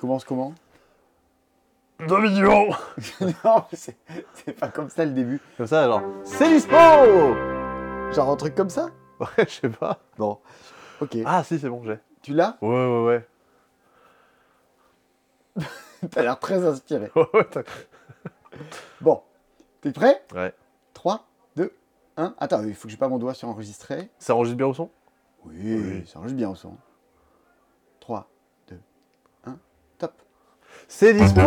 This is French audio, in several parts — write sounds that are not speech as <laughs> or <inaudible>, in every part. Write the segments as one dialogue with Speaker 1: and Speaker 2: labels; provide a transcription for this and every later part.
Speaker 1: commences
Speaker 2: <laughs>
Speaker 1: comment
Speaker 2: Deux millions
Speaker 1: Non, mais c'est c'est pas comme ça le début.
Speaker 2: Comme ça, alors. C'est l'ISPO
Speaker 1: Genre un truc comme ça
Speaker 2: <laughs> Ouais, je sais pas.
Speaker 1: Bon. Ok.
Speaker 2: Ah, si, c'est bon, j'ai.
Speaker 1: Tu l'as <laughs>
Speaker 2: Ouais, ouais, ouais. <laughs>
Speaker 1: T'as l'air très inspiré.
Speaker 2: Ouais, ouais, t'as-
Speaker 1: Bon. T'es prêt
Speaker 2: Ouais.
Speaker 1: 3, 2, 1. Attends, il faut que je pas mon doigt sur enregistrer.
Speaker 2: Ça enregistre bien au son
Speaker 1: Oui,
Speaker 2: Oui.
Speaker 1: ça enregistre bien au son. 3, 2, 1. Top. <laughs>
Speaker 2: C'est dispo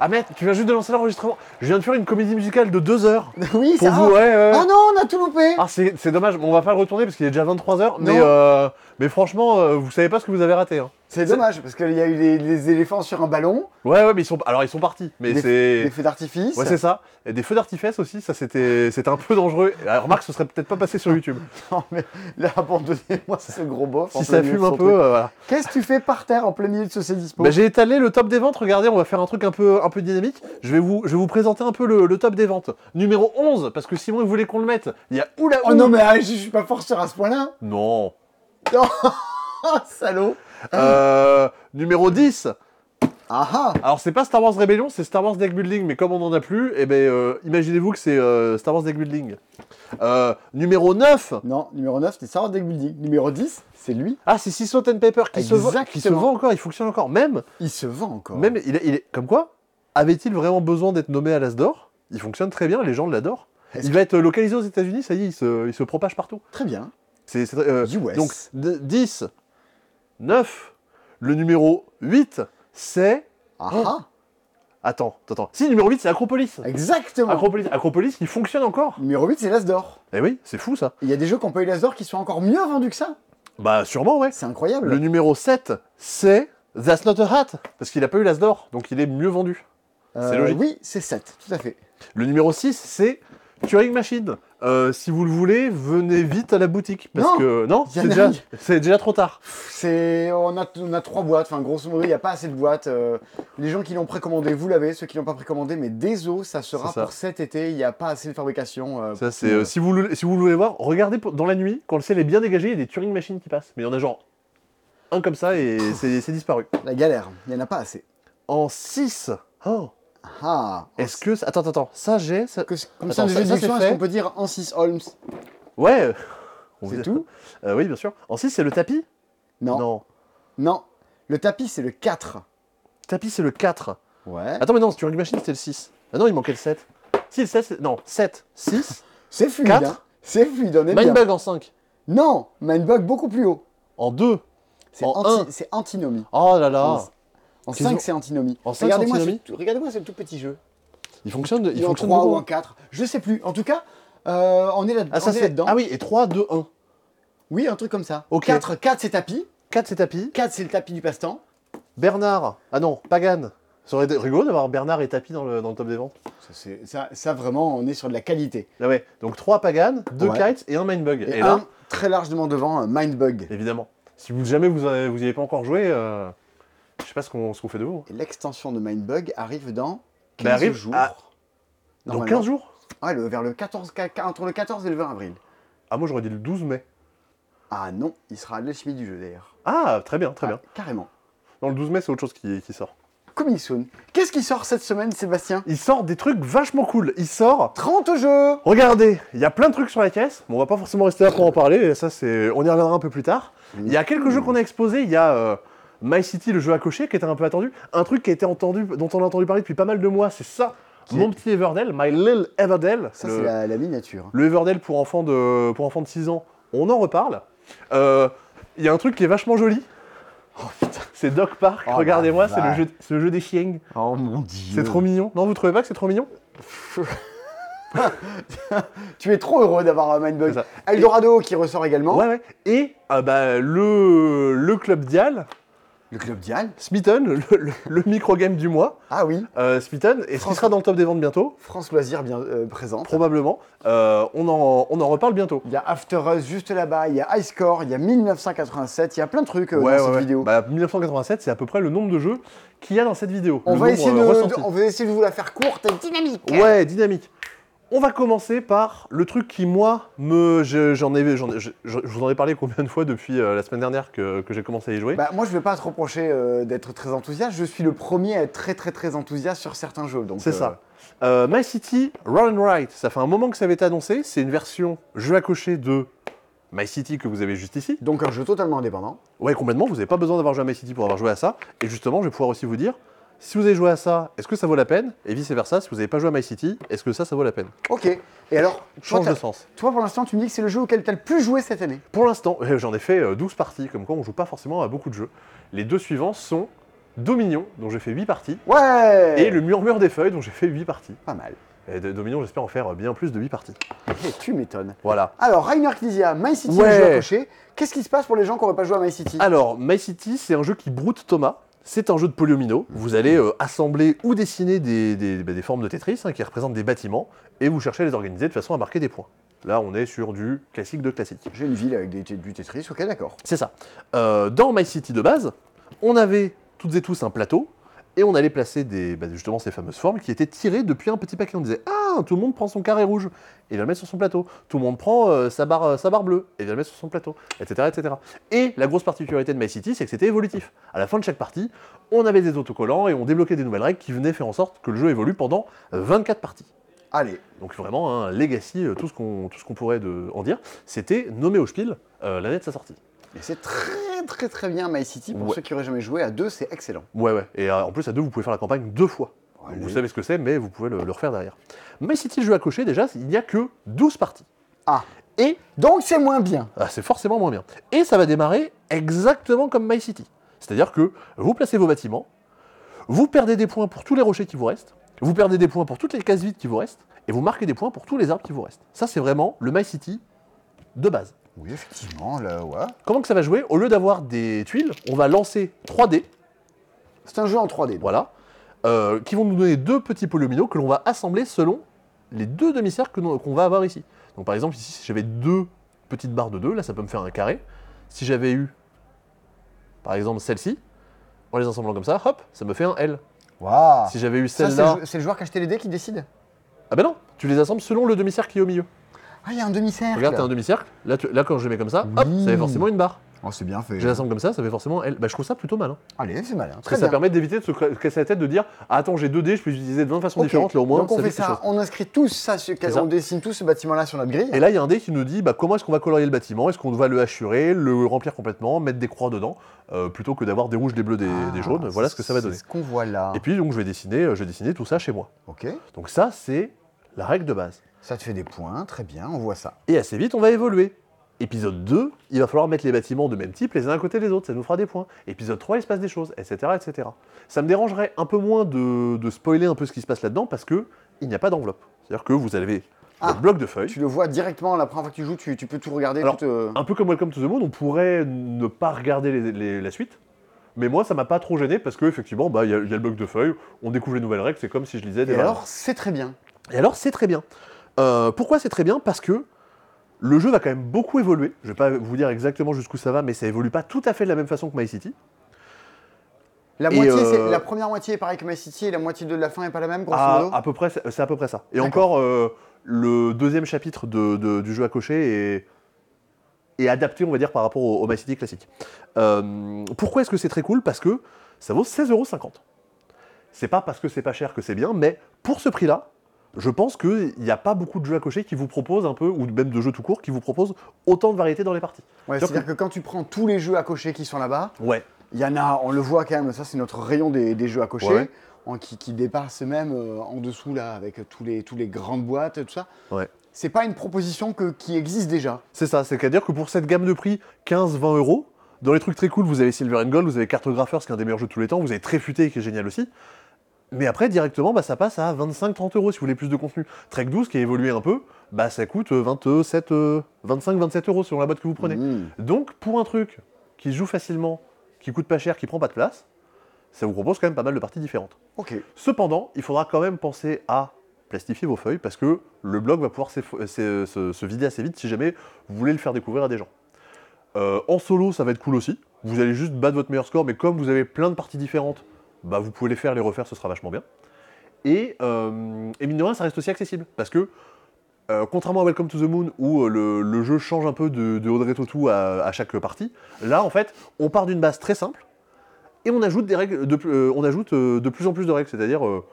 Speaker 2: Ah mec, tu viens juste de lancer l'enregistrement. Je viens de faire une comédie musicale de deux heures.
Speaker 1: oui,
Speaker 2: Pour
Speaker 1: ça.
Speaker 2: vous, ouais, ouais.
Speaker 1: Oh non, on a tout loupé
Speaker 2: Ah, c'est c'est dommage, Bon, on va pas le retourner parce qu'il est déjà 23h, mais,
Speaker 1: Non.
Speaker 2: euh, mais franchement, euh, vous savez pas ce que vous avez raté. Hein.
Speaker 1: C'est dommage, parce qu'il y a eu des, des éléphants sur un ballon,
Speaker 2: Ouais, ouais, mais ils sont, alors ils sont partis, mais
Speaker 1: des
Speaker 2: c'est.
Speaker 1: feux d'artifice.
Speaker 2: Ouais, c'est ça. Et des feux d'artifice aussi, ça c'était c'était un peu dangereux. Alors, remarque, ce serait peut-être pas passé sur YouTube.
Speaker 1: Non, <laughs> mais là, abandonnez-moi ce gros bof. en
Speaker 2: Si
Speaker 1: plein
Speaker 2: ça
Speaker 1: milieu de
Speaker 2: fume un
Speaker 1: son
Speaker 2: peu,
Speaker 1: truc.
Speaker 2: euh, voilà.
Speaker 1: Qu'est-ce que tu fais par terre en plein milieu de ce dispo
Speaker 2: Bah, j'ai étalé le top des ventes, regardez, on va faire un truc un peu, un peu dynamique. Je vais, vous, je vais vous présenter un peu le, le top des ventes. Numéro 11, parce que Simon il voulait qu'on le mette. Il y a Oula
Speaker 1: Oh non, mais ah, je je suis pas forceur à ce point-là.
Speaker 2: Non.
Speaker 1: Oh, salaud
Speaker 2: Euh, numéro 10,
Speaker 1: Ah ah
Speaker 2: alors c'est pas Star Wars Rebellion, c'est Star Wars Deck Building, mais comme on en a plus, eh ben, euh, imaginez-vous que c'est euh, Star Wars Deck Building. Euh, numéro 9,
Speaker 1: Non, numéro 9, c'est Star Wars Deck Building. Numéro 10, c'est lui.
Speaker 2: ah c'est Six and Paper qui se, vend, qui se
Speaker 1: Exactement.
Speaker 2: vend encore, il fonctionne encore. Même,
Speaker 1: Il se vend encore.
Speaker 2: même il, est- il est, comme quoi, avait-il vraiment besoin d'être nommé à l'As d'or Il fonctionne très bien, les gens l'adorent.
Speaker 1: Est-ce
Speaker 2: Il va être localisé aux États-Unis, ça y est, il se, il se propage partout.
Speaker 1: Très bien.
Speaker 2: C'est, c'est- euh,
Speaker 1: US.
Speaker 2: donc d- 10, 9, le numéro 8, c'est.
Speaker 1: ah
Speaker 2: Oh.
Speaker 1: ah
Speaker 2: Attends, attends, attends. Si, numéro 8, c'est Acropolis.
Speaker 1: Exactement
Speaker 2: Acropolis, Acropolis qui fonctionne encore.
Speaker 1: Numéro 8, c'est l'As d'or.
Speaker 2: Eh oui, c'est fou ça.
Speaker 1: Il y a des jeux qui ont pas eu l'As d'or qui sont encore mieux vendus que ça.
Speaker 2: Bah sûrement ouais.
Speaker 1: C'est incroyable.
Speaker 2: Le numéro 7, c'est That's Not a Hat, parce qu'il a pas eu l'As d'or, donc il est mieux vendu. c'est logique.
Speaker 1: Euh, Oui, c'est 7, tout à fait.
Speaker 2: Le numéro 6, c'est Turing Machine. Euh, si vous le voulez, venez vite à la boutique, parce
Speaker 1: Non,
Speaker 2: que non,
Speaker 1: y
Speaker 2: c'est
Speaker 1: en a
Speaker 2: déjà,
Speaker 1: un.
Speaker 2: c'est déjà trop tard.
Speaker 1: C'est, on a, on a trois boîtes. Enfin, grosso modo, il n'y a pas assez de boîtes. Euh, les gens qui l'ont précommandé, vous l'avez. Ceux qui l'ont pas précommandé, mais désolé, ça sera
Speaker 2: C'est ça.
Speaker 1: pour cet été. Il n'y a pas assez de fabrication. euh,
Speaker 2: Ça
Speaker 1: pour-
Speaker 2: c'est, euh, si vous le- si vous le voulez voir, regardez pour- dans la nuit quand le ciel est bien dégagé, il y a des Turing Machine qui passent, mais il y en a genre un comme ça et c'est, c'est disparu.
Speaker 1: la galère. Il n'y en a pas assez.
Speaker 2: En 6, oh,
Speaker 1: Ah.
Speaker 2: est-ce que ça- attends attends, attends, ça j'ai ça-
Speaker 1: Que- comme
Speaker 2: Attends,
Speaker 1: ça, de
Speaker 2: ça- ça,
Speaker 1: déduction,
Speaker 2: c'est
Speaker 1: est-ce
Speaker 2: fait.
Speaker 1: qu'on peut dire en 6 Holmes
Speaker 2: Ouais. euh, on
Speaker 1: C'est
Speaker 2: vous-
Speaker 1: tout
Speaker 2: <laughs> Euh, Oui, bien sûr. En 6, c'est le tapis
Speaker 1: non, non. Le tapis, c'est le 4.
Speaker 2: Tapis, c'est le 4.
Speaker 1: Ouais.
Speaker 2: Attends, mais non, Turing Machine, c'était le 6. Ah non, il manquait le 7. Si, le 7, c'est- non, 7, 6,
Speaker 1: C'est fluide.
Speaker 2: Quatre
Speaker 1: hein. C'est fluide, on est bien.
Speaker 2: Mindbug en 5,
Speaker 1: Non, Mindbug beaucoup plus haut.
Speaker 2: en 2,
Speaker 1: C'est
Speaker 2: En
Speaker 1: anti-
Speaker 2: un.
Speaker 1: c'est antinomie.
Speaker 2: oh là
Speaker 1: En-
Speaker 2: là,
Speaker 1: En
Speaker 2: Qu'est-ce
Speaker 1: 5,
Speaker 2: que-
Speaker 1: c'est antinomie.
Speaker 2: En cinq,
Speaker 1: Regardez-moi
Speaker 2: antinomie
Speaker 1: ce- regardez-moi ce tout petit jeu.
Speaker 2: il fonctionne, de- il
Speaker 1: Il en
Speaker 2: fonctionne
Speaker 1: 3
Speaker 2: beaucoup,
Speaker 1: ou
Speaker 2: hein.
Speaker 1: en 4, je sais plus. En tout cas, euh, on est là-
Speaker 2: Ah,
Speaker 1: on
Speaker 2: ça,
Speaker 1: est
Speaker 2: c'est...
Speaker 1: là-dedans.
Speaker 2: ah oui, et 3, 2, 1.
Speaker 1: oui. un truc comme ça.
Speaker 2: Ok.
Speaker 1: 4, 4 c'est tapis.
Speaker 2: 4, c'est tapis.
Speaker 1: 4 c'est le tapis du passe-temps.
Speaker 2: Bernard, ah non, Pagan. Ça aurait été rigolo d'avoir Bernard et tapis dans le, dans le top des ventes.
Speaker 1: Ça, c'est- ça- ça, vraiment, on est sur de la qualité.
Speaker 2: Là, ouais, donc 3 Pagan, 2
Speaker 1: Ouais.
Speaker 2: Kites et 1 Mindbug.
Speaker 1: Et,
Speaker 2: Et, là,
Speaker 1: un très largement devant, un Mindbug.
Speaker 2: évidemment, si vous, jamais vous, avez- vous y avez pas encore joué, euh, je sais pas ce qu'on, ce qu'on fait de vous.
Speaker 1: Et L'extension de Mindbug arrive dans 15
Speaker 2: Bah, arrive
Speaker 1: jours.
Speaker 2: à- Dans
Speaker 1: Normalement.
Speaker 2: 15 jours
Speaker 1: Ouais, le- vers le 14, ca- ca- entre le 14 et le 20 avril.
Speaker 2: Ah, moi j'aurais dit le 12 mai.
Speaker 1: Ah non, il sera à l'alchimie du jeu d'ailleurs.
Speaker 2: Ah, très bien, très bien.
Speaker 1: Ah, carrément.
Speaker 2: Non, le 12 mai, c'est autre chose qui, qui sort.
Speaker 1: Coming soon. Qu'est-ce qui sort cette semaine, Sébastien
Speaker 2: Il sort des trucs vachement cool. Il sort.
Speaker 1: 30 jeux
Speaker 2: Regardez, il y a plein de trucs sur la caisse. Bon, on va pas forcément rester là pour en parler. et Ça, c'est, on y reviendra un peu plus tard.
Speaker 1: Mm.
Speaker 2: Il y a quelques jeux qu'on a exposés. Il y a euh, My City, le jeu à cocher, qui était un peu attendu. Un truc qui a été entendu, dont on a entendu parler depuis pas mal de mois, c'est ça.
Speaker 1: Qui est-
Speaker 2: Mon petit Everdell, My Little Everdell.
Speaker 1: Ça,
Speaker 2: le-
Speaker 1: c'est la, la miniature.
Speaker 2: Le Everdell pour enfants de, pour enfants de 6 ans, on en reparle. Euh, Il y a un truc qui est vachement joli. Oh putain, c'est Doc Park.
Speaker 1: Oh, la
Speaker 2: Regardez-moi, c'est le,
Speaker 1: vache.
Speaker 2: jeu, c'est le jeu des chiens.
Speaker 1: Oh mon dieu.
Speaker 2: C'est trop mignon. Non, vous trouvez pas que c'est trop mignon
Speaker 1: Tu es trop heureux d'avoir un Mindbug.
Speaker 2: C'est ça.
Speaker 1: Eldorado qui ressort également.
Speaker 2: Ouais, ouais. Et ah bah, le, le club Dial,
Speaker 1: Le Club Dial.
Speaker 2: Smitten, le, le, le micro-game du mois,
Speaker 1: Ah oui.
Speaker 2: euh, Smitten, et ce qui
Speaker 1: Franchement.
Speaker 2: sera dans le top des ventes bientôt,
Speaker 1: France Loisirs bien euh, présente.
Speaker 2: probablement. Euh, on, en, on en reparle bientôt.
Speaker 1: Il y a After Us juste là-bas, il y a High Score, il y a 1987, il y a plein de trucs euh, dans cette vidéo.
Speaker 2: Bah, 1987, c'est à peu près le nombre de jeux qu'il y a dans cette vidéo.
Speaker 1: on,
Speaker 2: Le
Speaker 1: va
Speaker 2: nombre,
Speaker 1: essayer
Speaker 2: euh,
Speaker 1: de,
Speaker 2: ressenti.
Speaker 1: de- on va essayer de vous la faire courte et dynamique.
Speaker 2: Ouais, dynamique. On va commencer par le truc qui, moi, me, je- j'en ai, j'en ai- je, je- je vous en ai parlé combien de fois depuis euh, la semaine dernière que, que j'ai commencé à y jouer.
Speaker 1: Bah, moi, je vais pas te reprocher euh, d'être très enthousiaste. Je suis le premier à être très, très, très enthousiaste sur certains jeux. donc,
Speaker 2: C'est
Speaker 1: euh,
Speaker 2: ça. Euh, My City Roll and Ride, ça fait un moment que ça avait été annoncé. C'est une version jeu à cocher de My City que vous avez juste ici.
Speaker 1: Donc, un jeu totalement indépendant.
Speaker 2: Ouais, complètement. Vous n'avez pas besoin d'avoir joué à My City pour avoir joué à ça. Et justement, je vais pouvoir aussi vous dire si vous avez joué à ça, est-ce que ça vaut la peine Et vice versa, si vous n'avez pas joué à My City, est-ce que ça, ça vaut la peine
Speaker 1: Ok. Et alors, toi,
Speaker 2: Change
Speaker 1: t'as-
Speaker 2: de sens.
Speaker 1: toi, pour l'instant, tu me dis que c'est le jeu auquel tu as le plus joué cette année.
Speaker 2: Pour l'instant, <laughs> euh, j'en ai fait euh, 12 parties, comme quoi on joue pas forcément à beaucoup de jeux. Les deux suivants sont Dominion, dont j'ai fait 8 parties,
Speaker 1: Ouais
Speaker 2: et Le Murmure des Feuilles, dont j'ai fait 8 parties.
Speaker 1: Pas mal.
Speaker 2: Et de- Dominion, j'espère en faire euh, bien plus de 8 parties.
Speaker 1: Eh, tu m'étonnes.
Speaker 2: Voilà.
Speaker 1: Alors, Rainer Knizia, My City,
Speaker 2: Ouais.
Speaker 1: le jeu à cocher. Qu'est-ce qui se passe pour les gens qui n'auraient pas joué à My City
Speaker 2: Alors, My City, c'est un jeu qui broute Thomas. C'est un jeu de polyomino. Vous allez euh, assembler ou dessiner des, des- bah, des formes de Tetris hein, qui représentent des bâtiments et vous cherchez à les organiser de façon à marquer des points. Là, on est sur du classique de classique.
Speaker 1: J'ai une ville avec des, du Tetris, ok, d'accord.
Speaker 2: C'est ça. Euh, dans My City de base, on avait toutes et tous un plateau et on allait placer des, bah, justement ces fameuses formes qui étaient tirées depuis un petit paquet. On disait Ah, tout le monde prend son carré rouge et il va le mettre sur son plateau. Tout le monde prend euh, sa, barre, euh, sa barre bleue et il va le mettre sur son plateau, etc., etc. Et la grosse particularité de My City, c'est que c'était évolutif. À la fin de chaque partie, on avait des autocollants et on débloquait des nouvelles règles qui venaient faire en sorte que le jeu évolue pendant 24 parties.
Speaker 1: Allez,
Speaker 2: Donc vraiment un legacy, euh, tout ce qu'on tout ce qu'on pourrait de- en dire, c'était nommé au Spiel euh, l'année de sa sortie.
Speaker 1: et c'est très très très bien My City. Pour
Speaker 2: Ouais.
Speaker 1: ceux qui auraient jamais joué à deux, c'est excellent.
Speaker 2: Ouais, ouais. Et euh, en plus, à deux, vous pouvez faire la campagne deux fois. Donc,
Speaker 1: Allez.
Speaker 2: Vous savez ce que c'est, mais vous pouvez le, le refaire derrière. Mais City, le jeu à cocher, déjà, il n'y a que 12 parties.
Speaker 1: Ah.
Speaker 2: Et
Speaker 1: Donc c'est moins bien.
Speaker 2: ah, c'est forcément moins bien. Et ça va démarrer exactement comme My City. C'est-à-dire que vous placez vos bâtiments, vous perdez des points pour tous les rochers qui vous restent, vous perdez des points pour toutes les cases vides qui vous restent, et vous marquez des points pour tous les arbres qui vous restent. Ça, c'est vraiment le My City de base.
Speaker 1: Oui, effectivement, là, ouais.
Speaker 2: Comment que ça va jouer Au lieu d'avoir des tuiles, on va lancer 3 dés
Speaker 1: C'est un jeu en 3D. donc.
Speaker 2: voilà, euh, qui vont nous donner deux petits polyomino que l'on va assembler selon les deux demi-cercles que l'on- qu'on va avoir ici. Donc par exemple, ici, si j'avais deux petites barres de 2, là, ça peut me faire un carré. Si j'avais eu, par exemple, celle-ci, en les ensemblant comme ça, hop, ça me fait un L.
Speaker 1: Waouh.
Speaker 2: Si j'avais eu
Speaker 1: Ah. Ça, c'est
Speaker 2: celle-là...
Speaker 1: le jou- c'est le joueur qui a acheté les dés qui décide
Speaker 2: Ah ben non, tu les assembles selon le demi-cercle qui est au milieu.
Speaker 1: Ah, il y a un demi-cercle.
Speaker 2: Regarde, t'as un demi-cercle, là, tu- là, quand je les mets comme ça, hop,
Speaker 1: Oui.
Speaker 2: ça fait forcément une barre.
Speaker 1: Oh, c'est bien fait.
Speaker 2: Je les assemble comme ça, ça fait forcément un L. Bah je trouve ça plutôt malin.
Speaker 1: Allez, c'est malin.
Speaker 2: Parce que
Speaker 1: Très
Speaker 2: ça
Speaker 1: bien.
Speaker 2: permet d'éviter de se cra- casser la tête de dire ah, attends j'ai deux dés, je peux les utiliser de 20 façons
Speaker 1: Ok,
Speaker 2: différentes, là au moins
Speaker 1: Donc on
Speaker 2: ça
Speaker 1: fait
Speaker 2: fait quelque chose.
Speaker 1: ça, on inscrit tous ça, sur-
Speaker 2: C'est ça.
Speaker 1: on dessine tout ce bâtiment-là sur notre grille.
Speaker 2: Et là, il y a un dé qui nous dit bah, comment est-ce qu'on va colorier le bâtiment Est-ce qu'on va le hachurer, le remplir complètement, mettre des croix dedans, euh, plutôt que d'avoir des rouges, des bleus, des,
Speaker 1: Ah,
Speaker 2: des jaunes Voilà ce que ça va
Speaker 1: c'est
Speaker 2: donner.
Speaker 1: ce qu'on voit là.
Speaker 2: Et puis, donc, je vais dessiner, euh, je vais dessiner tout ça chez moi.
Speaker 1: Ok.
Speaker 2: Donc, ça, c'est la règle de base.
Speaker 1: Ça te fait des points, très bien, on voit ça.
Speaker 2: Et assez vite, on va évoluer. Épisode 2, il va falloir mettre les bâtiments de même type les uns à côté des autres, ça nous fera des points. Épisode 3, il se passe des choses, etc. etc. Ça me dérangerait un peu moins de, de spoiler un peu ce qui se passe là-dedans parce que il n'y a pas d'enveloppe. C'est-à-dire que vous avez
Speaker 1: Ah.
Speaker 2: un bloc de feuilles.
Speaker 1: Tu le vois directement la première fois que tu joues, tu, tu peux tout regarder.
Speaker 2: Alors,
Speaker 1: tout, euh,
Speaker 2: Un peu comme Welcome to the Moon, on pourrait ne pas regarder les- les- la suite. Mais moi, ça m'a pas trop gêné parce que effectivement, bah, il y, a il y a le bloc de feuilles, on découvre les nouvelles règles, c'est comme si je lisais des.
Speaker 1: Et
Speaker 2: barres.
Speaker 1: alors, c'est très bien.
Speaker 2: Et alors, c'est très bien. Euh, pourquoi c'est très bien Parce que le jeu va quand même beaucoup évoluer. Je vais pas vous dire exactement jusqu'où ça va, mais ça évolue pas tout à fait de la même façon que My City.
Speaker 1: La,
Speaker 2: Et,
Speaker 1: moitié,
Speaker 2: euh,
Speaker 1: c'est- la première moitié est pareille que My City et la moitié de la fin est pas la même, grosso
Speaker 2: Ah,
Speaker 1: modo
Speaker 2: à peu près, c'est c'est à peu près ça. Et
Speaker 1: D'accord.
Speaker 2: encore, euh, le deuxième chapitre de- de- du jeu à cocher est, est adapté, on va dire, par rapport au, au My City classique. Euh, pourquoi est-ce que c'est très cool Parce que ça vaut 16,50€. C'est pas parce que c'est pas cher que c'est bien, mais pour ce prix-là, je pense qu'il n'y a pas beaucoup de jeux à cocher qui vous proposent un peu, ou même de jeux tout court, qui vous proposent autant de variétés dans les parties.
Speaker 1: Ouais,
Speaker 2: sûr
Speaker 1: C'est-à-dire que quand tu prends tous les jeux à cocher qui sont là-bas,
Speaker 2: Ouais.
Speaker 1: il y en a, on le voit quand même, ça c'est notre rayon des, des jeux à cocher,
Speaker 2: Ouais.
Speaker 1: en- qui, qui dépasse même euh, en dessous là, avec tous les, tous les grandes boîtes, tout ça.
Speaker 2: Ouais.
Speaker 1: C'est pas une proposition que, qui existe déjà.
Speaker 2: C'est ça, c'est-à-dire que pour cette gamme de prix, 15-20 euros, dans les trucs très cool, vous avez Silver and Gold, vous avez Cartographers, qui est un des meilleurs jeux de tous les temps, vous avez Tréfuté, qui est génial aussi. Mais après, directement, bah, ça passe à 25-30 euros si vous voulez plus de contenu. Trek 12, qui a évolué un peu, bah, ça coûte euh, 27, euh, 25-27 euros selon la boîte que vous prenez.
Speaker 1: Mmh.
Speaker 2: Donc, pour un truc qui se joue facilement, qui coûte pas cher, qui prend pas de place, ça vous propose quand même pas mal de parties différentes.
Speaker 1: Ok.
Speaker 2: Cependant, il faudra quand même penser à plastifier vos feuilles parce que le blog va pouvoir s'eff- euh, s'e- se, se vider assez vite si jamais vous voulez le faire découvrir à des gens. Euh, en solo, ça va être cool aussi. Vous allez juste battre votre meilleur score, mais comme vous avez plein de parties différentes, bah vous pouvez les faire, les refaire, ce sera vachement bien. Et, euh, et mine de rien, ça reste aussi accessible parce que euh, contrairement à Welcome to the Moon, où euh, le, le jeu change un peu de, de Audrey Tautou à, à chaque partie, là, en fait, on part d'une base très simple et on ajoute, des règles de, pl- euh, on ajoute euh, de plus en plus de règles. C'est-à-dire, euh,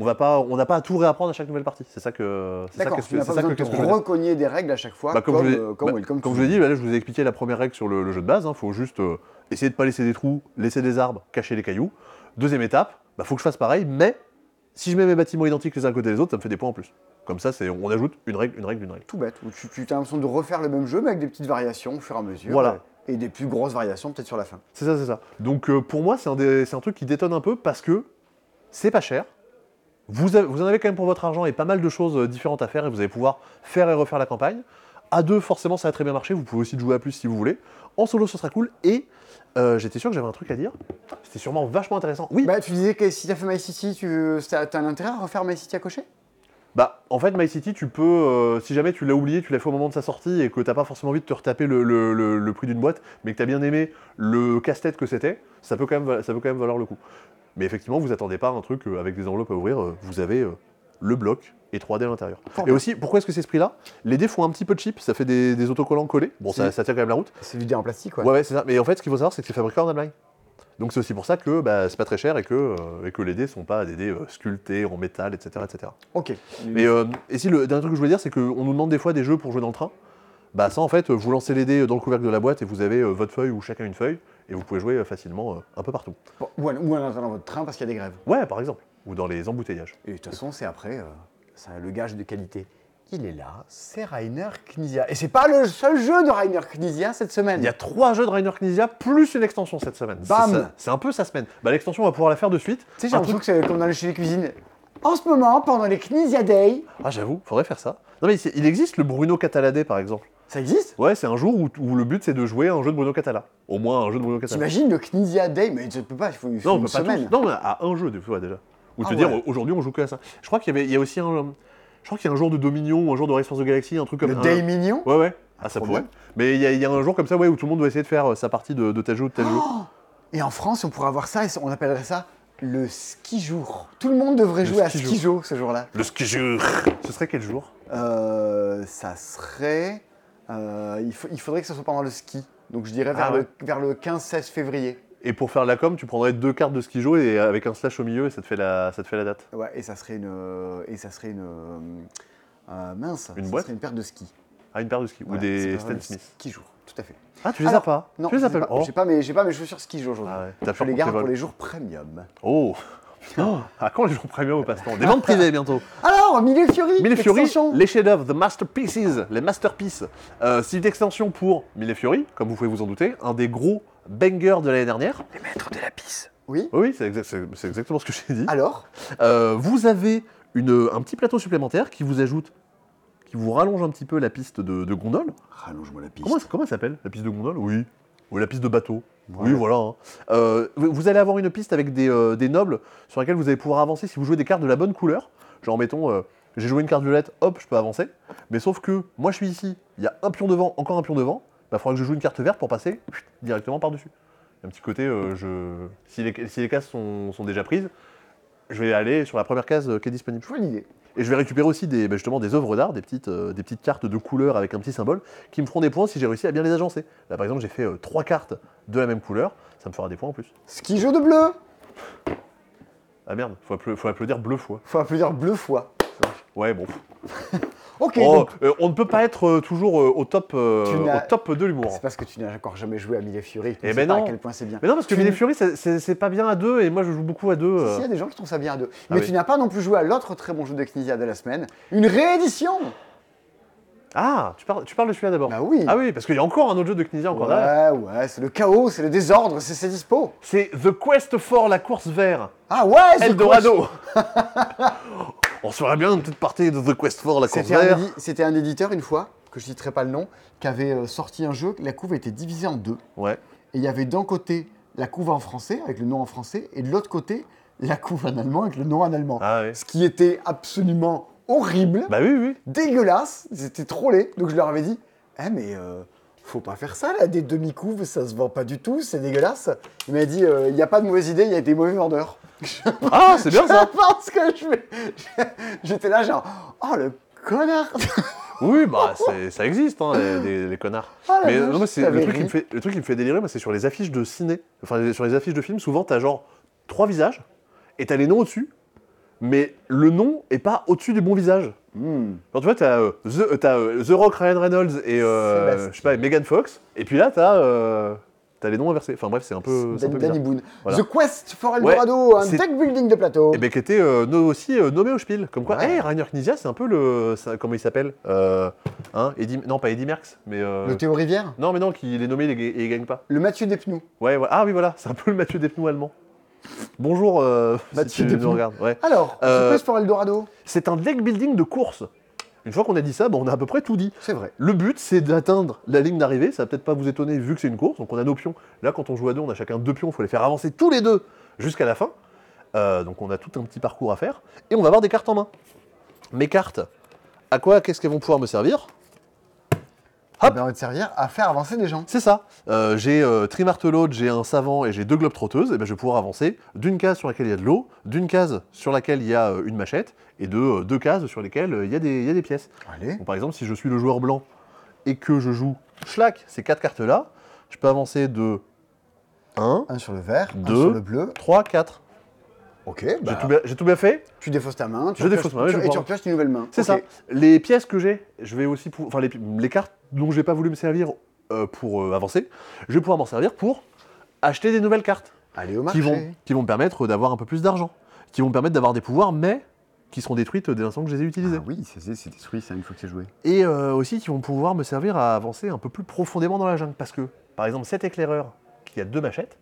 Speaker 2: on va pas- on n'a pas à tout réapprendre à chaque nouvelle partie. C'est ça que c'est ça
Speaker 1: D'accord,
Speaker 2: que-
Speaker 1: tu n'as
Speaker 2: c'est
Speaker 1: pas
Speaker 2: ça que-
Speaker 1: besoin de
Speaker 2: qu'est-ce que je
Speaker 1: te
Speaker 2: veux dire.
Speaker 1: recogner des règles à chaque fois,
Speaker 2: Bah,
Speaker 1: comme,
Speaker 2: comme, je l'ai-
Speaker 1: euh, comme
Speaker 2: bah,
Speaker 1: Welcome
Speaker 2: comme
Speaker 1: to
Speaker 2: je l'ai
Speaker 1: the-
Speaker 2: dit, bah là, je vous ai expliqué la première règle sur le, le jeu de base. Il faut juste euh, essayer de pas laisser des trous, laisser des arbres, cacher les cailloux. Deuxième étape, bah, faut que je fasse pareil, mais si je mets mes bâtiments identiques les uns à côté des autres, ça me fait des points en plus. Comme ça, c'est, on ajoute une règle, une règle, une règle.
Speaker 1: Tout bête, où tu, tu as l'impression de refaire le même jeu, mais avec des petites variations au fur et à mesure.
Speaker 2: Voilà.
Speaker 1: Et des plus grosses variations peut-être sur la fin.
Speaker 2: C'est ça, c'est ça. Donc euh, pour moi, c'est un, des- c'est un truc qui détonne un peu parce que c'est pas cher. Vous, avez- vous en avez quand même pour votre argent et pas mal de choses euh, différentes à faire et vous allez pouvoir faire et refaire la campagne. À deux, forcément, ça a très bien marché. Vous pouvez aussi le jouer à plus si vous voulez. En solo, ce sera cool. Et euh, j'étais sûr que j'avais un truc à dire. C'était sûrement vachement intéressant. Oui, bah,
Speaker 1: Bah, tu disais que si tu as fait My City, tu as, un intérêt à refaire My City à cocher
Speaker 2: Bah, en fait, My City, tu peux, euh, si jamais tu l'as oublié, tu l'as fait au moment de sa sortie et que t'as pas forcément envie de te retaper le, le- le- le prix d'une boîte, mais que t'as bien aimé le casse-tête que c'était, ça peut, quand même, val- ça peut quand même valoir le coup. Mais effectivement, vous attendez pas un truc euh, avec des enveloppes à ouvrir, euh, vous avez euh, le bloc et 3D à l'intérieur.
Speaker 1: Fort
Speaker 2: Et
Speaker 1: bien.
Speaker 2: aussi, pourquoi est-ce que c'est ce prix-là Les dés font un petit peu cheap, ça fait des, des autocollants collés, bon, ça,
Speaker 1: Si.
Speaker 2: ça tient quand même la route.
Speaker 1: C'est du dé en plastique, quoi.
Speaker 2: Ouais, ouais, c'est ça. Mais en fait, ce qu'il faut savoir, c'est que c'est fabriqué en Allemagne. Donc c'est aussi pour ça que bah, c'est pas très cher et que, euh, et que les dés sont pas des dés euh, sculptés en métal, etc. etc.
Speaker 1: Ok.
Speaker 2: Mais euh, et si le dernier truc que je voulais dire, c'est qu'on nous demande des fois des jeux pour jouer dans le train. Bah ça en fait, vous lancez les dés euh, dans le couvercle de la boîte et vous avez euh, votre feuille ou chacun une feuille et vous pouvez jouer euh, facilement euh, un peu partout.
Speaker 1: Bon, Ou, alors- ou en attendant votre train parce qu'il y a des grèves.
Speaker 2: Ouais, par exemple, ou dans les embouteillages.
Speaker 1: Et de toute façon, c'est après, euh, ça, le gage de qualité. Il est là, c'est Rainer Knizia. Et c'est pas le seul jeu de Rainer Knizia cette semaine.
Speaker 2: Il y a trois jeux de Rainer Knizia plus une extension cette semaine. C'est
Speaker 1: Bam
Speaker 2: ça- C'est un peu sa semaine. Bah l'extension on va pouvoir la faire de suite.
Speaker 1: Tu sais, j'ai
Speaker 2: Un
Speaker 1: l'impression que c'est comme dans le chez les cuisines. En ce moment, pendant les Knizia Day,
Speaker 2: Ah j'avoue, faudrait faire ça. Non mais c'est- il existe le Bruno Cataladé par exemple.
Speaker 1: ça existe
Speaker 2: Ouais, c'est un jour où, où le but c'est de jouer à un jeu de Bruno Catala. Au moins un jeu de Bruno Catala.
Speaker 1: T'imagines le Knizia Day Mais tu peux pas, il faut, il faut
Speaker 2: Non, on
Speaker 1: une
Speaker 2: peut pas
Speaker 1: semaine.
Speaker 2: tous. Non, mais à un jeu des fois déjà. Ou
Speaker 1: Ah
Speaker 2: te dire
Speaker 1: ouais.
Speaker 2: aujourd'hui on joue que à ça. Je crois qu'il y avait, il y a aussi un, je crois qu'il y a un jour de Dominion ou un jour de Race for the Galaxy, un truc comme
Speaker 1: le
Speaker 2: un-
Speaker 1: Day Mignon
Speaker 2: Ouais ouais. Ah ça
Speaker 1: trop
Speaker 2: pourrait.
Speaker 1: bien.
Speaker 2: Mais il y, a- il y a un jour comme ça ouais où tout le monde doit essayer de faire euh, sa partie de, de tel jeu ou de tel jeu.
Speaker 1: Et en France, on pourrait avoir ça, et on appellerait ça le ski jour. Tout le monde devrait
Speaker 2: Le
Speaker 1: jouer à
Speaker 2: ski
Speaker 1: ski jour ce jour-là.
Speaker 2: <gasps> Le ski jour. Ce serait quel jour
Speaker 1: Euh, ça serait. euh, il, faut- il faudrait que ce soit pendant le ski. Donc je dirais vers
Speaker 2: Ah ouais.
Speaker 1: le, vers le 15-16 février.
Speaker 2: Et pour faire la com, tu prendrais deux cartes de ski jour et euh, avec un slash au milieu et ça te fait la, ça te fait la date.
Speaker 1: Ouais, et ça serait une. euh, Et ça serait une. euh, mince.
Speaker 2: Une
Speaker 1: ça
Speaker 2: boîte
Speaker 1: serait une paire de skis.
Speaker 2: Ah une paire de ski
Speaker 1: Voilà,
Speaker 2: ou
Speaker 1: ça
Speaker 2: des
Speaker 1: s'appellerait
Speaker 2: Stan
Speaker 1: le
Speaker 2: Smith.
Speaker 1: Ski jour, tout à fait.
Speaker 2: Ah tu les as
Speaker 1: Alors,
Speaker 2: pas
Speaker 1: Non,
Speaker 2: Tu les
Speaker 1: je
Speaker 2: as
Speaker 1: les ai
Speaker 2: pas.
Speaker 1: pas-
Speaker 2: Oh.
Speaker 1: j'ai pas, mes- j'ai pas mes chaussures ski jour aujourd'hui.
Speaker 2: Ah ouais. T'as
Speaker 1: Je
Speaker 2: peur
Speaker 1: les
Speaker 2: qu'on
Speaker 1: garde
Speaker 2: te les
Speaker 1: pour
Speaker 2: vole.
Speaker 1: les jours premium.
Speaker 2: <laughs> Oh. Oh, À quand les jours premium au passe-temps Des ventes privées bientôt.
Speaker 1: Alors, Mille Fiori
Speaker 2: Mille Fiori,
Speaker 1: extension.
Speaker 2: les chefs-d'œuvre, the masterpieces, les masterpieces. Euh, c'est une extension pour Mille Fiori, comme vous pouvez vous en douter, un des gros bangers de l'année dernière.
Speaker 3: Les maîtres de la pisse.
Speaker 1: Oui.
Speaker 2: Oui, oui, c'est exact- c'est- c'est exactement ce que j'ai dit.
Speaker 1: Alors
Speaker 2: Euh, vous avez une- un petit plateau supplémentaire qui vous ajoute, qui vous rallonge un petit peu la piste de, de gondole.
Speaker 1: Rallonge-moi la piste.
Speaker 2: Comment, comment elle s'appelle La piste de gondole Oui. Ou la piste de bateau
Speaker 1: Ouais.
Speaker 2: Oui, voilà. hein. Euh, vous vous allez avoir une piste avec des, euh, des nobles sur laquelle vous allez pouvoir avancer si vous jouez des cartes de la bonne couleur. Genre, mettons, euh, j'ai joué une carte violette, hop, je peux avancer. Mais sauf que moi, je suis ici, il y a un pion devant, encore un pion devant. Bah, faudra que je joue une carte verte pour passer pff, directement par-dessus. Il y a Un petit côté, euh, je... si, les, si les cases sont, sont déjà prises, je vais aller sur la première case euh, qui est disponible.
Speaker 1: Je vois l'idée.
Speaker 2: Et je vais récupérer aussi des, bah, justement des œuvres d'art, des petites, euh, des petites cartes de couleur avec un petit symbole qui me feront des points si j'ai réussi à bien les agencer. Là par exemple j'ai fait euh, trois cartes de la même couleur, ça me fera des points en plus.
Speaker 1: Ski jour de bleu
Speaker 2: Ah merde, faut, appla- faut applaudir bleu fois.
Speaker 1: Faut applaudir bleu fois.
Speaker 2: Ouais bon.
Speaker 1: Ok,
Speaker 2: Oh,
Speaker 1: donc,
Speaker 2: euh, on ne peut pas être euh, toujours euh, au, top, euh,
Speaker 1: Tu n'as-
Speaker 2: au top de l'humour.
Speaker 1: c'est parce que tu n'as encore jamais joué à Mille Fiori.
Speaker 2: Eh
Speaker 1: tu
Speaker 2: ben
Speaker 1: sais pas
Speaker 2: non.
Speaker 1: à quel point c'est bien.
Speaker 2: Mais non parce que
Speaker 1: Tu-
Speaker 2: Mille Fury c'est- c'est c'est pas bien à deux et moi je joue beaucoup à deux.
Speaker 1: Si,
Speaker 2: euh.
Speaker 1: Il y a des gens qui trouvent ça bien à deux.
Speaker 2: Ah
Speaker 1: Mais
Speaker 2: oui.
Speaker 1: tu n'as pas non plus joué à l'autre très bon jeu de Knizia de la semaine, une réédition
Speaker 2: Ah tu parles, tu parles de celui-là d'abord.
Speaker 1: Bah oui
Speaker 2: Ah oui parce qu'il y a encore un autre jeu de Knizia encore derrière.
Speaker 1: Ouais, ouais, c'est le chaos, c'est le désordre, c'est ses dispos
Speaker 2: C'est The Quest for la course vert.
Speaker 1: Ah ouais <laughs> c'est
Speaker 2: Eldorado <laughs> On se ferait bien une petite partie de The Quest for la course
Speaker 1: C'était un,
Speaker 2: vert.
Speaker 1: édi- c'était un éditeur une fois, que je citerai pas le nom, qui avait euh, sorti un jeu, la couve était divisée en deux.
Speaker 2: Ouais.
Speaker 1: Et il y avait d'un côté la couve en français, avec le nom en français, et de l'autre côté la couve en allemand, avec le nom en allemand.
Speaker 2: Ah ouais.
Speaker 1: Ce qui était absolument horrible,
Speaker 2: Bah oui, oui.
Speaker 1: dégueulasse, ils étaient trollés, donc je leur avais dit Eh, mais euh, faut pas faire ça là, des demi-couves, ça se vend pas du tout, c'est dégueulasse. Il m'a dit euh, Il n'y a pas de mauvaise idée, il y a des mauvais vendeurs. <laughs>
Speaker 2: Ah, c'est bien ça.
Speaker 1: Je pense que je vais. J'étais là, genre Oh le connard
Speaker 2: Oui, bah, c'est- ça existe, hein, les, des- les connards.
Speaker 1: Ah, la
Speaker 2: Mais
Speaker 1: vache,
Speaker 2: non, moi, c'est
Speaker 1: t'avais
Speaker 2: le truc, qui
Speaker 1: ri.
Speaker 2: me fait, le truc qui me fait délirer, moi, c'est sur les affiches de ciné. Enfin, sur les affiches de films, souvent, t'as genre trois visages et t'as les noms au-dessus, mais le nom est pas au-dessus du bon visage.
Speaker 1: Hmm.
Speaker 2: Genre, tu vois, t'as euh, The, euh, t'as, euh, The Rock, Ryan Reynolds et, euh,
Speaker 1: Sébastien.
Speaker 2: je sais pas, et Megan Fox, et puis là, t'as euh, t'as les noms inversés. Enfin, bref, c'est un peu. c'est un
Speaker 1: Dan-
Speaker 2: peu
Speaker 1: Danny
Speaker 2: bizarre.
Speaker 1: Boone.
Speaker 2: Voilà.
Speaker 1: The Quest for Eldorado, un
Speaker 2: c'est-
Speaker 1: deck building de plateau.
Speaker 2: Et ben, qui était euh, no- aussi euh, nommé au Spiel. Comme quoi,
Speaker 1: Ouais.
Speaker 2: hey, Rainer Knizia, c'est un peu le. ça- comment il s'appelle Euh, hein, Eddie- Non, pas Eddie Merckx, mais. euh,
Speaker 1: Le Théo Rivière,
Speaker 2: Non, mais non, qu'il est nommé il et il gagne pas.
Speaker 1: le Mathieu Despnous.
Speaker 2: Ouais, ouais. Ah oui, voilà, c'est un peu le Mathieu Despnous allemand. Bonjour, euh,
Speaker 1: Mathieu
Speaker 2: si tu
Speaker 1: Despnous.
Speaker 2: nous regardes. Ouais.
Speaker 1: Alors,
Speaker 2: Euh,
Speaker 1: The Quest for Eldorado,
Speaker 2: C'est un deck building de course. Une fois qu'on a dit ça, bon, on a à peu près tout dit.
Speaker 1: c'est vrai.
Speaker 2: Le but, c'est d'atteindre la ligne d'arrivée. Ça va peut-être pas vous étonner vu que c'est une course. Donc on a nos pions. Là, quand on joue à deux, on a chacun deux pions. Il faut les faire avancer tous les deux jusqu'à la fin. Euh, donc on a tout un petit parcours à faire. Et on va avoir des cartes en main. Mes cartes, à quoi, qu'est-ce qu'elles vont pouvoir me servir Hop.
Speaker 1: Eh ben, on va te servir à faire avancer des gens.
Speaker 2: C'est ça. Euh, j'ai euh, Trimartelaude, j'ai un savant et j'ai deux globes trotteuses. Et ben, je vais pouvoir avancer d'une case sur laquelle il y a de l'eau, d'une case sur laquelle il y a euh, une machette, et de euh, deux cases sur lesquelles euh, il y, a des- il y a des pièces.
Speaker 1: Allez.
Speaker 2: Donc, par exemple, si je suis le joueur blanc et que je joue Schlack, ces quatre cartes-là, je peux avancer de 1,
Speaker 1: Un sur le vert, un
Speaker 2: Deux.
Speaker 1: sur le bleu.
Speaker 2: 3, 4.
Speaker 1: Ok,
Speaker 2: J'ai
Speaker 1: bah,
Speaker 2: tout, bien- j'ai tout bien fait
Speaker 1: tu défausses ta main. Tu
Speaker 2: Je
Speaker 1: repioches-
Speaker 2: défausse ma main,
Speaker 1: tu-
Speaker 2: je
Speaker 1: Et
Speaker 2: prends.
Speaker 1: tu repioches une nouvelle main.
Speaker 2: C'est
Speaker 1: Ok.
Speaker 2: ça. Les pièces que j'ai, je vais aussi pouvoir. Enfin, les, pi- les cartes dont j'ai pas voulu me servir euh, pour euh, avancer, je vais pouvoir m'en servir pour acheter des nouvelles cartes.
Speaker 1: Allez au marché.
Speaker 2: qui vont, qui vont me permettre d'avoir un peu plus d'argent, qui vont me permettre d'avoir des pouvoirs, mais qui seront détruites dès l'instant que je les ai utilisés.
Speaker 1: Ah oui, c'est- c'est c'est détruit ça une fois que c'est joué.
Speaker 2: Et euh, aussi qui vont pouvoir me servir à avancer un peu plus profondément dans la jungle, parce que, par exemple, cet éclaireur qui a deux machettes,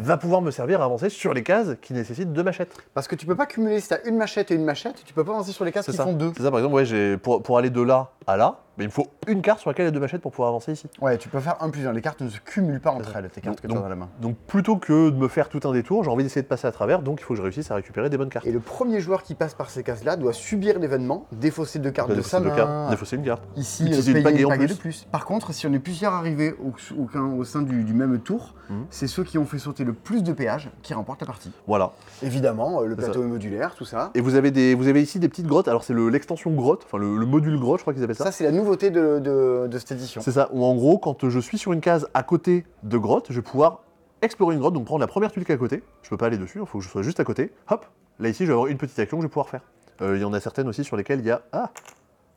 Speaker 2: va pouvoir me servir à avancer sur les cases qui nécessitent deux machettes.
Speaker 1: Parce que tu peux pas cumuler, si t'as une machette et une machette, tu peux pas avancer sur les cases
Speaker 2: C'est
Speaker 1: qui
Speaker 2: ça.
Speaker 1: font deux.
Speaker 2: C'est ça, par exemple, ouais, j'ai- pour, pour aller de là à là, mais il me faut une carte sur laquelle il y a deux machettes pour pouvoir avancer ici.
Speaker 1: Ouais, tu peux faire un plusieurs. Les cartes ne se cumulent pas entre elles, tes cartes que tu
Speaker 2: Donc-
Speaker 1: as dans la main.
Speaker 2: Donc plutôt que de me faire tout un détour, j'ai envie d'essayer de passer à travers, donc il faut que je réussisse à récupérer des bonnes cartes.
Speaker 1: Et le premier joueur qui passe par ces cases-là doit subir l'événement, défausser deux cartes de hein.
Speaker 2: Défausser
Speaker 1: sa
Speaker 2: Euh, deux
Speaker 1: main.
Speaker 2: cartes, défausser une carte.
Speaker 1: Ici,
Speaker 2: Utiliser
Speaker 1: euh,
Speaker 2: une
Speaker 1: payer
Speaker 2: pagaie
Speaker 1: une
Speaker 2: en
Speaker 1: pagaie
Speaker 2: plus.
Speaker 1: de plus. Par contre, si on est plusieurs arrivés au, au- au- au sein du, du même tour,
Speaker 2: Mhm.
Speaker 1: c'est ceux qui ont fait sauter le plus de péages qui remportent la partie.
Speaker 2: Voilà.
Speaker 1: Évidemment, euh, le
Speaker 2: C'est ça.
Speaker 1: plateau est modulaire, tout ça.
Speaker 2: Et vous avez, des, vous avez ici des petites grottes. Alors, c'est le- l'extension grotte, enfin le, le module grotte, je crois qu'ils appellent
Speaker 1: Ça,
Speaker 2: ça.
Speaker 1: c'est la nouveauté de, de- de cette édition.
Speaker 2: C'est ça, où en gros, quand je suis sur une case à côté de grotte, je vais pouvoir explorer une grotte, donc prendre la première tuile qui est à côté. Je peux pas aller dessus, il faut que je sois juste à côté. Hop, là ici, je vais avoir une petite action que je vais pouvoir faire. Euh, Il y en a certaines aussi sur lesquelles il y a. Ah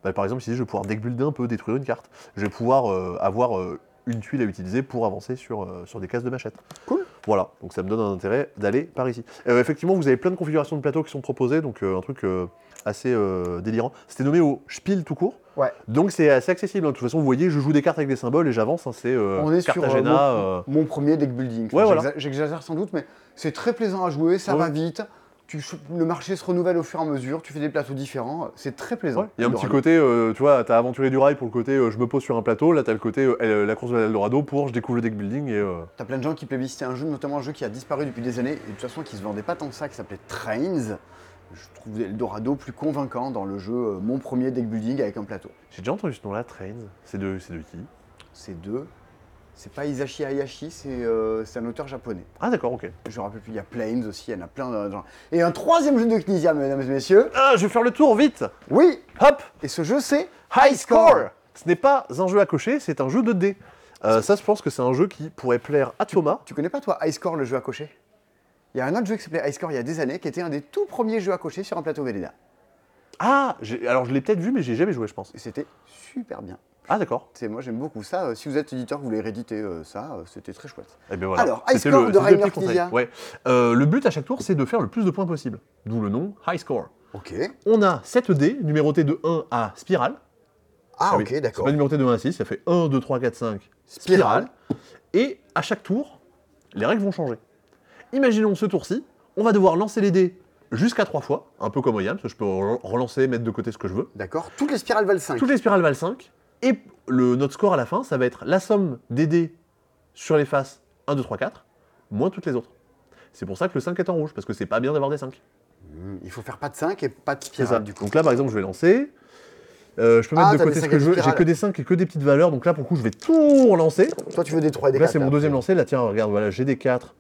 Speaker 2: Bah, Par exemple, ici, je vais pouvoir deckbuilder un peu, détruire une carte. Je vais pouvoir euh, avoir euh, une tuile à utiliser pour avancer sur, euh, sur des cases de machette.
Speaker 1: Cool.
Speaker 2: Voilà, donc ça me donne un intérêt d'aller par ici. Euh, effectivement, vous avez plein de configurations de plateaux qui sont proposées, donc euh, un truc euh, assez euh, délirant. C'était nommé au Spiel tout court.
Speaker 1: Ouais.
Speaker 2: Donc c'est assez accessible. hein. De toute façon, vous voyez, je joue des cartes avec des symboles et j'avance. hein. c'est euh,
Speaker 1: On est sur,
Speaker 2: Cartagena. euh,
Speaker 1: Mon premier deck building.
Speaker 2: Ouais, voilà.
Speaker 1: j'exa- J'exagère sans doute, mais c'est très plaisant à jouer, ça
Speaker 2: Ouais.
Speaker 1: va vite. Tu ch- le marché se renouvelle au fur et à mesure, tu fais des plateaux différents, c'est très plaisant.
Speaker 2: ouais. Il y a un petit
Speaker 1: Dorado.
Speaker 2: côté, euh, tu vois, t'as aventurier du rail pour le côté euh, je me pose sur un plateau. Là, t'as le côté euh, la course de l'Eldorado pour je découvre le deck building et. euh,
Speaker 1: T'as plein de gens qui plébiscitaient un jeu, notamment un jeu qui a disparu depuis des années et de toute façon qui se vendait pas tant que ça, qui s'appelait Trains. Je trouve Eldorado plus convaincant dans le jeu euh, Mon premier deck building avec un plateau.
Speaker 2: J'ai déjà entendu ce nom-là, Trains. C'est de, c'est de qui
Speaker 1: C'est deux. C'est pas Isashi Hayashi, c'est euh, c'est un auteur japonais.
Speaker 2: Ah, d'accord, ok.
Speaker 1: Je me rappelle plus, il y a Planes aussi, il y en a plein de gens. Et un troisième jeu de Knizia, mesdames et messieurs.
Speaker 2: Ah, je vais faire le tour vite
Speaker 1: Oui
Speaker 2: Hop
Speaker 1: Et ce jeu, c'est
Speaker 2: High Score Ce n'est pas un jeu à cocher, c'est un jeu de dés. Euh, ça, je pense que c'est un jeu qui pourrait plaire à Thomas.
Speaker 1: Tu connais pas toi High Score, le jeu à cocher Il y a un autre jeu qui s'appelait High Score il y a des années, qui était un des tout premiers jeux à cocher sur un plateau Véleda.
Speaker 2: Ah, j'ai- alors je l'ai peut-être vu, mais j'ai jamais joué, je pense.
Speaker 1: Et c'était super bien.
Speaker 2: Ah, d'accord.
Speaker 1: C'est moi j'aime beaucoup ça. Euh, Si vous êtes éditeur, vous voulez rééditer euh, ça, euh, c'était très chouette.
Speaker 2: Eh ben voilà.
Speaker 1: Alors, High
Speaker 2: C'était
Speaker 1: Score de
Speaker 2: c'était le petit
Speaker 1: Rainer
Speaker 2: conseil.
Speaker 1: Knizia.
Speaker 2: Ouais. Euh, le but à chaque tour, c'est de faire le plus de points possible. D'où le nom High Score.
Speaker 1: Ok.
Speaker 2: On a 7 dés numérotés de 1 à spirale.
Speaker 1: Ah,
Speaker 2: oui,
Speaker 1: ok,
Speaker 2: C'est
Speaker 1: d'accord.
Speaker 2: pas numéroté de 1 à 6, ça fait 1, 2, 3, 4, 5,
Speaker 1: Spirale.
Speaker 2: spirale. Et à chaque tour, les règles vont changer. Imaginons ce tour-ci, on va devoir lancer les dés jusqu'à 3 fois, un peu comme Oyam, parce que je peux re- relancer, mettre de côté ce que je veux.
Speaker 1: D'accord. Toutes les spirales valent 5.
Speaker 2: Toutes les spirales valent 5. Et le, notre score à la fin, ça va être la somme des dés sur les faces 1, 2, 3, 4, moins toutes les autres. C'est pour ça que le 5 est en rouge, parce que c'est pas bien d'avoir des 5.
Speaker 1: Mmh, Il faut faire pas de 5 et pas de
Speaker 2: C'est ça.
Speaker 1: spirale du coup.
Speaker 2: Ah, Donc là, par exemple, je vais lancer. Euh, je peux mettre
Speaker 1: Ah,
Speaker 2: de
Speaker 1: t'as
Speaker 2: côté
Speaker 1: des
Speaker 2: ce
Speaker 1: cinq
Speaker 2: que
Speaker 1: à
Speaker 2: je veux. J'ai
Speaker 1: spirale.
Speaker 2: que des 5 et que des petites valeurs. Donc là, pour le coup, je vais tout relancer.
Speaker 1: Toi tu veux des 3 et des
Speaker 2: Donc là,
Speaker 1: 4,
Speaker 2: c'est mon
Speaker 1: hein.
Speaker 2: deuxième lancer. Là, tiens, regarde, voilà, j'ai des 4.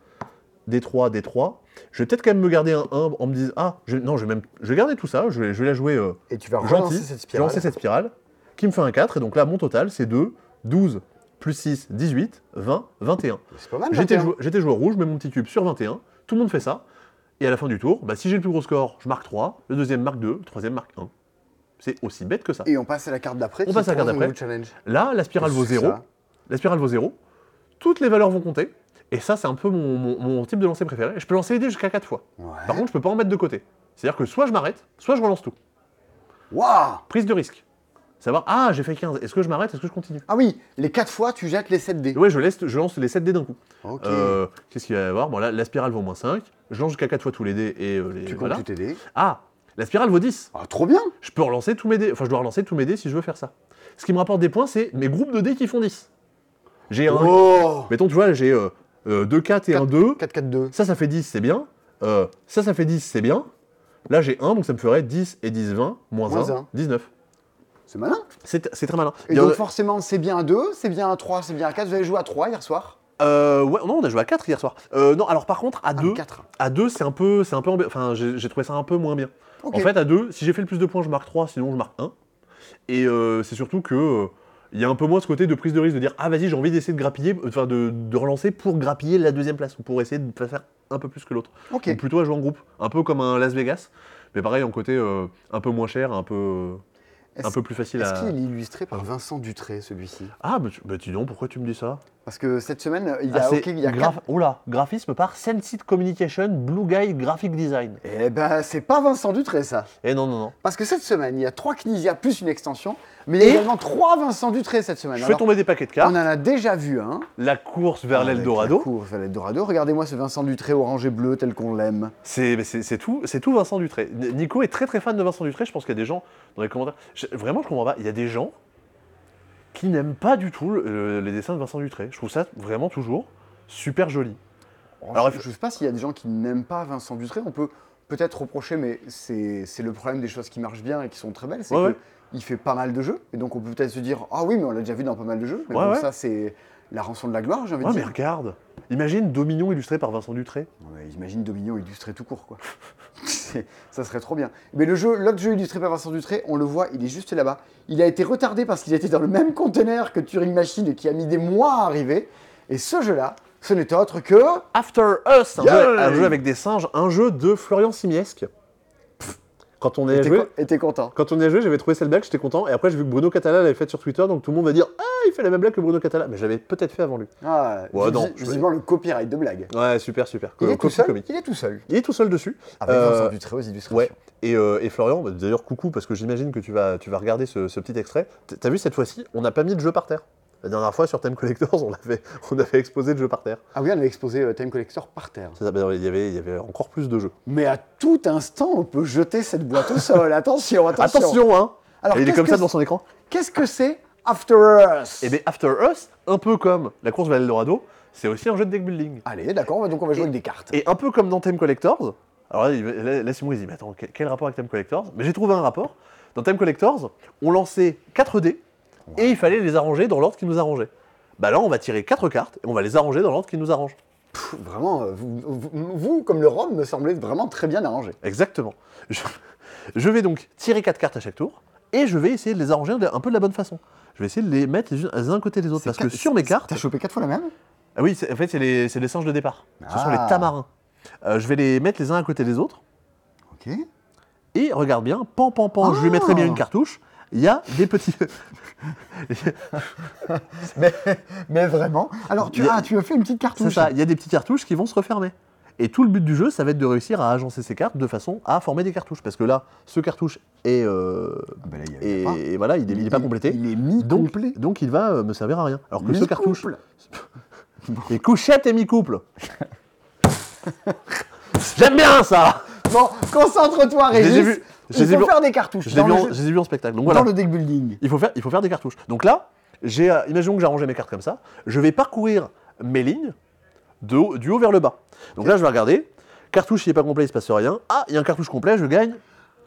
Speaker 2: D3, D3. Je vais peut-être quand même me garder un 1 en me disant Ah, je- non, je vais, même, je vais garder tout ça, je vais, je vais la jouer euh,
Speaker 1: Et tu vas relancer
Speaker 2: gentil.
Speaker 1: cette
Speaker 2: Je vais
Speaker 1: spirale.
Speaker 2: lancer cette spirale qui me fait un 4. Et donc là, mon total, c'est 2, 12, plus 6, 18, 20, 21.
Speaker 1: C'est pas mal.
Speaker 2: J'étais
Speaker 1: 21.
Speaker 2: jou- j'étais joueur rouge, je mets mon petit cube sur 21. Tout le monde fait ça. Et à la fin du tour, bah, si j'ai le plus gros score, je marque 3, le deuxième marque 2, le troisième marque 1. C'est aussi bête que ça.
Speaker 1: Et on passe à la carte d'après.
Speaker 2: On
Speaker 1: qui
Speaker 2: passe à la carte
Speaker 1: pose un
Speaker 2: d'après.
Speaker 1: nouveau challenge.
Speaker 2: Là, la spirale vaut
Speaker 1: Qu'est-ce que
Speaker 2: 0.
Speaker 1: ça
Speaker 2: La spirale vaut 0. Toutes les valeurs vont compter. Et ça, c'est un peu mon, mon- mon type de lancer préféré. Je peux lancer les dés jusqu'à 4 fois.
Speaker 1: Ouais.
Speaker 2: Par contre, je peux pas en mettre de côté. C'est-à-dire que soit je m'arrête, soit je relance tout.
Speaker 1: Waouh
Speaker 2: Prise de risque. Savoir, ah, j'ai fait 15, est-ce que je m'arrête, est-ce que je continue
Speaker 1: Ah oui, les 4 fois, tu jettes les 7 dés.
Speaker 2: Ouais, je, laisse, je lance les 7 dés d'un coup.
Speaker 1: Ok.
Speaker 2: Euh, Qu'est-ce qu'il va y avoir bon, là, La spirale vaut moins 5. Je lance jusqu'à 4 fois tous les dés et euh, les.
Speaker 1: tu comptes
Speaker 2: voilà.
Speaker 1: tous tes dés.
Speaker 2: Ah, la spirale vaut 10.
Speaker 1: Ah, trop bien
Speaker 2: Je peux relancer tous mes dés. Enfin, je dois relancer tous mes dés si je veux faire ça. Ce qui me rapporte des points, c'est mes groupes de dés qui font 10. J'ai un.
Speaker 1: Oh
Speaker 2: Mettons, tu vois, j'ai euh, 2 4 et un 2.
Speaker 1: 4-4-2.
Speaker 2: Ça, ça fait 10, c'est bien. Euh, ça, ça fait 10, c'est bien. Là, j'ai 1, donc ça me ferait 10 et 10, 20, moins,
Speaker 1: Moins
Speaker 2: 1,
Speaker 1: un. 19.
Speaker 2: 19.
Speaker 1: C'est malin.
Speaker 2: C'est c'est très malin. Euh,
Speaker 1: Et
Speaker 2: Il y en
Speaker 1: donc
Speaker 2: a-
Speaker 1: forcément, c'est bien à 2, c'est bien à 3, c'est bien à 4. Vous avez joué à 3 hier soir
Speaker 2: Euh, ouais, non, on a joué à 4 hier soir. Euh, non, alors par contre, à
Speaker 1: Ah,
Speaker 2: 2,
Speaker 1: 4.
Speaker 2: à 2 c'est un peu. c'est un peu ambi- Enfin, j'ai j'ai trouvé ça un peu moins bien.
Speaker 1: Ok.
Speaker 2: En fait, à 2, si j'ai fait le plus de points, je marque 3, sinon je marque 1. Et euh, c'est surtout que euh, il y a un peu moins ce côté de prise de risque, de dire ah vas-y, j'ai envie d'essayer de grappiller, euh, enfin de, de relancer pour grappiller la deuxième place, ou pour essayer de fa- faire un peu plus que l'autre.
Speaker 1: ok.
Speaker 2: Donc plutôt à jouer en groupe, un peu comme un Las Vegas, mais pareil, en côté euh, un peu moins cher, un peu,
Speaker 1: Est-ce
Speaker 2: un peu plus Ah. facile
Speaker 1: est-ce
Speaker 2: à.
Speaker 1: qu'il est illustré par Vincent Dutré, celui-ci
Speaker 2: Ah, bah, tu- bah, dis donc, pourquoi tu me dis ça
Speaker 1: Parce que cette semaine, il y
Speaker 2: Ah,
Speaker 1: a,
Speaker 2: c'est
Speaker 1: ok, il y a
Speaker 2: graph-
Speaker 1: quatre-
Speaker 2: Oula, graphisme par Sensit Communication, Blue Guy Graphic Design.
Speaker 1: Eh ben, c'est pas Vincent Dutré, ça.
Speaker 2: Eh non, non, non.
Speaker 1: Parce que cette semaine, il y a 3 Knizia plus une extension, mais il y a
Speaker 2: Et
Speaker 1: également 3 Vincent Dutré cette semaine.
Speaker 2: Je fais
Speaker 1: Alors,
Speaker 2: tomber des paquets de
Speaker 1: on
Speaker 2: cartes,
Speaker 1: en a déjà vu un.
Speaker 2: la course vers
Speaker 1: Avec
Speaker 2: l'Eldorado.
Speaker 1: la course à l'Eldorado. Regardez-moi ce Vincent Dutré orange et bleu tel qu'on l'aime.
Speaker 2: C'est mais c'est- c'est tout, c'est tout Vincent Dutré. N- Nico est très très fan de Vincent Dutré. Je pense qu'il y a des gens dans les commentaires. je- vraiment, je comprends pas. Il y a des gens qui n'aiment pas du tout le- les dessins de Vincent Dutré. Je trouve ça vraiment toujours super joli. Alors,
Speaker 1: je, je sais pas s'il y a des gens qui n'aiment pas Vincent Dutré. On peut peut-être reprocher, mais c'est c'est le problème des choses qui marchent bien et qui sont très belles. C'est
Speaker 2: Ouais,
Speaker 1: que
Speaker 2: ouais.
Speaker 1: il fait pas mal de jeux. Et donc, on peut peut-être se dire Ah oui, mais on l'a déjà vu dans pas mal de jeux. Mais
Speaker 2: Ouais,
Speaker 1: bon,
Speaker 2: ouais.
Speaker 1: ça, c'est la rançon de la gloire, j'ai envie
Speaker 2: Ouais,
Speaker 1: de
Speaker 2: mais
Speaker 1: dire.
Speaker 2: regarde. Imagine Dominion illustré par Vincent Dutré.
Speaker 1: Ouais, J'imagine Dominion illustré tout court, quoi. <laughs> C'est- ça serait trop bien. Mais le jeu, l'autre jeu illustré par Vincent Dutré, on le voit, il est juste là-bas. Il a été retardé parce qu'il était dans le même conteneur que Turing Machine et qui a mis des mois à arriver. Et ce jeu-là, ce n'est autre que.
Speaker 2: After Us, un,
Speaker 1: Yeah.
Speaker 2: jeu, un jeu avec des singes, un jeu de Florian Simiesque. Pff, Quand on est
Speaker 1: Et t'es
Speaker 2: joué,
Speaker 1: co- et t'es content.
Speaker 2: Quand on y a joué, j'avais trouvé cette blague, j'étais content. Et après, j'ai vu que Bruno Catala l'avait faite sur Twitter, donc tout le monde va dire Ah, il fait la même blague que Bruno Catala. Mais je l'avais peut-être fait avant lui.
Speaker 1: Ah,
Speaker 2: Ouais,
Speaker 1: visi-
Speaker 2: non, je-
Speaker 1: visiblement le copyright de blague.
Speaker 2: Ouais, super, super.
Speaker 1: Il est, tout
Speaker 2: Copie
Speaker 1: seul,
Speaker 2: comique.
Speaker 1: il est tout seul. Ah,
Speaker 2: Il est tout seul dessus.
Speaker 1: Avec
Speaker 2: Euh,
Speaker 1: Vincent Dutré aux illustrations.
Speaker 2: Ouais. Et, euh, et Florian, bah, d'ailleurs, coucou, parce que j'imagine que tu vas, tu vas regarder ce, ce petit extrait. T- T'as vu, cette fois-ci, on n'a pas mis de jeu par terre. La dernière fois, sur Time Collectors, <laughs> on avait, on avait exposé le jeu par terre.
Speaker 1: Ah oui, on avait exposé euh, Time Collector par terre.
Speaker 2: C'est ça, bah, non, il, y avait, il y avait encore plus de jeux.
Speaker 1: Mais à tout instant, on peut jeter cette boîte au sol.
Speaker 2: <laughs>
Speaker 1: Attention, attention.
Speaker 2: Attention, hein
Speaker 1: Alors,
Speaker 2: Et Il est
Speaker 1: qu'est-ce
Speaker 2: comme
Speaker 1: que
Speaker 2: ça devant son écran.
Speaker 1: Qu'est-ce que c'est After Us
Speaker 2: Et bien, After Us, un peu comme la course vers l'Eldorado, c'est aussi un jeu de deck building.
Speaker 1: Allez, d'accord, donc on va jouer
Speaker 2: Et-
Speaker 1: avec des cartes.
Speaker 2: Et un peu comme dans Time Collectors, alors là, il- là, là, Simon il se dit, mais attends, quel, quel rapport avec Time Collectors Mais j'ai trouvé un rapport. Dans Time Collectors, on lançait 4 dés et il fallait les arranger dans l'ordre qui nous arrangeait. Bah là, on va tirer 4 cartes et on va les arranger dans l'ordre qui nous arrange.
Speaker 1: Pff, vraiment, euh, vous, vous- vous, comme le rhum, me semblez vraiment très bien arrangé.
Speaker 2: Exactement. Je, je vais donc tirer 4 cartes à chaque tour et je vais essayer de les arranger de- un peu de la bonne façon. Je vais essayer de les mettre les unes les uns à côté des autres
Speaker 1: C'est
Speaker 2: parce que
Speaker 1: quatre-
Speaker 2: sur mes cartes,
Speaker 1: T'as chopé quatre fois la même
Speaker 2: Ah oui, c'est- en fait, c'est les, c'est les singes de départ. Ce sont
Speaker 1: Ah.
Speaker 2: les tamarins. Euh, je vais les mettre les uns à côté des autres.
Speaker 1: Ok.
Speaker 2: Et regarde bien, pan, pan, pan, je lui mettrai bien
Speaker 1: Ah.
Speaker 2: une cartouche. Il y a des petits.
Speaker 1: <laughs> Mais, mais vraiment Alors, tu,
Speaker 2: Il y a-
Speaker 1: ah, tu as fait une petite
Speaker 2: c'est
Speaker 1: cartouche.
Speaker 2: ça, il y a des petites cartouches qui vont se refermer. Et tout le but du jeu, ça va être de réussir à agencer ces cartes de façon à former des cartouches. Parce que là, ce cartouche est. euh,
Speaker 1: Ah bah là, il y a- il y
Speaker 2: et,
Speaker 1: a pas.
Speaker 2: et voilà, il n'est pas complété.
Speaker 1: Il est mis
Speaker 2: donc,
Speaker 1: complet.
Speaker 2: donc il va euh, me servir à rien. Alors que ce cartouche.
Speaker 1: Mi-couple.
Speaker 2: Et couchette et mi-couple <laughs> J'aime bien ça
Speaker 1: Bon, concentre-toi,
Speaker 2: Je les ai
Speaker 1: Régis.
Speaker 2: vus- je
Speaker 1: Il
Speaker 2: les ai
Speaker 1: faut
Speaker 2: vus-
Speaker 1: faire des cartouches
Speaker 2: Je l'ai
Speaker 1: dans,
Speaker 2: vu,
Speaker 1: le,
Speaker 2: en-
Speaker 1: jeu-
Speaker 2: je les ai vus en spectacle. Donc voilà.
Speaker 1: dans le deck building.
Speaker 2: Il faut faire, il faut faire des cartouches. Donc là, j'ai, euh, imaginons que j'ai arrangé mes cartes comme ça. Je vais parcourir mes lignes de haut- du haut vers le bas. Donc là, je vais regarder. Cartouche, il n'est pas complet, il se passe rien. Ah, il y a un cartouche complet, je gagne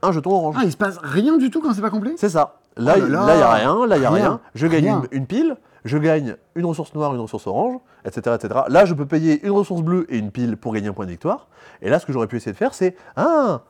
Speaker 2: un jeton orange.
Speaker 1: Ah, il se passe rien du tout quand c'est pas complet
Speaker 2: C'est ça. Là,
Speaker 1: Oh
Speaker 2: il
Speaker 1: là
Speaker 2: n'y
Speaker 1: là.
Speaker 2: a rien. Là, il n'y a
Speaker 1: Rien.
Speaker 2: rien. Je gagne
Speaker 1: Rien.
Speaker 2: une, une pile. je gagne une ressource noire, une ressource orange, etc., etc. Là, je peux payer une ressource bleue et une pile pour gagner un point de victoire. Et là, ce que j'aurais pu essayer de faire, c'est ah,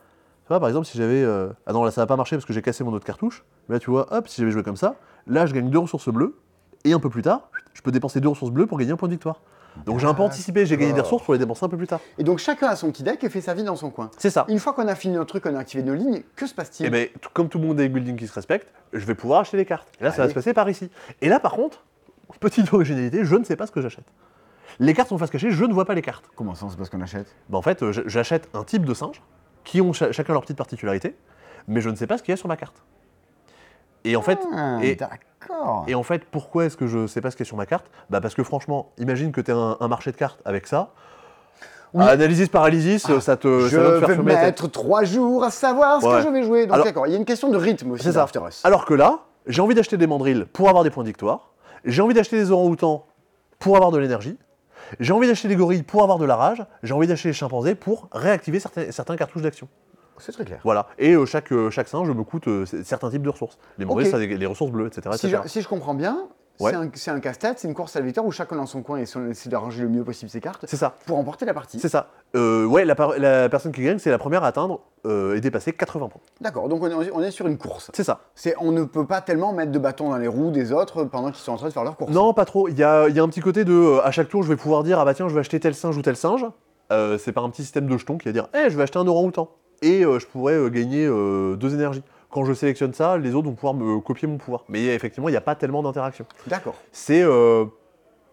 Speaker 2: tu vois, par exemple, si j'avais euh, ah non là, ça n'a pas marché parce que j'ai cassé mon autre cartouche. Mais là, tu vois, hop, si j'avais joué comme ça, là, je gagne deux ressources bleues et un peu plus tard, je peux dépenser deux ressources bleues pour gagner un point de victoire. Donc j'ai un peu anticipé, j'ai gagné des
Speaker 1: D'accord.
Speaker 2: ressources pour les dépenser un peu plus tard.
Speaker 1: Et donc chacun a son petit deck et fait sa vie dans son coin.
Speaker 2: C'est ça.
Speaker 1: Une fois qu'on a fini notre truc, on a activé nos lignes, que se passe-t-il
Speaker 2: Et bien, comme tout le monde des buildings qui se respectent, je vais pouvoir acheter des cartes. Et là, ça va
Speaker 1: Allez.
Speaker 2: se passer par ici. Et là, par contre, petite originalité, je ne sais pas ce que j'achète. Les cartes sont face cachée, je ne vois pas les cartes.
Speaker 1: Comment ça, c'est parce qu'on achète
Speaker 2: Ben, en fait, euh, je- j'achète un type de singe qui ont cha- chacun leur petite particularité, mais je ne sais pas ce qu'il y a sur ma carte. Et en fait,
Speaker 1: Ah,
Speaker 2: et-
Speaker 1: D'accord.
Speaker 2: et en fait pourquoi est-ce que je ne sais pas ce qu'il y a sur ma carte Bah Parce que franchement, imagine que tu as un, un marché de cartes avec ça.
Speaker 1: Oui. Ah,
Speaker 2: Analysis, paralysis, ça te,
Speaker 1: Je
Speaker 2: euh, ça va te faire
Speaker 1: vais
Speaker 2: fumer la tête.
Speaker 1: mettre trois jours à savoir ce
Speaker 2: Ouais.
Speaker 1: que je vais jouer. Donc
Speaker 2: Alors-
Speaker 1: d'accord, il y a une question de rythme aussi
Speaker 2: C'est
Speaker 1: dans After
Speaker 2: ça.
Speaker 1: Us.
Speaker 2: Alors que là, j'ai envie d'acheter des mandrilles pour avoir des points de victoire. J'ai envie d'acheter des orang-outans pour avoir de l'énergie. J'ai envie d'acheter des gorilles pour avoir de la rage. J'ai envie d'acheter des chimpanzés pour réactiver certains, certains cartouches d'action.
Speaker 1: C'est très clair.
Speaker 2: Voilà. Et euh, chaque, euh, chaque singe me coûte euh, c- certains types de ressources. Les mandrilles,
Speaker 1: Ok.
Speaker 2: ça a des- les ressources bleues, etc.
Speaker 1: Si je,
Speaker 2: etc.
Speaker 1: si je comprends bien,
Speaker 2: Ouais.
Speaker 1: c'est un, c'est un casse-tête, c'est une course à la victoire où chacun dans son coin et son- essaie d'arranger le mieux possible ses cartes
Speaker 2: C'est ça.
Speaker 1: pour emporter la partie.
Speaker 2: C'est ça. Euh, ouais, la, par- la personne qui gagne, c'est la première à atteindre euh, et dépasser 80 points.
Speaker 1: D'accord, donc on est, on est sur une course.
Speaker 2: C'est ça.
Speaker 1: C'est On ne peut pas tellement mettre de bâton dans les roues des autres pendant qu'ils sont en train de faire leur course.
Speaker 2: Non, pas trop. Il y a, il y a un petit côté de euh, à chaque tour, je vais pouvoir dire ah bah tiens, je vais acheter tel singe ou tel singe. Euh, c'est par un petit système de jetons qui va dire eh, je vais acheter un orang-outan et euh, je pourrais euh, gagner euh, deux énergies. Quand je sélectionne ça, les autres vont pouvoir me copier mon pouvoir. Mais euh, effectivement, il n'y a pas tellement d'interaction.
Speaker 1: D'accord.
Speaker 2: C'est euh,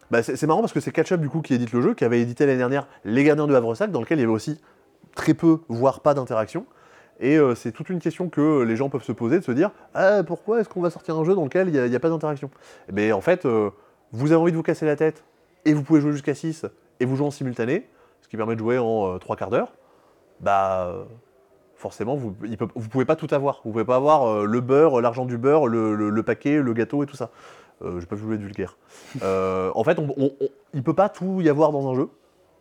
Speaker 2: bah, c'est c'est marrant parce que c'est Catch Up du coup qui édite le jeu, qui avait édité l'année dernière Les Gardiens de Havresac, dans lequel il y avait aussi très peu, voire pas d'interaction. Et euh, c'est toute une question que les gens peuvent se poser, de se dire ah, pourquoi est-ce qu'on va sortir un jeu dans lequel il n'y a, il y a pas d'interaction Mais en fait, euh, vous avez envie de vous casser la tête et vous pouvez jouer jusqu'à 6 et vous jouez en simultané, ce qui permet de jouer en 3 quarts d'heure. Bah. euh, Forcément, vous ne pouvez pas tout avoir. Vous pouvez pas avoir euh, le beurre, l'argent du beurre, le- le- le paquet, le gâteau et tout ça. Euh, j'ai pas voulu être vulgaire. Euh, en fait, on, on- on- il peut pas tout y avoir dans un jeu.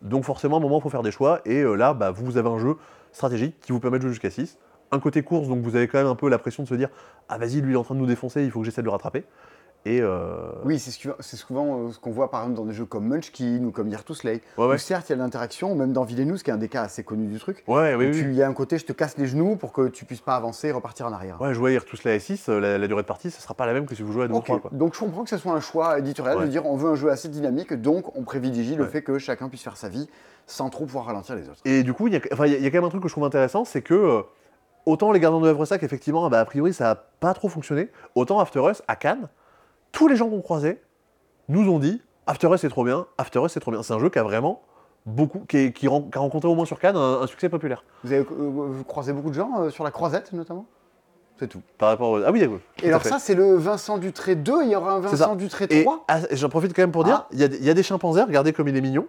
Speaker 2: Donc forcément, à un moment, il faut faire des choix. Et euh, là, bah, vous avez un jeu stratégique qui vous permet de jouer jusqu'à 6. Un côté course, donc vous avez quand même un peu la pression de se dire Ah vas-y, lui il est en train de nous défoncer, il faut que j'essaie de le rattraper. Et euh,
Speaker 1: Oui, c'est ce que- c'est souvent euh, ce qu'on voit par exemple dans des jeux comme Munchkin ou comme Year to Slay.
Speaker 2: ouais, ouais.
Speaker 1: Où certes, il y a de l'interaction, ou même dans Villeneuve, qui est un des cas assez connus du truc.
Speaker 2: Ouais,
Speaker 1: où
Speaker 2: oui, oui,
Speaker 1: tu- Il y a un côté, je te casse les genoux pour que tu puisses pas avancer et repartir en arrière.
Speaker 2: Ouais, jouer à Air to Slay à 6, euh, la, la durée de partie, ce sera pas la même que si vous jouez à 2
Speaker 1: Ok,
Speaker 2: ou 3.
Speaker 1: Donc je comprends que ce soit un choix éditorial de
Speaker 2: Ouais.
Speaker 1: dire on veut un jeu assez dynamique, donc on privilégie le
Speaker 2: Ouais.
Speaker 1: fait que chacun puisse faire sa vie sans trop pouvoir ralentir les autres.
Speaker 2: Et du coup, il y, a- enfin, il y a- il y a quand même un truc que je trouve intéressant, c'est que euh, autant les gardiens de Havresac, effectivement, bah, a priori, ça n'a pas trop fonctionné, autant After Us, à Cannes, tous les gens qu'on croisait nous ont dit After Us, c'est trop bien, After Us, c'est trop bien. C'est un jeu qui a vraiment beaucoup, qui, est- qui ren- qui a rencontré au moins sur Cannes un, un succès populaire.
Speaker 1: Vous avez euh, vous croisez beaucoup de gens euh, sur la croisette notamment C'est tout.
Speaker 2: Par rapport au- Ah oui, d'accord.
Speaker 1: Et alors ça, c'est le Vincent Dutré 2, il y aura un
Speaker 2: C'est ça.
Speaker 1: Vincent Dutré
Speaker 2: Et
Speaker 1: 3
Speaker 2: ah, j'en profite quand même pour
Speaker 1: Ah.
Speaker 2: dire, il y a des- il y, a des chimpanzés, regardez comme il est mignon.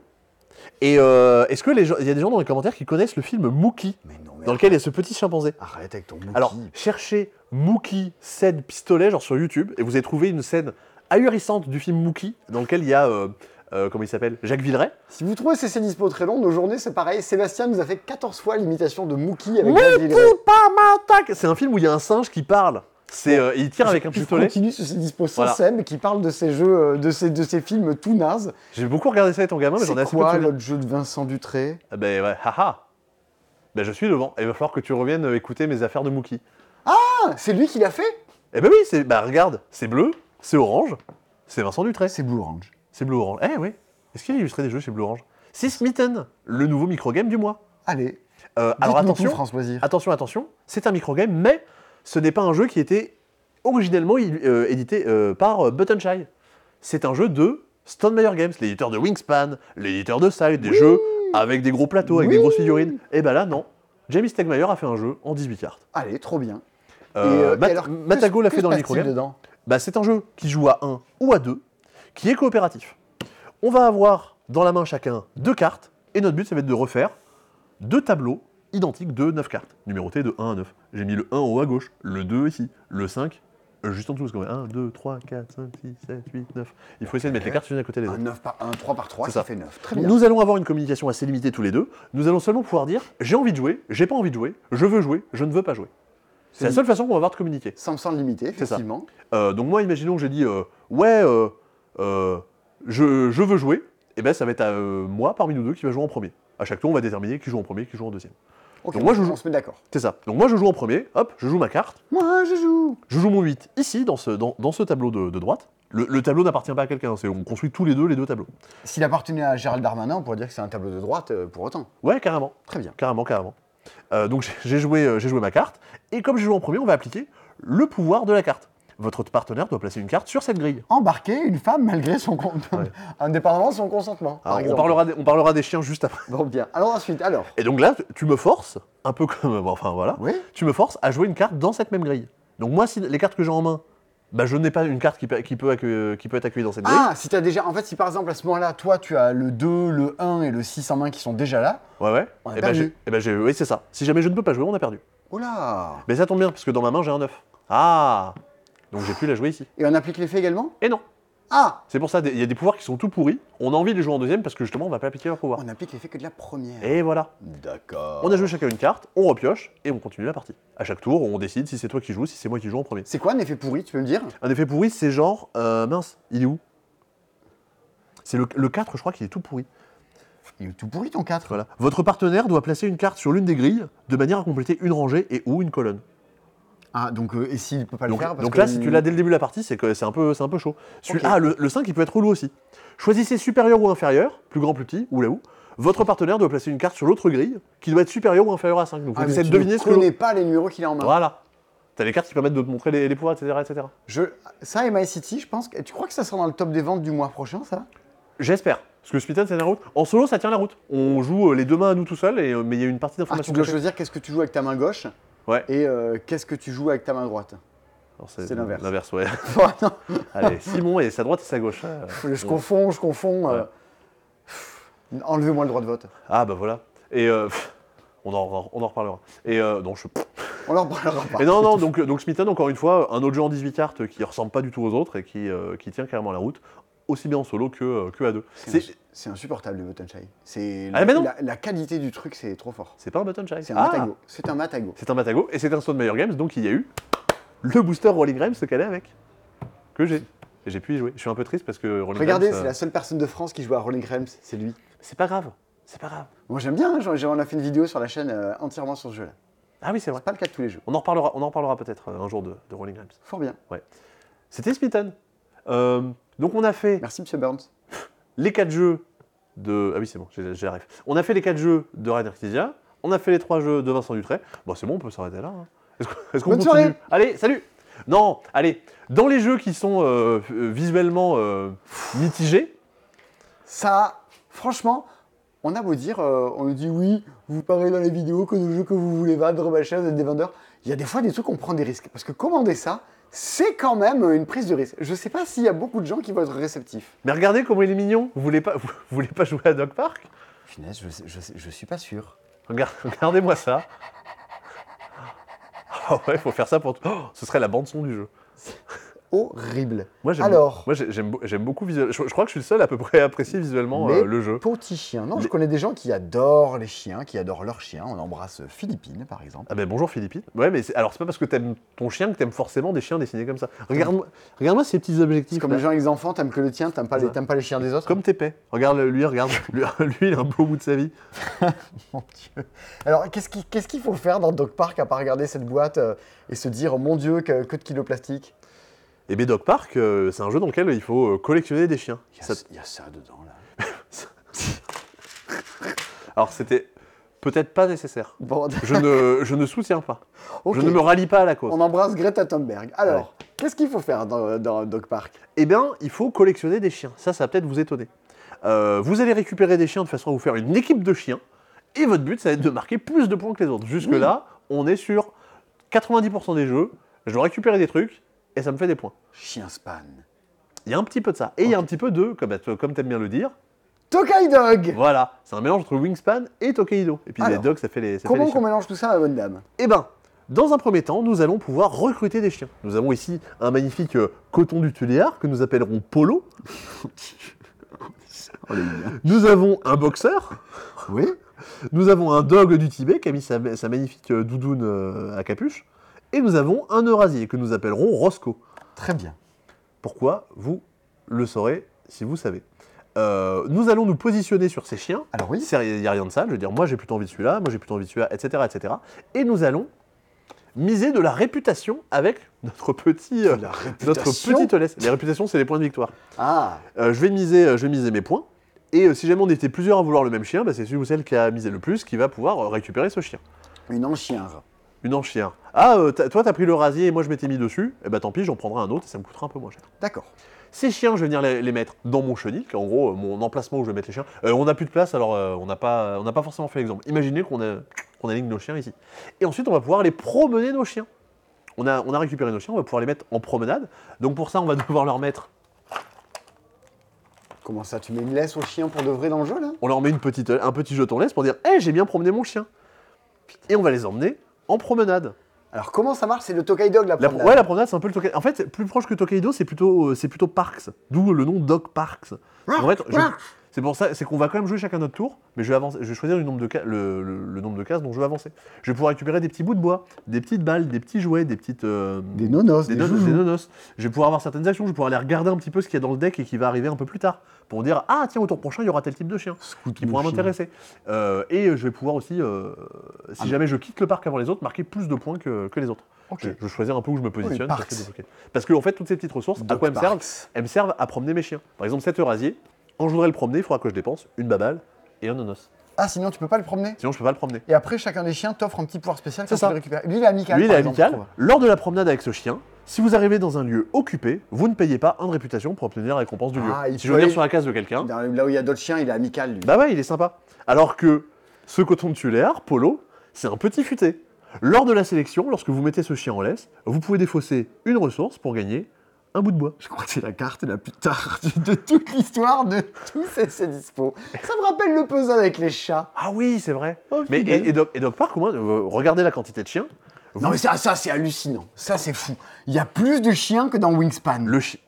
Speaker 2: Et euh, est-ce que les gens- il y a des gens dans les commentaires qui connaissent le film Mookie,
Speaker 1: Mais non, mais
Speaker 2: dans lequel il y a ce petit chimpanzé
Speaker 1: arrête avec ton Mookie.
Speaker 2: Alors, cherchez Mookie scène pistolet, genre sur YouTube, et vous allez trouver une scène ahurissante du film Mookie, dans lequel il y a, euh, euh, comment il s'appelle Jacques Villeray.
Speaker 1: si vous trouvez ces dispo très longs, nos journées c'est pareil. Sébastien nous a fait 14 fois l'imitation de Mookie avec Brad
Speaker 2: Mookie,
Speaker 1: Villeneuve.
Speaker 2: pas ma tac C'est un film où il y a un singe qui parle. C'est, euh, il tire avec un
Speaker 1: Je
Speaker 2: pistolet.
Speaker 1: continue sur ces dispo sans
Speaker 2: Voilà.
Speaker 1: Seb qui parle de ces jeux, euh, de ces, de ces films tout nazes.
Speaker 2: J'ai beaucoup regardé ça étant gamin, mais j'en ai
Speaker 1: C'est
Speaker 2: assez peu de
Speaker 1: quoi
Speaker 2: souvenirs.
Speaker 1: l'autre jeu de Vincent Dutré
Speaker 2: Ah Ben ouais, haha Ben je suis devant, et il va falloir que tu reviennes euh, écouter mes affaires de Mookie.
Speaker 1: Ah, c'est lui qui l'a fait
Speaker 2: Eh ben oui, c'est, bah regarde, c'est bleu, c'est orange, c'est Vincent Dutré.
Speaker 1: C'est Blue Orange.
Speaker 2: C'est bleu orange. Eh oui. Est-ce qu'il a illustré des jeux chez bleu orange C'est Smitten, le nouveau microgame du mois.
Speaker 1: Allez,
Speaker 2: Euh, alors
Speaker 1: dites-nous
Speaker 2: attention,
Speaker 1: tout, France Loisir.
Speaker 2: attention, attention, c'est un microgame, mais ce n'est pas un jeu qui était originellement il- euh, édité euh, par euh, Buttonshy. C'est un jeu de Stonemeyer Games, l'éditeur de Wingspan, l'éditeur de Side, des jeux avec des gros plateaux, avec
Speaker 1: Oui.
Speaker 2: des grosses figurines. Et ben là, non. Jamie Stegmaier a fait un jeu en 18 cartes.
Speaker 1: Allez, trop bien.
Speaker 2: Euh,
Speaker 1: euh,
Speaker 2: Mat-
Speaker 1: alors, que-
Speaker 2: Matago l'a
Speaker 1: que
Speaker 2: fait dans
Speaker 1: se
Speaker 2: le
Speaker 1: passe-t-il
Speaker 2: microgame.
Speaker 1: dedans
Speaker 2: Bah, c'est un jeu qui joue à 1 ou à 2, qui est coopératif. On va avoir dans la main chacun deux cartes, et notre but, ça va être de refaire deux tableaux identiques de 9 cartes, numérotées de 1 à 9. J'ai mis le 1 en haut à gauche, le 2 ici, le 5 euh, juste en dessous, parce qu'on a 1, 2, 3, 4, 5, 6, 7, 8, 9. Il faut essayer de mettre les cartes les unes à côté des
Speaker 1: Un
Speaker 2: autres.
Speaker 1: 9 par 1, 3 par 3,
Speaker 2: C'est
Speaker 1: ça.
Speaker 2: ça.
Speaker 1: fait 9. Très bien.
Speaker 2: Nous allons avoir une communication assez limitée tous les deux. Nous allons seulement pouvoir dire j'ai envie de jouer, j'ai pas envie de jouer, je veux jouer, je ne veux pas jouer. C'est la seule façon qu'on va avoir de communiquer.
Speaker 1: Ça me semble limité,
Speaker 2: C'est ça.
Speaker 1: effectivement.
Speaker 2: Euh, donc moi, imaginons, j'ai dit euh, ouais, euh, euh, je, je veux jouer, et ben ça va être à euh, moi parmi nous deux qui va jouer en premier. À chaque tour, on va déterminer qui joue en premier, qui joue en deuxième.
Speaker 1: Ok,
Speaker 2: Donc moi, je
Speaker 1: on
Speaker 2: joue.
Speaker 1: se met d'accord.
Speaker 2: C'est ça. Donc moi je joue en premier, hop, je joue ma carte,
Speaker 1: Moi, je joue.
Speaker 2: je joue mon 8 ici, dans ce, dans, dans ce tableau de, de droite. Le, le tableau n'appartient pas à quelqu'un, c'est on construit tous les deux les deux tableaux.
Speaker 1: S'il appartenait à Gérald Darmanin, on pourrait dire que c'est un tableau de droite euh, pour autant.
Speaker 2: Ouais, carrément.
Speaker 1: Très bien.
Speaker 2: Carrément, carrément. Euh, donc j'ai- j'ai joué, euh, j'ai joué ma carte, et comme j'ai joué en premier, on va appliquer le pouvoir de la carte. Votre partenaire doit placer une carte sur cette grille.
Speaker 1: Embarquer une femme malgré son <laughs> con-
Speaker 2: Ouais.
Speaker 1: indépendamment de son consentement. par
Speaker 2: Alors, on,
Speaker 1: exemple.
Speaker 2: parlera des, on parlera des chiens juste après.
Speaker 1: Bon, bien. Alors ensuite, alors.
Speaker 2: Et donc là, tu- tu me forces, un peu comme... bon, Enfin voilà,
Speaker 1: Oui.
Speaker 2: tu me forces à jouer une carte dans cette même grille. Donc moi, si les cartes que j'ai en main, bah, je n'ai pas une carte qui peut, qui, peut accue- qui peut être accueillie dans cette grille.
Speaker 1: Ah, si t'as déjà. En fait, si par exemple à ce moment-là, toi, tu as le 2, le 1 et le 6 en main qui sont déjà là.
Speaker 2: Ouais, ouais.
Speaker 1: On a
Speaker 2: Eh ben,
Speaker 1: perdu.
Speaker 2: j'ai- eh ben, j'ai- oui, c'est ça. Si jamais je ne peux pas jouer, on a perdu.
Speaker 1: Oh là
Speaker 2: Mais ça tombe bien, parce que dans ma main, j'ai un 9. Ah Donc j'ai pu la jouer ici.
Speaker 1: Et on applique l'effet également
Speaker 2: Et non
Speaker 1: Ah
Speaker 2: C'est pour ça, des- il y a des pouvoirs qui sont tout pourris. On a envie de les jouer en deuxième, parce que justement, on va pas appliquer leur pouvoir.
Speaker 1: On applique l'effet que de la première.
Speaker 2: Et voilà.
Speaker 1: D'accord.
Speaker 2: On a joué chacun une carte, on repioche, et on continue la partie. À chaque tour, on décide si c'est toi qui joues, si c'est moi qui joue en premier.
Speaker 1: C'est quoi un effet pourri, tu peux me dire
Speaker 2: Un effet pourri, c'est genre. euh, mince, il est où C'est le, le 4, je crois, qui est tout pourri.
Speaker 1: Il est tout pourri ton 4.
Speaker 2: Voilà. Votre partenaire doit placer une carte sur l'une des grilles de manière à compléter une rangée et ou une colonne.
Speaker 1: Ah, donc, euh, et s'il peut pas
Speaker 2: Donc,
Speaker 1: le faire parce
Speaker 2: donc
Speaker 1: que Ah,
Speaker 2: là, si tu l'as dès le début de la partie, c'est que c'est un peu, c'est un peu chaud. Celui-
Speaker 1: Ok.
Speaker 2: Ah, le, 5, il peut être relou aussi. Choisissez supérieur ou inférieur, plus grand, plus petit, ou là où. Votre partenaire doit placer une carte sur l'autre grille qui doit être supérieure ou inférieure à 5. Donc,
Speaker 1: Ah,
Speaker 2: vous
Speaker 1: mais
Speaker 2: essayez
Speaker 1: tu
Speaker 2: de
Speaker 1: ne
Speaker 2: deviner ce que
Speaker 1: connais
Speaker 2: l'autre.
Speaker 1: pas les numéros qu'il a en main.
Speaker 2: Voilà. T'as les cartes qui permettent de te montrer les, les pouvoirs, etc., etc.
Speaker 1: Je... Ça et My City, je pense. que- Tu crois que ça sera dans le top des ventes du mois prochain, ça
Speaker 2: J'espère. Parce que Splitten, ça tient la route. En solo, ça tient la route. On joue euh, les deux mains à nous tout seul, et, euh, mais il y a une partie
Speaker 1: Ah,
Speaker 2: d'information.
Speaker 1: tu dois choisir qu'est-ce que tu joues avec ta main gauche
Speaker 2: Ouais.
Speaker 1: et euh, qu'est-ce que tu joues avec ta main droite. c'est l'inverse. <laughs>
Speaker 2: L'inverse, ouais.
Speaker 1: Oh, non,
Speaker 2: <laughs> Allez, Simon et sa droite et sa gauche. Ah,
Speaker 1: je
Speaker 2: bon.
Speaker 1: confonds, je confonds. euh,
Speaker 2: Ouais.
Speaker 1: pff, Enlevez-moi le droit de vote.
Speaker 2: Ah, bah voilà. Et euh, pff, on, en, on en reparlera. Et euh, non, je
Speaker 1: On leur parlera pas.
Speaker 2: Mais non, non, donc, donc Smitten, encore une fois, un autre jeu en 18 cartes qui ressemble pas du tout aux autres et qui, euh, qui tient carrément la route, aussi bien en solo que, euh, que à deux.
Speaker 1: C'est
Speaker 2: C'est-
Speaker 1: ins- c'est insupportable le button shy. C'est
Speaker 2: Ah,
Speaker 1: la,
Speaker 2: mais non. Ah.
Speaker 1: la- la qualité du truc, c'est trop fort.
Speaker 2: C'est pas un button child.
Speaker 1: C'est un matago. C'est un matago.
Speaker 2: C'est un Matago et c'est un Stone Meyer Games, donc il y a eu le booster Rolling Games ce qu'elle est avec. Que j'ai. Et j'ai pu y jouer. Je suis un peu triste parce que Rolling
Speaker 1: Regardez,
Speaker 2: Rams,
Speaker 1: c'est
Speaker 2: euh,
Speaker 1: la seule personne de France qui joue à Rolling Rams, c'est lui.
Speaker 2: c'est pas grave. C'est pas grave.
Speaker 1: Moi j'aime bien, hein, j'en- j'en- on a fait une vidéo sur la chaîne euh, entièrement sur ce jeu-là.
Speaker 2: Ah oui, c'est vrai.
Speaker 1: C'est pas le cas de tous les jeux.
Speaker 2: On en reparlera, on en reparlera peut-être euh, un jour de, de Rolling Games.
Speaker 1: Fort bien.
Speaker 2: C'était Smitten. Euh, donc on a fait
Speaker 1: Merci Monsieur Burns.
Speaker 2: les quatre jeux de. Ah oui, c'est bon, j'ai- j'y arrive. On a fait les quatre jeux de Rainer Knizia, on a fait les trois jeux de Vincent Dutray. Bon, c'est bon, on peut s'arrêter là. hein. Est-ce qu'on est-ce qu'on
Speaker 1: Bonne
Speaker 2: continue
Speaker 1: soirée.
Speaker 2: Allez, salut Non, allez, dans les jeux qui sont euh, euh, visuellement euh, mitigés,
Speaker 1: Ça, franchement, on a beau dire, euh, on nous dit oui, vous parlez dans les vidéos que le jeu que vous voulez vendre, machin, vous êtes des vendeurs. Il y a des fois des trucs on prend des risques. Parce que commander ça, c'est quand même une prise de risque. Je sais pas s'il y a beaucoup de gens qui vont être réceptifs.
Speaker 2: mais regardez comment il est mignon Vous voulez pas, <laughs> vous, voulez pas jouer à Dog Park
Speaker 1: Finesse, je, suis pas sûr.
Speaker 2: Regarde- Regardez-moi ça <laughs> Ah ouais, faut faire ça pour tout. Oh, ce serait la bande-son du jeu.
Speaker 1: Horrible.
Speaker 2: Moi, j'aime
Speaker 1: Alors,
Speaker 2: moi, j'ai- j'aime beau- j'aime beaucoup visuellement. Je, je crois que je suis le seul à peu près à apprécier visuellement euh,
Speaker 1: Mais-
Speaker 2: le jeu.
Speaker 1: petit chien. Non, je
Speaker 2: Les-
Speaker 1: connais des gens qui adorent les chiens, qui adorent leurs chiens. On embrasse Philippine, par exemple.
Speaker 2: Ah ben bonjour Philippine. Ouais mais c'est- alors c'est pas parce que t'aimes ton chien que t'aimes forcément des chiens dessinés comme ça. Regarde-moi regarde ces petits objectifs.
Speaker 1: C'est comme
Speaker 2: là.
Speaker 1: les gens avec les enfants, t'aimes que le tien, t'aimes pas, les-
Speaker 2: Ouais.
Speaker 1: t'aimes pas les chiens des autres.
Speaker 2: Comme t'es paix. Regarde lui, regarde. <laughs> lui, lui, il a un peu au bout de sa vie.
Speaker 1: <laughs> Mon Dieu. Alors, qu'est-ce qui- qu'est-ce qu'il faut faire dans Dog Park à part regarder cette boîte euh, et se dire, mon Dieu, que, que de kilos plastique
Speaker 2: Et Bedoc Park, euh, c'est un jeu dans lequel il faut euh, collectionner des chiens. Ça-
Speaker 1: dedans, là.
Speaker 2: alors c'était peut-être pas nécessaire.
Speaker 1: Bon,
Speaker 2: Je ne, je ne soutiens pas.
Speaker 1: ok.
Speaker 2: Je ne me rallie pas à la cause.
Speaker 1: On embrasse Greta Thunberg. Alors, qu'est-ce qu'il faut faire dans, euh, dans Dog Park
Speaker 2: Eh bien, il faut collectionner des chiens. Ça, ça va peut-être vous étonner. Euh, vous allez récupérer des chiens de façon à vous faire une équipe de chiens. Et votre but, ça va être de marquer plus de points que les autres. Jusque-là, on est sur 90% des jeux. Je dois récupérer des trucs et ça me fait des points.
Speaker 1: Chien span.
Speaker 2: Il y a un petit peu de ça. Et il y a un petit peu de, comme, comme t'aimes bien le dire,
Speaker 1: Tokai Dog
Speaker 2: voilà, c'est un mélange entre Wingspan et Tokaido. Et puis les
Speaker 1: Alors,
Speaker 2: dogs, ça fait les, ça fait les
Speaker 1: Comment
Speaker 2: chiens.
Speaker 1: qu'on mélange tout ça, ma bonne dame
Speaker 2: Eh ben, dans un premier temps, nous allons pouvoir recruter des chiens. Nous avons ici un magnifique euh, coton du tuléar que nous appellerons Polo. Nous avons un boxeur.
Speaker 1: Oui
Speaker 2: Nous avons un dog du Tibet qui a mis sa, sa magnifique euh, doudoune euh, à capuche. Et nous avons un Eurasier que nous appellerons Roscoe.
Speaker 1: Très bien.
Speaker 2: Pourquoi Vous le saurez si vous savez. Euh, nous allons nous positionner sur ces chiens.
Speaker 1: Alors oui,
Speaker 2: Il n'y a rien de ça. Je veux dire, moi j'ai plutôt envie de celui-là, moi j'ai plutôt envie de celui-là, etc., etc. Et nous allons miser de la réputation avec notre petit, euh,
Speaker 1: la
Speaker 2: notre
Speaker 1: réputation.
Speaker 2: petite laisse. Les réputations, c'est les points de victoire.
Speaker 1: Ah,
Speaker 2: Euh, je, vais miser, euh, je vais miser mes points. Et euh, si jamais on était plusieurs à vouloir le même chien, bah, c'est celui ou celle qui a misé le plus qui va pouvoir euh, récupérer ce chien.
Speaker 1: une enchière.
Speaker 2: Une enchère. Ah, euh, t'as- toi t'as pris le rasier et moi je m'étais mis dessus. Eh bah tant pis, j'en prendrai un autre et ça me coûtera un peu moins cher.
Speaker 1: D'accord.
Speaker 2: Ces chiens, je vais venir les, les mettre dans mon chenil, qui est en gros euh, mon emplacement où je vais mettre les chiens. Euh, on n'a plus de place, alors euh, on n'a pas, on n'a pas forcément fait l'exemple. Imaginez qu'on a- qu'on aligne nos chiens ici. Et ensuite, on va pouvoir les promener, nos chiens. On a, on a récupéré nos chiens, on va pouvoir les mettre en promenade. Donc pour ça, on va <laughs> devoir leur mettre,
Speaker 1: Comment ça, tu mets une laisse au chien pour de vrai dans le jeu, là
Speaker 2: on leur met une petite, euh, un petit jeton laisse pour dire Hé, j'ai bien promené mon chien !» Et on va les emmener en promenade.
Speaker 1: Alors comment ça marche C'est le Tokai Dog, la
Speaker 2: La,
Speaker 1: promenade
Speaker 2: ouais, la promenade, c'est un peu le Tokaido. En fait, plus proche que Tokaido, c'est plutôt, euh, c'est plutôt Parks, d'où le nom Dog Parks. En fait, je- c'est pour ça, c'est qu'on va quand même jouer chacun notre tour, mais je vais avancer, je vais choisir le nombre de ca- le, le- le nombre de cases dont je veux avancer. Je vais pouvoir récupérer des petits bouts de bois, des petites balles, des petits jouets, des petites euh,
Speaker 1: Des nonos, des,
Speaker 2: des, nonos,
Speaker 1: joujoux.
Speaker 2: des nonos. Je vais pouvoir avoir certaines actions, je vais pouvoir aller regarder un petit peu ce qu'il y a dans le deck et qui va arriver un peu plus tard pour dire ah tiens au tour prochain il y aura tel type de chien
Speaker 1: Scout
Speaker 2: qui pourra
Speaker 1: mouchine.
Speaker 2: m'intéresser. Euh, et je vais pouvoir aussi, euh, si
Speaker 1: Ah.
Speaker 2: jamais je quitte le parc avant les autres, marquer plus de points que, que les autres.
Speaker 1: Ok. Oh,
Speaker 2: Je, je vais choisir un peu où je me positionne.
Speaker 1: Oui,
Speaker 2: parce,
Speaker 1: Parks.
Speaker 2: que, ok. Parce que, en fait, toutes ces petites ressources, à
Speaker 1: Dog
Speaker 2: quoi elles me servent
Speaker 1: Parks.
Speaker 2: Elles me servent à promener mes chiens. Par exemple, cet eurasier, quand je voudrais le promener, il faudra que je dépense une babale et un nonos.
Speaker 1: Ah, sinon tu peux pas le promener
Speaker 2: Sinon, je peux pas le promener.
Speaker 1: Et après, chacun des chiens t'offre un petit pouvoir spécial
Speaker 2: C'est
Speaker 1: quand
Speaker 2: ça.
Speaker 1: tu le récupères. Lui, il est amical.
Speaker 2: Lui, il est
Speaker 1: par exemple, je
Speaker 2: amical.
Speaker 1: trouve.
Speaker 2: Lors de la promenade avec ce chien, si vous arrivez dans un lieu occupé, vous ne payez pas un de réputation pour obtenir la récompense du lieu.
Speaker 1: Ah, il
Speaker 2: si je
Speaker 1: faut
Speaker 2: reviens
Speaker 1: aller-
Speaker 2: sur la case de quelqu'un,
Speaker 1: Dans- Là où il y a d'autres chiens, il est amical, lui.
Speaker 2: bah ouais, il est sympa. Alors que ce coton de tulaire, Polo, c'est un petit futé. Lors de la sélection, lorsque vous mettez ce chien en laisse, vous pouvez défausser une ressource pour gagner un bout de bois.
Speaker 1: Je crois que c'est la carte la plus tarde de toute l'histoire de tous ces, ces dispos. Ça me rappelle le puzzle avec les chats.
Speaker 2: Ah oui, c'est vrai.
Speaker 1: Oh,
Speaker 2: Mais
Speaker 1: putain.
Speaker 2: et, et Doc, et Doc Park, au moins, euh, regardez la quantité de chiens.
Speaker 1: Non mais ça, ça c'est hallucinant. Ça c'est fou. Il y a plus de chiens que dans Wingspan.
Speaker 2: Le chien.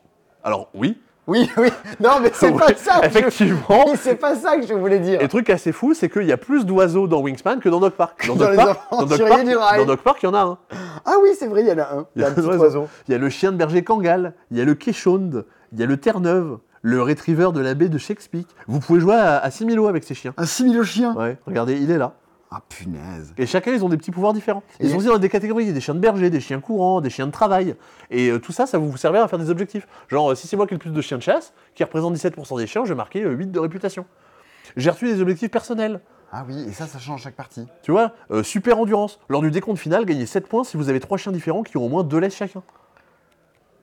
Speaker 2: Alors oui.
Speaker 1: Oui, <laughs> oui. Non mais c'est pas
Speaker 2: Ouais,
Speaker 1: ça. que je-
Speaker 2: Effectivement.
Speaker 1: C'est pas ça que je voulais dire.
Speaker 2: Et le truc assez fou, c'est qu'il y a plus d'oiseaux dans Wingspan que dans Dog Park. Dans,
Speaker 1: Dans
Speaker 2: Dog
Speaker 1: les
Speaker 2: Park, dans,
Speaker 1: aventuriers
Speaker 2: Dog Park,
Speaker 1: du rail.
Speaker 2: dans Dog Park, il y en a un.
Speaker 1: Ah oui, c'est vrai, il y en a un. Il y a un petit oiseau.
Speaker 2: Il y a le chien de berger Kangal, il y a le Keshond, il y a le Terre-Neuve, le Retriever de la baie de Shakespeare. Vous pouvez jouer à, à 6000 lots avec ces chiens.
Speaker 1: Un similo chien.
Speaker 2: Ouais, regardez, il est là.
Speaker 1: Ah punaise.
Speaker 2: Et chacun, ils ont des petits pouvoirs différents. Ils
Speaker 1: Et-
Speaker 2: sont aussi dans des catégories, il y a des chiens de berger, des chiens courants, des chiens de travail. Et euh, tout ça, ça va vous servir à faire des objectifs. Genre, euh, si c'est moi qui ai le plus de chiens de chasse, qui représente 17% des chiens, je vais marquer euh, 8 de réputation. J'ai reçu des objectifs personnels.
Speaker 1: Ah oui, et ça, ça change chaque partie.
Speaker 2: Tu vois, euh, super endurance. Lors du décompte final, gagnez 7 points si vous avez 3 chiens différents qui ont au moins 2 laisses chacun.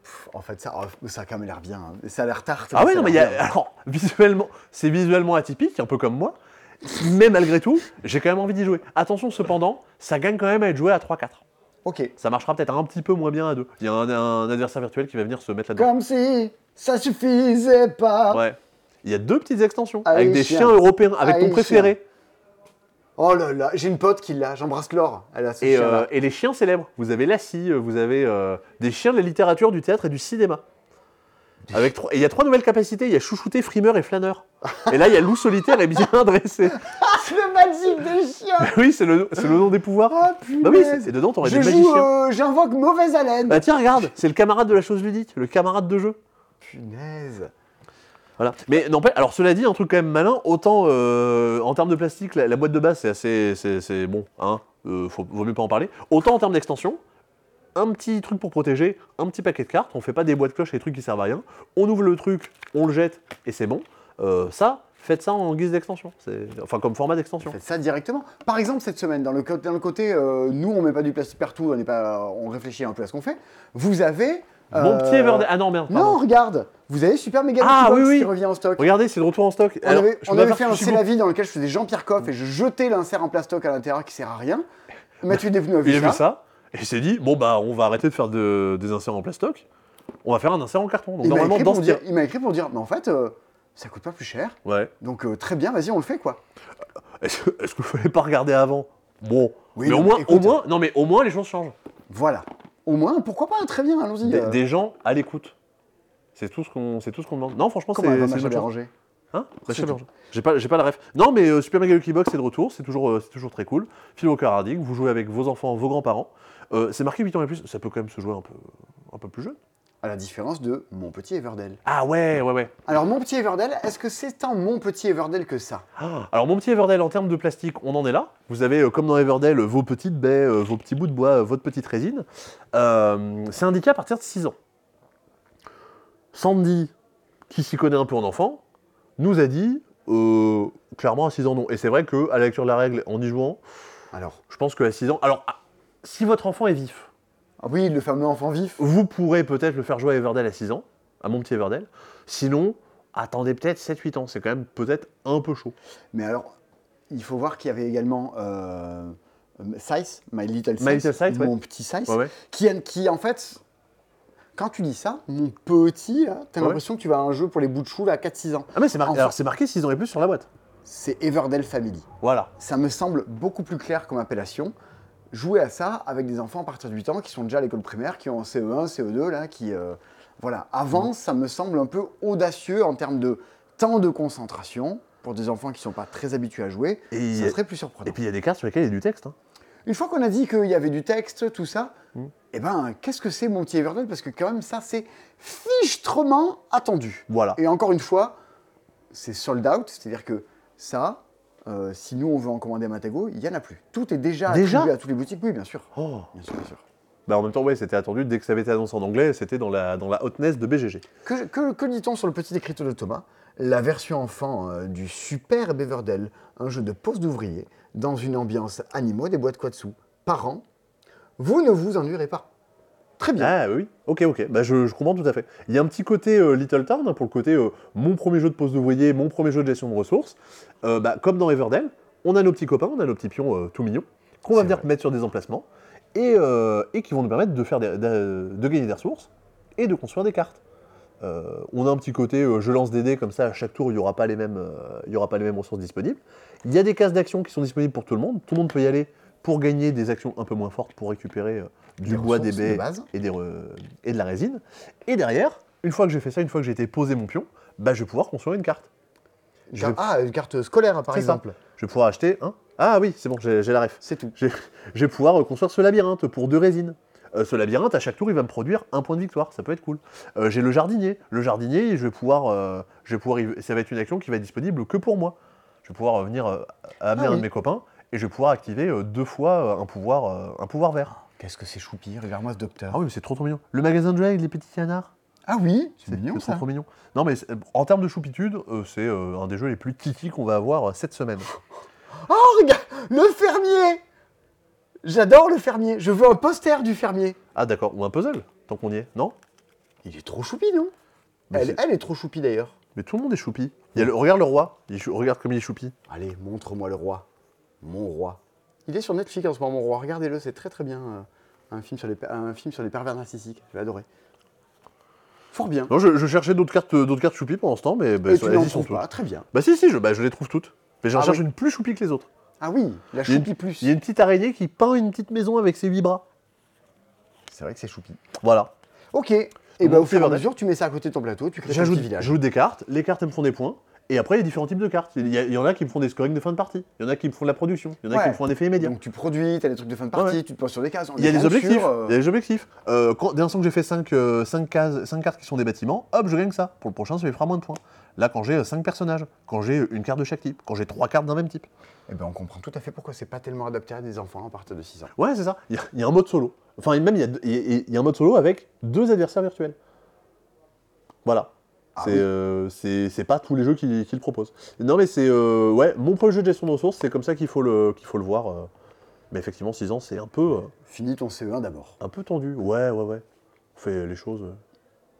Speaker 1: Pff, en fait, ça, oh, ça a quand même l'air bien. hein. Ça a l'air tarte.
Speaker 2: Ah ouais,
Speaker 1: ça
Speaker 2: non, mais il y
Speaker 1: l'air
Speaker 2: a, alors, <laughs> visuellement, c'est visuellement atypique, un peu comme moi. Mais malgré tout, j'ai quand même envie d'y jouer. Attention cependant, ça gagne quand même à être joué à 3-4.
Speaker 1: bien. Ok.
Speaker 2: Ça marchera peut-être un petit peu moins bien à 2. Il y a un, un adversaire virtuel qui va venir se mettre là-dedans.
Speaker 1: Comme si ça suffisait pas.
Speaker 2: Ouais. Il y a deux petites extensions
Speaker 1: Allez,
Speaker 2: avec des
Speaker 1: chien.
Speaker 2: chiens, européens, avec
Speaker 1: Allez,
Speaker 2: ton préféré.
Speaker 1: Oh là là, j'ai une pote qui l'a. J'embrasse Laure. Elle a ce
Speaker 2: Et,
Speaker 1: chien-là.
Speaker 2: euh, et les chiens célèbres. Vous avez Lassie, euh, vous avez euh, des chiens de la littérature, du théâtre et du cinéma. Avec trois- et il y a trois nouvelles capacités. Il y a chouchouté, frimeur et flâneur. Et là, il y a loup solitaire et bien <laughs> dressé.
Speaker 1: Ah, le magique des
Speaker 2: <laughs>
Speaker 1: chiens.
Speaker 2: oui, c'est le, c'est le nom des pouvoirs.
Speaker 1: Ah
Speaker 2: Bah oui,
Speaker 1: punaise.
Speaker 2: c'est- et dedans, t'aurais des
Speaker 1: je joue,
Speaker 2: magiciens.
Speaker 1: euh, j'invoque mauvaise haleine.
Speaker 2: Bah tiens, regarde, c'est le camarade de la chose ludique, le camarade de jeu.
Speaker 1: Punaise.
Speaker 2: Voilà. Mais n'empêche, alors cela dit, un truc quand même malin, autant euh, en termes de plastique, la, la boîte de base, c'est assez. C'est, c'est bon, hein, euh, faut, vaut mieux pas en parler. Autant en termes d'extension, un petit truc pour protéger, un petit paquet de cartes, on fait pas des boîtes cloches et des trucs qui servent à rien. On ouvre le truc, on le jette et c'est bon. Euh, ça, faites ça en guise d'extension. C'est, enfin, comme format d'extension.
Speaker 1: Faites ça directement. Par exemple, cette semaine, dans le, co- dans le côté, euh, nous, on met pas du plastique partout, on, n'est pas, euh, on réfléchit un peu à ce qu'on fait. Vous avez.
Speaker 2: Mon
Speaker 1: euh,
Speaker 2: petit Everdale. Ah non, merde, pardon.
Speaker 1: Non, regarde. Vous avez Super Mega
Speaker 2: Ah,
Speaker 1: Box
Speaker 2: oui, oui.
Speaker 1: qui revient en stock.
Speaker 2: Regardez, c'est de retour en stock.
Speaker 1: On
Speaker 2: Alors,
Speaker 1: avait,
Speaker 2: je
Speaker 1: on
Speaker 2: dois
Speaker 1: avait
Speaker 2: faire
Speaker 1: fait un
Speaker 2: que je suis
Speaker 1: C'est la vie dans lequel je faisais Jean-Pierre Coff et je jetais l'insert en plastoc à l'intérieur qui sert à rien. Mathieu Desvenus a vu
Speaker 2: Il a
Speaker 1: ça.
Speaker 2: vu ça et il s'est dit bon bah on va arrêter de faire de- des inserts en plastoc, on va faire un insert en carton. Donc
Speaker 1: Il m'a
Speaker 2: normalement
Speaker 1: écrit, Eh ben,
Speaker 2: dans
Speaker 1: pour
Speaker 2: ce
Speaker 1: dire-
Speaker 2: tir.
Speaker 1: il m'a écrit pour dire, mais en fait, euh, ça coûte pas plus cher.
Speaker 2: Ouais.
Speaker 1: Donc euh, très bien, vas-y, on le fait quoi.
Speaker 2: Est-ce que, est-ce que vous fallait pas regarder avant Bon.
Speaker 1: Oui,
Speaker 2: mais
Speaker 1: non,
Speaker 2: au moins,
Speaker 1: écoute.
Speaker 2: au moins, non mais au moins les choses changent.
Speaker 1: Voilà. Au moins, pourquoi pas Très bien, allons-y.
Speaker 2: Des,
Speaker 1: euh,
Speaker 2: des gens à l'écoute. C'est tout ce qu'on, c'est tout ce qu'on demande. Non franchement
Speaker 1: comment elle va
Speaker 2: c'est, c'est une
Speaker 1: Macha
Speaker 2: bonne chose.
Speaker 1: Béranger
Speaker 2: Hein Bah, je sais
Speaker 1: C'est
Speaker 2: pas,
Speaker 1: tout.
Speaker 2: J'ai pas, j'ai pas la ref. Non mais euh, Super Mega Lucky Box c'est de retour, c'est toujours, euh, c'est toujours très cool. Film au Harding, vous jouez avec vos enfants, vos grands-parents. Euh, c'est marqué 8 ans et plus, ça peut quand même se jouer un peu, un peu plus jeune.
Speaker 1: À la différence de Mon Petit Everdell.
Speaker 2: Ah ouais, ouais, ouais.
Speaker 1: Alors, Mon Petit Everdell, est-ce que c'est tant Mon Petit Everdell que ça
Speaker 2: Ah, Alors mon petit Everdell, en termes de plastique, on en est là. Vous avez, euh, comme dans Everdell, vos petites baies, euh, vos petits bouts de bois, euh, votre petite résine. Euh, c'est indiqué à partir de 6 ans. Sandy, qui s'y connaît un peu en enfant, nous a dit euh, clairement à 6 ans non. Et c'est vrai qu'à la lecture de la règle, en y jouant,
Speaker 1: Alors,
Speaker 2: je pense qu'à 6 ans... Alors, ah, si votre enfant est vif,
Speaker 1: ah oui, le fameux enfant vif.
Speaker 2: vous pourrez peut-être le faire jouer à Everdell à 6 ans, à mon petit Everdell. Sinon, attendez peut-être 7-8 ans. C'est quand même peut-être un peu chaud.
Speaker 1: Mais alors, il faut voir qu'il y avait également euh, Size, My Little Size,
Speaker 2: My Little Size, ouais.
Speaker 1: mon petit Size,
Speaker 2: Ouais, ouais.
Speaker 1: Qui, qui, en fait, quand tu dis ça, mon petit, là, t'as
Speaker 2: Ouais.
Speaker 1: l'impression que tu vas à un jeu pour les bouts de chou là, à 4-6 ans.
Speaker 2: Ah mais c'est marqué,
Speaker 1: Enfin.
Speaker 2: alors c'est marqué 6 ans et plus sur la boîte.
Speaker 1: C'est Everdell Family.
Speaker 2: Voilà.
Speaker 1: Ça me semble beaucoup plus clair comme appellation. Jouer à ça avec des enfants à partir de 8 ans qui sont déjà à l'école primaire, qui ont E CE1, CE2, là, qui. euh, voilà. Avant, ça me semble un peu audacieux en termes de temps de concentration pour des enfants qui sont pas très habitués à jouer.
Speaker 2: Et, il y
Speaker 1: Ça
Speaker 2: a-
Speaker 1: serait plus surprenant.
Speaker 2: et puis il y a des cartes sur lesquelles il y a du texte. hein.
Speaker 1: Une fois qu'on a dit qu'il y avait du texte, tout ça,
Speaker 2: Mm.
Speaker 1: eh ben, qu'est-ce que c'est mon petit Everdell Parce que quand même, ça, c'est fichtrement attendu.
Speaker 2: Voilà.
Speaker 1: Et encore une fois, c'est sold out, c'est-à-dire que ça, euh, si nous, on veut en commander à Matago, il n'y en a plus. Tout est déjà,
Speaker 2: Déjà
Speaker 1: attribué à toutes les boutiques. Oui, bien sûr.
Speaker 2: Oh.
Speaker 1: Bien sûr, bien sûr.
Speaker 2: Bah en même temps, ouais, c'était attendu dès que ça avait été annoncé en anglais, c'était dans la, dans la hotness de BGG.
Speaker 1: Que, que- que dit-on sur le petit écriteau de Thomas La version enfant euh, du Super Beverdell, un jeu de pose d'ouvriers, dans une ambiance animaux des boîtes Kwatsu. Par an, vous ne vous ennuierez pas. Très bien.
Speaker 2: Ah oui, ok, ok, bah, je, je comprends tout à fait. Il y a un petit côté euh, Little Town, hein, pour le côté euh, mon premier jeu de pose d'ouvrier, mon premier jeu de gestion de ressources. Euh, bah, comme dans Everdell, on a nos petits copains, on a nos petits pions euh, tout mignons, qu'on va
Speaker 1: C'est
Speaker 2: venir
Speaker 1: vrai.
Speaker 2: mettre sur des emplacements, et, euh, et qui vont nous permettre de, faire des- de, de gagner des ressources et de construire des cartes. Euh, on a un petit côté euh, je lance des dés, comme ça à chaque tour il n'y aura, pas les mêmes, euh, il y aura pas les mêmes ressources disponibles. Il y a des cases d'actions qui sont disponibles pour tout le monde, tout le monde peut y aller pour gagner des actions un peu moins fortes, pour récupérer euh, du
Speaker 1: Des
Speaker 2: bois, des
Speaker 1: ressources de
Speaker 2: baies,
Speaker 1: base.
Speaker 2: et, des re- et de la résine. Et derrière, une fois que j'ai fait ça, une fois que j'ai été posé mon pion, bah, je vais pouvoir construire une carte. Je
Speaker 1: Car-
Speaker 2: vais-
Speaker 1: Ah, une carte scolaire, par
Speaker 2: C'est ça.
Speaker 1: exemple.
Speaker 2: Je vais pouvoir acheter un. Ah oui, c'est bon, j'ai j'ai la ref.
Speaker 1: C'est tout.
Speaker 2: Je je vais pouvoir euh, construire ce labyrinthe pour deux résines. Euh, ce labyrinthe, à chaque tour, il va me produire un point de victoire. Ça peut être cool. Euh, j'ai le jardinier. Le jardinier, je vais pouvoir. euh, je vais pouvoir y- Ça va être une action qui va être disponible que pour moi. Je vais pouvoir euh, venir euh, amener
Speaker 1: Ah
Speaker 2: un
Speaker 1: oui.
Speaker 2: de mes copains et je vais pouvoir activer euh, deux fois euh, un pouvoir, euh, un pouvoir vert.
Speaker 1: Qu'est-ce que c'est choupi Regarde-moi ce docteur.
Speaker 2: Ah oui, mais c'est trop trop mignon. Le magasin de jeux avec les petits canards.
Speaker 1: Ah oui
Speaker 2: C'est trop, trop mignon. Non, mais c'est- en termes de choupitude, euh, c'est euh, un des jeux les plus kiki qu'on va avoir euh, cette semaine.
Speaker 1: Oh, regarde Le fermier J'adore le fermier. Je veux un poster du fermier.
Speaker 2: Ah, d'accord, ou un puzzle, tant qu'on y est, non
Speaker 1: Il est trop choupi, non
Speaker 2: mais,
Speaker 1: elle,
Speaker 2: c'est-
Speaker 1: elle est trop choupi, d'ailleurs.
Speaker 2: mais tout le monde est choupi. Il y a le- Regarde le roi, il chou- regarde comme il est choupi.
Speaker 1: Allez, montre-moi le roi. Mon roi. Il est sur Netflix en ce moment, mon roi. Regardez-le, c'est très très bien. euh, Un film, sur les, per- un film sur les pervers narcissiques. Je vais adorer. Fort bien.
Speaker 2: Non, je, je cherchais d'autres cartes, euh, d'autres cartes choupi pendant ce temps, mais Oh, bah,
Speaker 1: Et
Speaker 2: sur-
Speaker 1: tu
Speaker 2: elles
Speaker 1: n'en
Speaker 2: y sont
Speaker 1: trouves
Speaker 2: toutes.
Speaker 1: pas. Très bien.
Speaker 2: Bah si, si, je, bah, je les trouve toutes. Mais j'en
Speaker 1: Ah
Speaker 2: cherche
Speaker 1: oui.
Speaker 2: une plus choupi que les autres.
Speaker 1: Ah oui, la
Speaker 2: Il y a une-
Speaker 1: choupi plus.
Speaker 2: Il y a une petite araignée qui peint une petite maison avec ses huit bras.
Speaker 1: C'est vrai que c'est choupi.
Speaker 2: Voilà.
Speaker 1: Ok. Et
Speaker 2: Mon
Speaker 1: bah, au
Speaker 2: petit
Speaker 1: fur et à
Speaker 2: bordel.
Speaker 1: mesure, tu mets ça à côté de ton plateau, tu crées ton
Speaker 2: J'ajoute
Speaker 1: petit village.
Speaker 2: j'ajoute des cartes, les cartes elles me font des points. Et après, il y a différents types de cartes. Il y, a- il y en a qui me font des scorings de fin de partie. Il y en a qui me font de la production. Il y en a qui
Speaker 1: Ouais.
Speaker 2: me font un effet immédiat.
Speaker 1: Donc tu produis, tu as des trucs de fin de partie, tu te poses sur des cases. on
Speaker 2: Il y a
Speaker 1: est
Speaker 2: des
Speaker 1: bien
Speaker 2: objectifs.
Speaker 1: sûr, euh,
Speaker 2: Il y a des objectifs. Euh, quand, dès l'instant que j'ai fait 5, cases, 5 cartes qui sont des bâtiments, hop, je gagne ça. Pour le prochain, ça me fera moins de points. Là, quand j'ai 5 personnages, quand j'ai euh, une carte de chaque type, quand j'ai 3 cartes d'un même type.
Speaker 1: eh ben, on comprend tout à fait pourquoi c'est pas tellement adapté à des enfants à partir de 6 ans.
Speaker 2: Ouais, c'est ça. Il y, a, il y a un mode solo. Enfin, même, il y a deux- il y, a- il y a un mode solo avec deux adversaires virtuels. Voilà.
Speaker 1: Ah
Speaker 2: c'est
Speaker 1: oui.
Speaker 2: euh, c'est- c'est pas tous les jeux qui, qui le proposent. Non, mais c'est. euh, ouais, mon premier jeu de gestion de ressources, c'est comme ça qu'il faut, le- qu'il faut le voir. euh. Mais effectivement, 6 ans, c'est un peu. euh,
Speaker 1: Finis ton CE1 d'abord.
Speaker 2: Un peu tendu, ouais, ouais, ouais. On fait les choses, euh,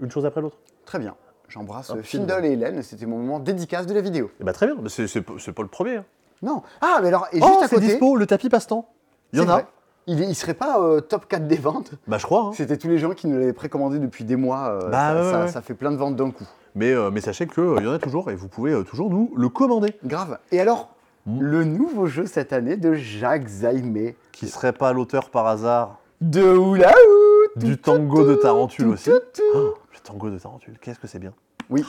Speaker 2: une chose après l'autre.
Speaker 1: Très bien. J'embrasse
Speaker 2: Un
Speaker 1: euh,
Speaker 2: film.
Speaker 1: Findle et Hélène, c'était mon moment dédicace de la vidéo.
Speaker 2: Et bah très bien, mais c'est c'est pas c'est pas le premier. hein.
Speaker 1: Non. Ah, mais alors, et
Speaker 2: oh,
Speaker 1: juste à
Speaker 2: c'est
Speaker 1: côté.
Speaker 2: dispo, le tapis passe-temps. Il y en
Speaker 1: c'est
Speaker 2: a.
Speaker 1: vrai, Il, est- il serait pas euh, top 4 des ventes.
Speaker 2: Bah je crois. hein.
Speaker 1: C'était tous les gens qui nous l'avaient précommandé depuis des mois. euh, ça,
Speaker 2: Bah, ouais,
Speaker 1: ça-
Speaker 2: ouais.
Speaker 1: ça fait plein de ventes d'un coup.
Speaker 2: Mais, euh, mais sachez qu'il y en a toujours et vous pouvez euh, toujours nous le commander.
Speaker 1: Grave. Et alors,
Speaker 2: Mm.
Speaker 1: le nouveau jeu cette année de Jacques Zaimé.
Speaker 2: Qui serait pas l'auteur par hasard
Speaker 1: De oulaou
Speaker 2: du tango de Tarentule aussi.
Speaker 1: Ah.
Speaker 2: Oh, le tango de Tarentule, qu'est-ce que c'est bien.
Speaker 1: Oui.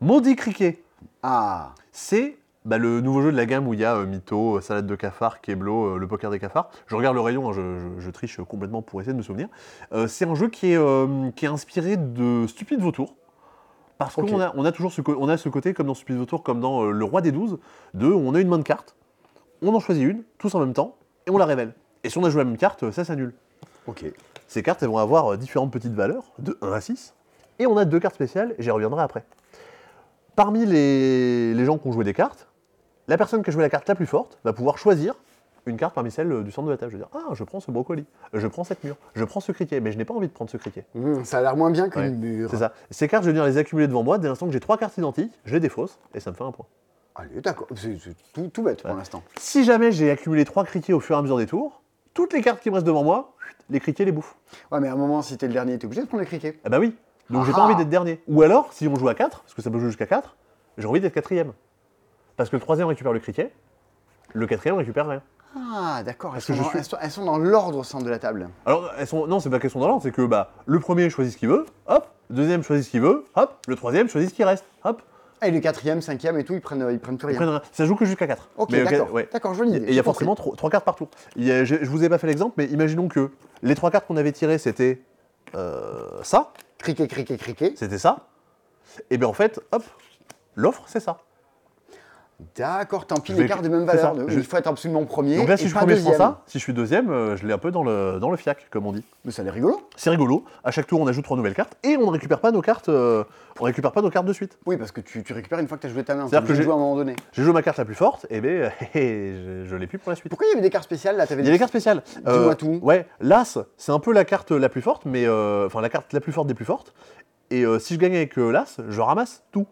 Speaker 2: Maudit criquet,
Speaker 1: Ah,
Speaker 2: c'est bah, le nouveau jeu de la gamme où il y a euh, Mytho, euh, Salade de Cafard, Keblo, euh, le poker des cafards. Je regarde le rayon, hein, je, je- je triche complètement pour essayer de me souvenir. Euh, c'est un jeu qui est, euh, qui est inspiré de Stupide Vautour. Parce
Speaker 1: Ok.
Speaker 2: qu'on a, on a toujours ce, co- on a ce côté, comme dans Stupide Vautour, comme dans euh, Le Roi des Douze, de on a une main de cartes, on en choisit une, tous en même temps, et on la révèle. Et si on a joué la même carte, euh, ça s'annule.
Speaker 1: Ok.
Speaker 2: Ces cartes, elles vont avoir euh, différentes petites valeurs, de 1 à 6. Et on a deux cartes spéciales, j'y reviendrai après. Parmi les, les gens qui ont joué des cartes, la personne qui a joué la carte la plus forte va pouvoir choisir une carte parmi celles euh, du centre de la table. Je vais dire, ah, je prends ce brocoli, je prends cette mûre, je prends ce criquet, mais je n'ai pas envie de prendre ce criquet.
Speaker 1: Mmh, ça a l'air moins bien qu'une
Speaker 2: Ouais,
Speaker 1: mûre.
Speaker 2: C'est ça. Ces cartes, je vais venir les accumuler devant moi. Dès l'instant que j'ai trois cartes identiques, je les défausse et ça me fait un point.
Speaker 1: Allez, d'accord. C'est c'est tout, tout bête pour
Speaker 2: Ouais.
Speaker 1: l'instant.
Speaker 2: Si jamais j'ai accumulé trois criquets au fur et à mesure des tours, toutes les cartes qui me restent devant moi, chut, les criquets les bouffent.
Speaker 1: Ouais, mais à un moment, si t'es le dernier, t'es obligé de prendre les criquets.
Speaker 2: Ah bah oui. Donc j'ai
Speaker 1: Ah
Speaker 2: pas
Speaker 1: ah.
Speaker 2: envie d'être dernier. Ou alors, si on joue à 4, parce que ça peut jouer jusqu'à 4, j'ai envie d'être quatrième. Parce que le troisième récupère le criquet, le quatrième récupère rien.
Speaker 1: Ah, d'accord. Elles,
Speaker 2: Parce que
Speaker 1: sont
Speaker 2: je
Speaker 1: dans-
Speaker 2: suis-
Speaker 1: elles sont- elles sont dans l'ordre au centre de la table.
Speaker 2: Alors, elles sont... non, c'est pas qu'elles sont dans l'ordre, c'est que bah, le premier choisit ce qu'il veut, hop, le deuxième choisit ce qu'il veut, hop, le troisième choisit ce qui reste, hop.
Speaker 1: Ah, et les quatrièmes, cinquièmes et tout, ils prennent, ils prennent plus
Speaker 2: Ils
Speaker 1: rien.
Speaker 2: prennent rien. Ça joue que jusqu'à 4.
Speaker 1: Ok, d'accord. D'accord, jolie
Speaker 2: Et
Speaker 1: idée.
Speaker 2: il y
Speaker 1: j'ai
Speaker 2: a
Speaker 1: compris.
Speaker 2: forcément tro- trois cartes par tour. Il y a- je, je vous ai pas fait l'exemple, mais imaginons que les trois cartes qu'on avait tirées, c'était euh, ça,
Speaker 1: Criquet, criquet, criquet.
Speaker 2: c'était ça. Et bien en fait, hop, l'offre, c'est ça.
Speaker 1: D'accord, tant pis,
Speaker 2: Je
Speaker 1: les
Speaker 2: vais-
Speaker 1: cartes de même
Speaker 2: c'est
Speaker 1: valeur.
Speaker 2: ça,
Speaker 1: de-
Speaker 2: je-
Speaker 1: Il faut être absolument premier.
Speaker 2: Donc là, si
Speaker 1: et
Speaker 2: je suis
Speaker 1: pas
Speaker 2: premier, je prends
Speaker 1: deuxième.
Speaker 2: ça. Si je suis deuxième, euh, je l'ai un peu dans le, dans le fiac, comme on dit.
Speaker 1: Mais ça, c'est rigolo.
Speaker 2: C'est rigolo. À chaque tour, on ajoute trois nouvelles cartes et on ne récupère pas nos cartes. euh, on récupère pas nos cartes de suite.
Speaker 1: Oui, parce que tu, tu récupères une fois que tu as joué ta main.
Speaker 2: C'est-à-dire
Speaker 1: C'est-à-dire
Speaker 2: que
Speaker 1: que
Speaker 2: j'ai-
Speaker 1: joué à un moment donné.
Speaker 2: J'ai joué ma carte la plus forte, et ben, <laughs> je, je l'ai plus pour la suite.
Speaker 1: Pourquoi il y avait des cartes spéciales là T'avais
Speaker 2: Il y a les cartes spéciales.
Speaker 1: Dis-moi tout.
Speaker 2: Ouais, l'As, c'est un peu la carte la plus forte, mais euh, enfin la carte la plus forte des plus fortes. Et euh, si je gagne avec euh, l'As, je ramasse tout.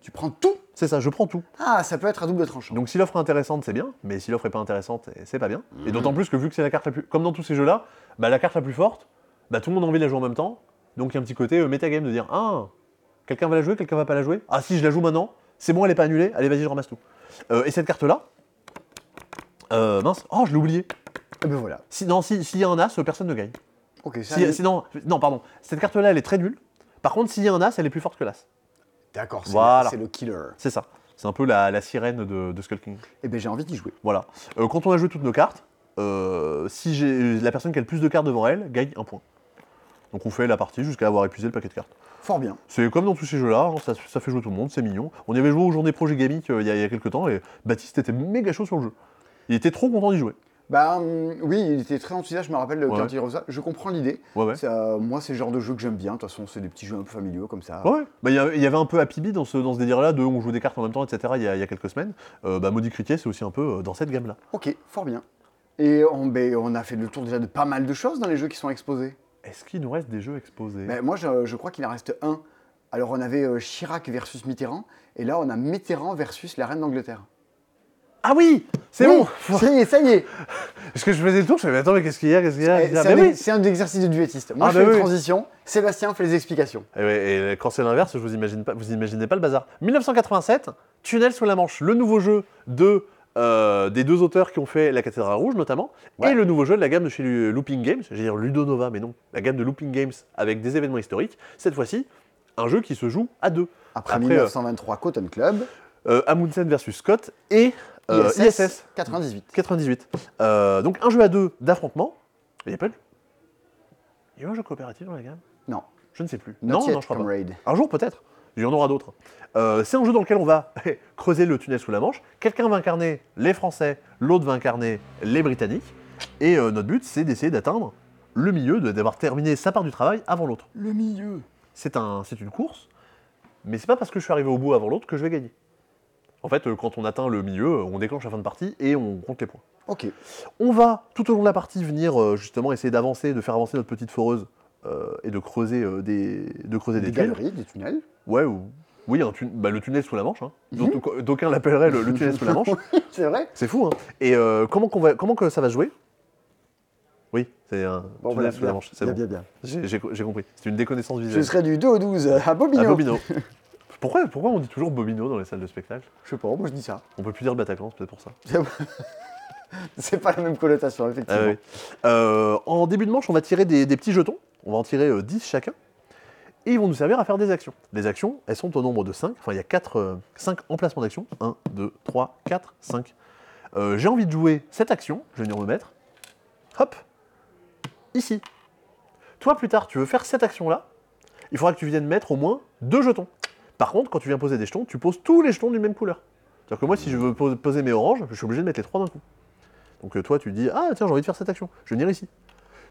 Speaker 1: Tu prends tout
Speaker 2: C'est ça, je prends tout.
Speaker 1: Ah, ça peut être à double tranchant.
Speaker 2: Donc si l'offre est intéressante, c'est bien, mais si l'offre est pas intéressante, eh, c'est pas bien. Et d'autant plus que vu que c'est la carte la plus... Comme dans tous ces jeux-là, bah, la carte la plus forte, bah, tout le monde a envie de la jouer en même temps. Donc il y a un petit côté euh, métagame de dire « Ah, quelqu'un va la jouer, quelqu'un va pas la jouer Ah si, je la joue maintenant, c'est bon, elle est pas annulée, allez, vas-y, je ramasse tout. Euh, Et cette carte-là, euh, mince, oh, je l'ai oubliée.
Speaker 1: Et ben voilà.
Speaker 2: Si, non, si- s'il y a un As, euh, personne ne gagne.
Speaker 1: Ok, ça.
Speaker 2: Si- si- non, non, pardon, cette carte-là, elle est très nulle. Par contre, s'il y a un As, elle est plus forte que l'As.
Speaker 1: D'accord, c'est
Speaker 2: Voilà.
Speaker 1: c'est le killer.
Speaker 2: C'est ça. C'est un peu la, la sirène de, de Skull King.
Speaker 1: Et ben j'ai envie d'y jouer.
Speaker 2: Voilà. Euh, quand on a joué toutes nos cartes, euh, si j'ai la personne qui a le plus de cartes devant elle gagne un point. Donc on fait la partie jusqu'à avoir épuisé le paquet de cartes.
Speaker 1: Fort bien.
Speaker 2: C'est comme dans tous ces jeux-là, hein, ça, ça fait jouer tout le monde, c'est mignon. On y avait joué aux journées Projet Gaming euh, il y, a- il y a quelques temps et Baptiste était méga chaud sur le jeu. Il était trop content d'y jouer.
Speaker 1: Bah hum, oui, il était très enthousiaste, je me rappelle
Speaker 2: Ouais.
Speaker 1: quand il revient. Je comprends l'idée.
Speaker 2: Ouais, ouais.
Speaker 1: Ça, moi, c'est le genre de jeu que j'aime bien. De toute façon, c'est des petits jeux un peu familiaux comme ça.
Speaker 2: Ouais, ouais. Bah, il y avait- il y avait un peu Happy Bee dans ce, dans ce délire-là, de on joue des cartes en même temps, etc. Il y a, il y a quelques semaines. Euh, bah, Maudit Criquet, c'est aussi un peu euh, dans cette gamme-là.
Speaker 1: Ok, fort bien. Et on, ben, on a fait le tour déjà de pas mal de choses dans les jeux qui sont exposés.
Speaker 2: Est-ce qu'il nous reste des jeux exposés
Speaker 1: Ben, moi, je, je crois qu'il en reste un. Alors, on avait euh, Chirac versus Mitterrand, et là, on a Mitterrand versus la reine d'Angleterre.
Speaker 2: Ah oui C'est
Speaker 1: Oui,
Speaker 2: bon
Speaker 1: Ça y est, ça y est
Speaker 2: Parce que je faisais le tour, je me suis dit, attends, mais qu'est-ce qu'il y a, qu'est-ce qu'il y a,
Speaker 1: Eh,
Speaker 2: qu'est-ce qu'il y a
Speaker 1: C'est un,
Speaker 2: Mais ben oui.
Speaker 1: ex- c'est un exercice de duettiste. Moi,
Speaker 2: Ah,
Speaker 1: je
Speaker 2: ben
Speaker 1: fais
Speaker 2: oui.
Speaker 1: les transitions, Sébastien fait les explications.
Speaker 2: Et, Eh ouais, et quand c'est l'inverse, je vous imagine pas, vous imaginez pas le bazar. 1987, Tunnel sous la Manche, le nouveau jeu de euh, des deux auteurs qui ont fait La Cathédrale Rouge notamment,
Speaker 1: Ouais.
Speaker 2: et le nouveau jeu de la gamme de chez Lu- Looping Games, j'allais dire Ludonova, mais non, la gamme de Looping Games avec des événements historiques. Cette fois-ci, un jeu qui se joue à deux.
Speaker 1: Après,
Speaker 2: Après,
Speaker 1: 1923, Cotton Club,
Speaker 2: Euh, Amundsen versus Scott et euh,
Speaker 1: ISS,
Speaker 2: ISS
Speaker 1: 98.
Speaker 2: 98. Euh, donc un jeu à deux d'affrontement. Il n'y a pas eu... Il y a eu un jeu coopératif dans la gamme
Speaker 1: Non.
Speaker 2: Je ne sais plus.
Speaker 1: Not
Speaker 2: non,
Speaker 1: yet,
Speaker 2: non, je crois pas.
Speaker 1: comrade.
Speaker 2: Un jour peut-être, il y en aura d'autres. Euh, c'est un jeu dans lequel on va <laughs> creuser le tunnel sous la Manche. Quelqu'un va incarner les Français, l'autre va incarner les Britanniques. Et euh, notre but, c'est d'essayer d'atteindre le milieu, de- d'avoir terminé sa part du travail avant l'autre.
Speaker 1: Le milieu.
Speaker 2: C'est un, c'est une course, mais c'est pas parce que je suis arrivé au bout avant l'autre que je vais gagner. En fait, euh, quand on atteint le milieu, on déclenche la fin de partie et on compte les points.
Speaker 1: Ok.
Speaker 2: On va tout au long de la partie venir euh, justement essayer d'avancer, de faire avancer notre petite foreuse euh, et de creuser euh, des, de creuser
Speaker 1: Des,
Speaker 2: des, tuiles.
Speaker 1: galeries, des tunnels. <laughs>
Speaker 2: Ouais, ou... oui, un tun- bah, le tunnel sous la Manche. Hein.
Speaker 1: Mhm.
Speaker 2: D'au- D'aucuns l'appelleraient
Speaker 1: <laughs>
Speaker 2: le, le tunnel sous la Manche.
Speaker 1: c'est vrai.
Speaker 2: C'est fou, hein. Et euh, comment, qu'on va... comment que ça va se jouer Oui, c'est un
Speaker 1: Bon,
Speaker 2: tunnel
Speaker 1: voilà,
Speaker 2: sous
Speaker 1: bien,
Speaker 2: la Manche. C'est
Speaker 1: bien,
Speaker 2: bon.
Speaker 1: bien, bien.
Speaker 2: J'ai- J'ai j'ai compris. C'est une déconnaissance
Speaker 1: Je
Speaker 2: visuelle.
Speaker 1: serai du 2 au
Speaker 2: <laughs>
Speaker 1: 12 à Bobino.
Speaker 2: Ah, Bobino.
Speaker 1: <laughs>
Speaker 2: pourquoi, pourquoi on dit toujours Bobino dans les salles de spectacle
Speaker 1: Je sais pas, moi je dis ça. <laughs>
Speaker 2: On peut plus dire le Bataclan, c'est peut-être pour ça.
Speaker 1: C'est pas la même connotation,
Speaker 2: Ah
Speaker 1: effectivement.
Speaker 2: oui. Euh, en début de manche, on va tirer des, des petits jetons. On va en tirer euh, 10 chacun. et ils vont nous servir à faire des actions. Les actions, elles sont au nombre de 5. Enfin, il y a 4, 5 emplacements d'actions. 1, 2, 3, 4, 5. Euh, J'ai envie de jouer cette action. Je vais venir me mettre. Hop. Ici. Toi, plus tard, tu veux faire cette action-là. Il faudra que tu viennes mettre au moins deux jetons. Par contre, quand tu viens poser des jetons, tu poses tous les jetons d'une même couleur. C'est-à-dire que moi, si je veux pose- poser mes oranges, je suis obligé de mettre les trois d'un coup. Donc euh, toi, tu dis, ah tiens, j'ai envie de faire cette action. Je vais venir ici.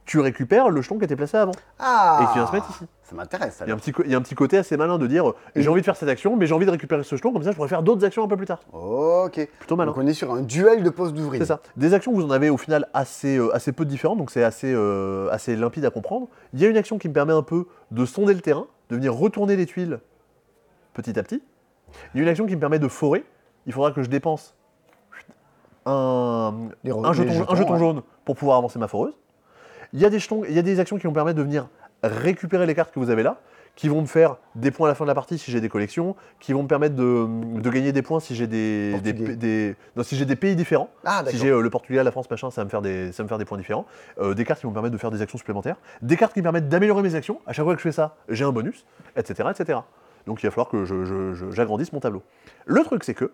Speaker 2: Tu récupères le jeton qui était placé avant.
Speaker 1: Ah
Speaker 2: Et tu viens se mettre ici.
Speaker 1: Ça m'intéresse
Speaker 2: Il y, a
Speaker 1: alors.
Speaker 2: un petit, co- il y a un petit côté assez malin de dire euh, j'ai envie de faire cette action, mais j'ai envie de récupérer ce jeton, comme ça je pourrais faire d'autres actions un peu plus tard.
Speaker 1: Ok.
Speaker 2: Plutôt malin.
Speaker 1: Donc on est sur un duel de postes d'ouvriers.
Speaker 2: C'est ça. Des actions, vous en avez au final assez, euh, assez peu différentes, donc c'est assez, euh, assez limpide à comprendre. Il y a une action qui me permet un peu de sonder le terrain, de venir retourner les tuiles petit à petit. Il y a une action qui me permet de forer. Il faudra que je dépense un,
Speaker 1: Les re-
Speaker 2: un
Speaker 1: les
Speaker 2: jeton, un jeton
Speaker 1: ouais.
Speaker 2: jaune pour pouvoir avancer ma foreuse. Il y a des jetons, il y a des actions qui vont permettre de venir récupérer les cartes que vous avez là, qui vont me faire des points à la fin de la partie si j'ai des collections, qui vont me permettre de, de gagner des points si j'ai des, des,
Speaker 1: Portugais.
Speaker 2: des- non, si j'ai des pays différents.
Speaker 1: Ah
Speaker 2: Si
Speaker 1: d'accord.
Speaker 2: j'ai euh, le Portugal, la France, machin, ça va me faire des, ça va me faire des points différents. Euh, des cartes qui vont me permettre de faire des actions supplémentaires. Des cartes qui me permettent d'améliorer mes actions. À chaque fois que je fais ça, j'ai un bonus, etc. etc. Donc il va falloir que je- je- je- j'agrandisse mon tableau. Le truc, c'est que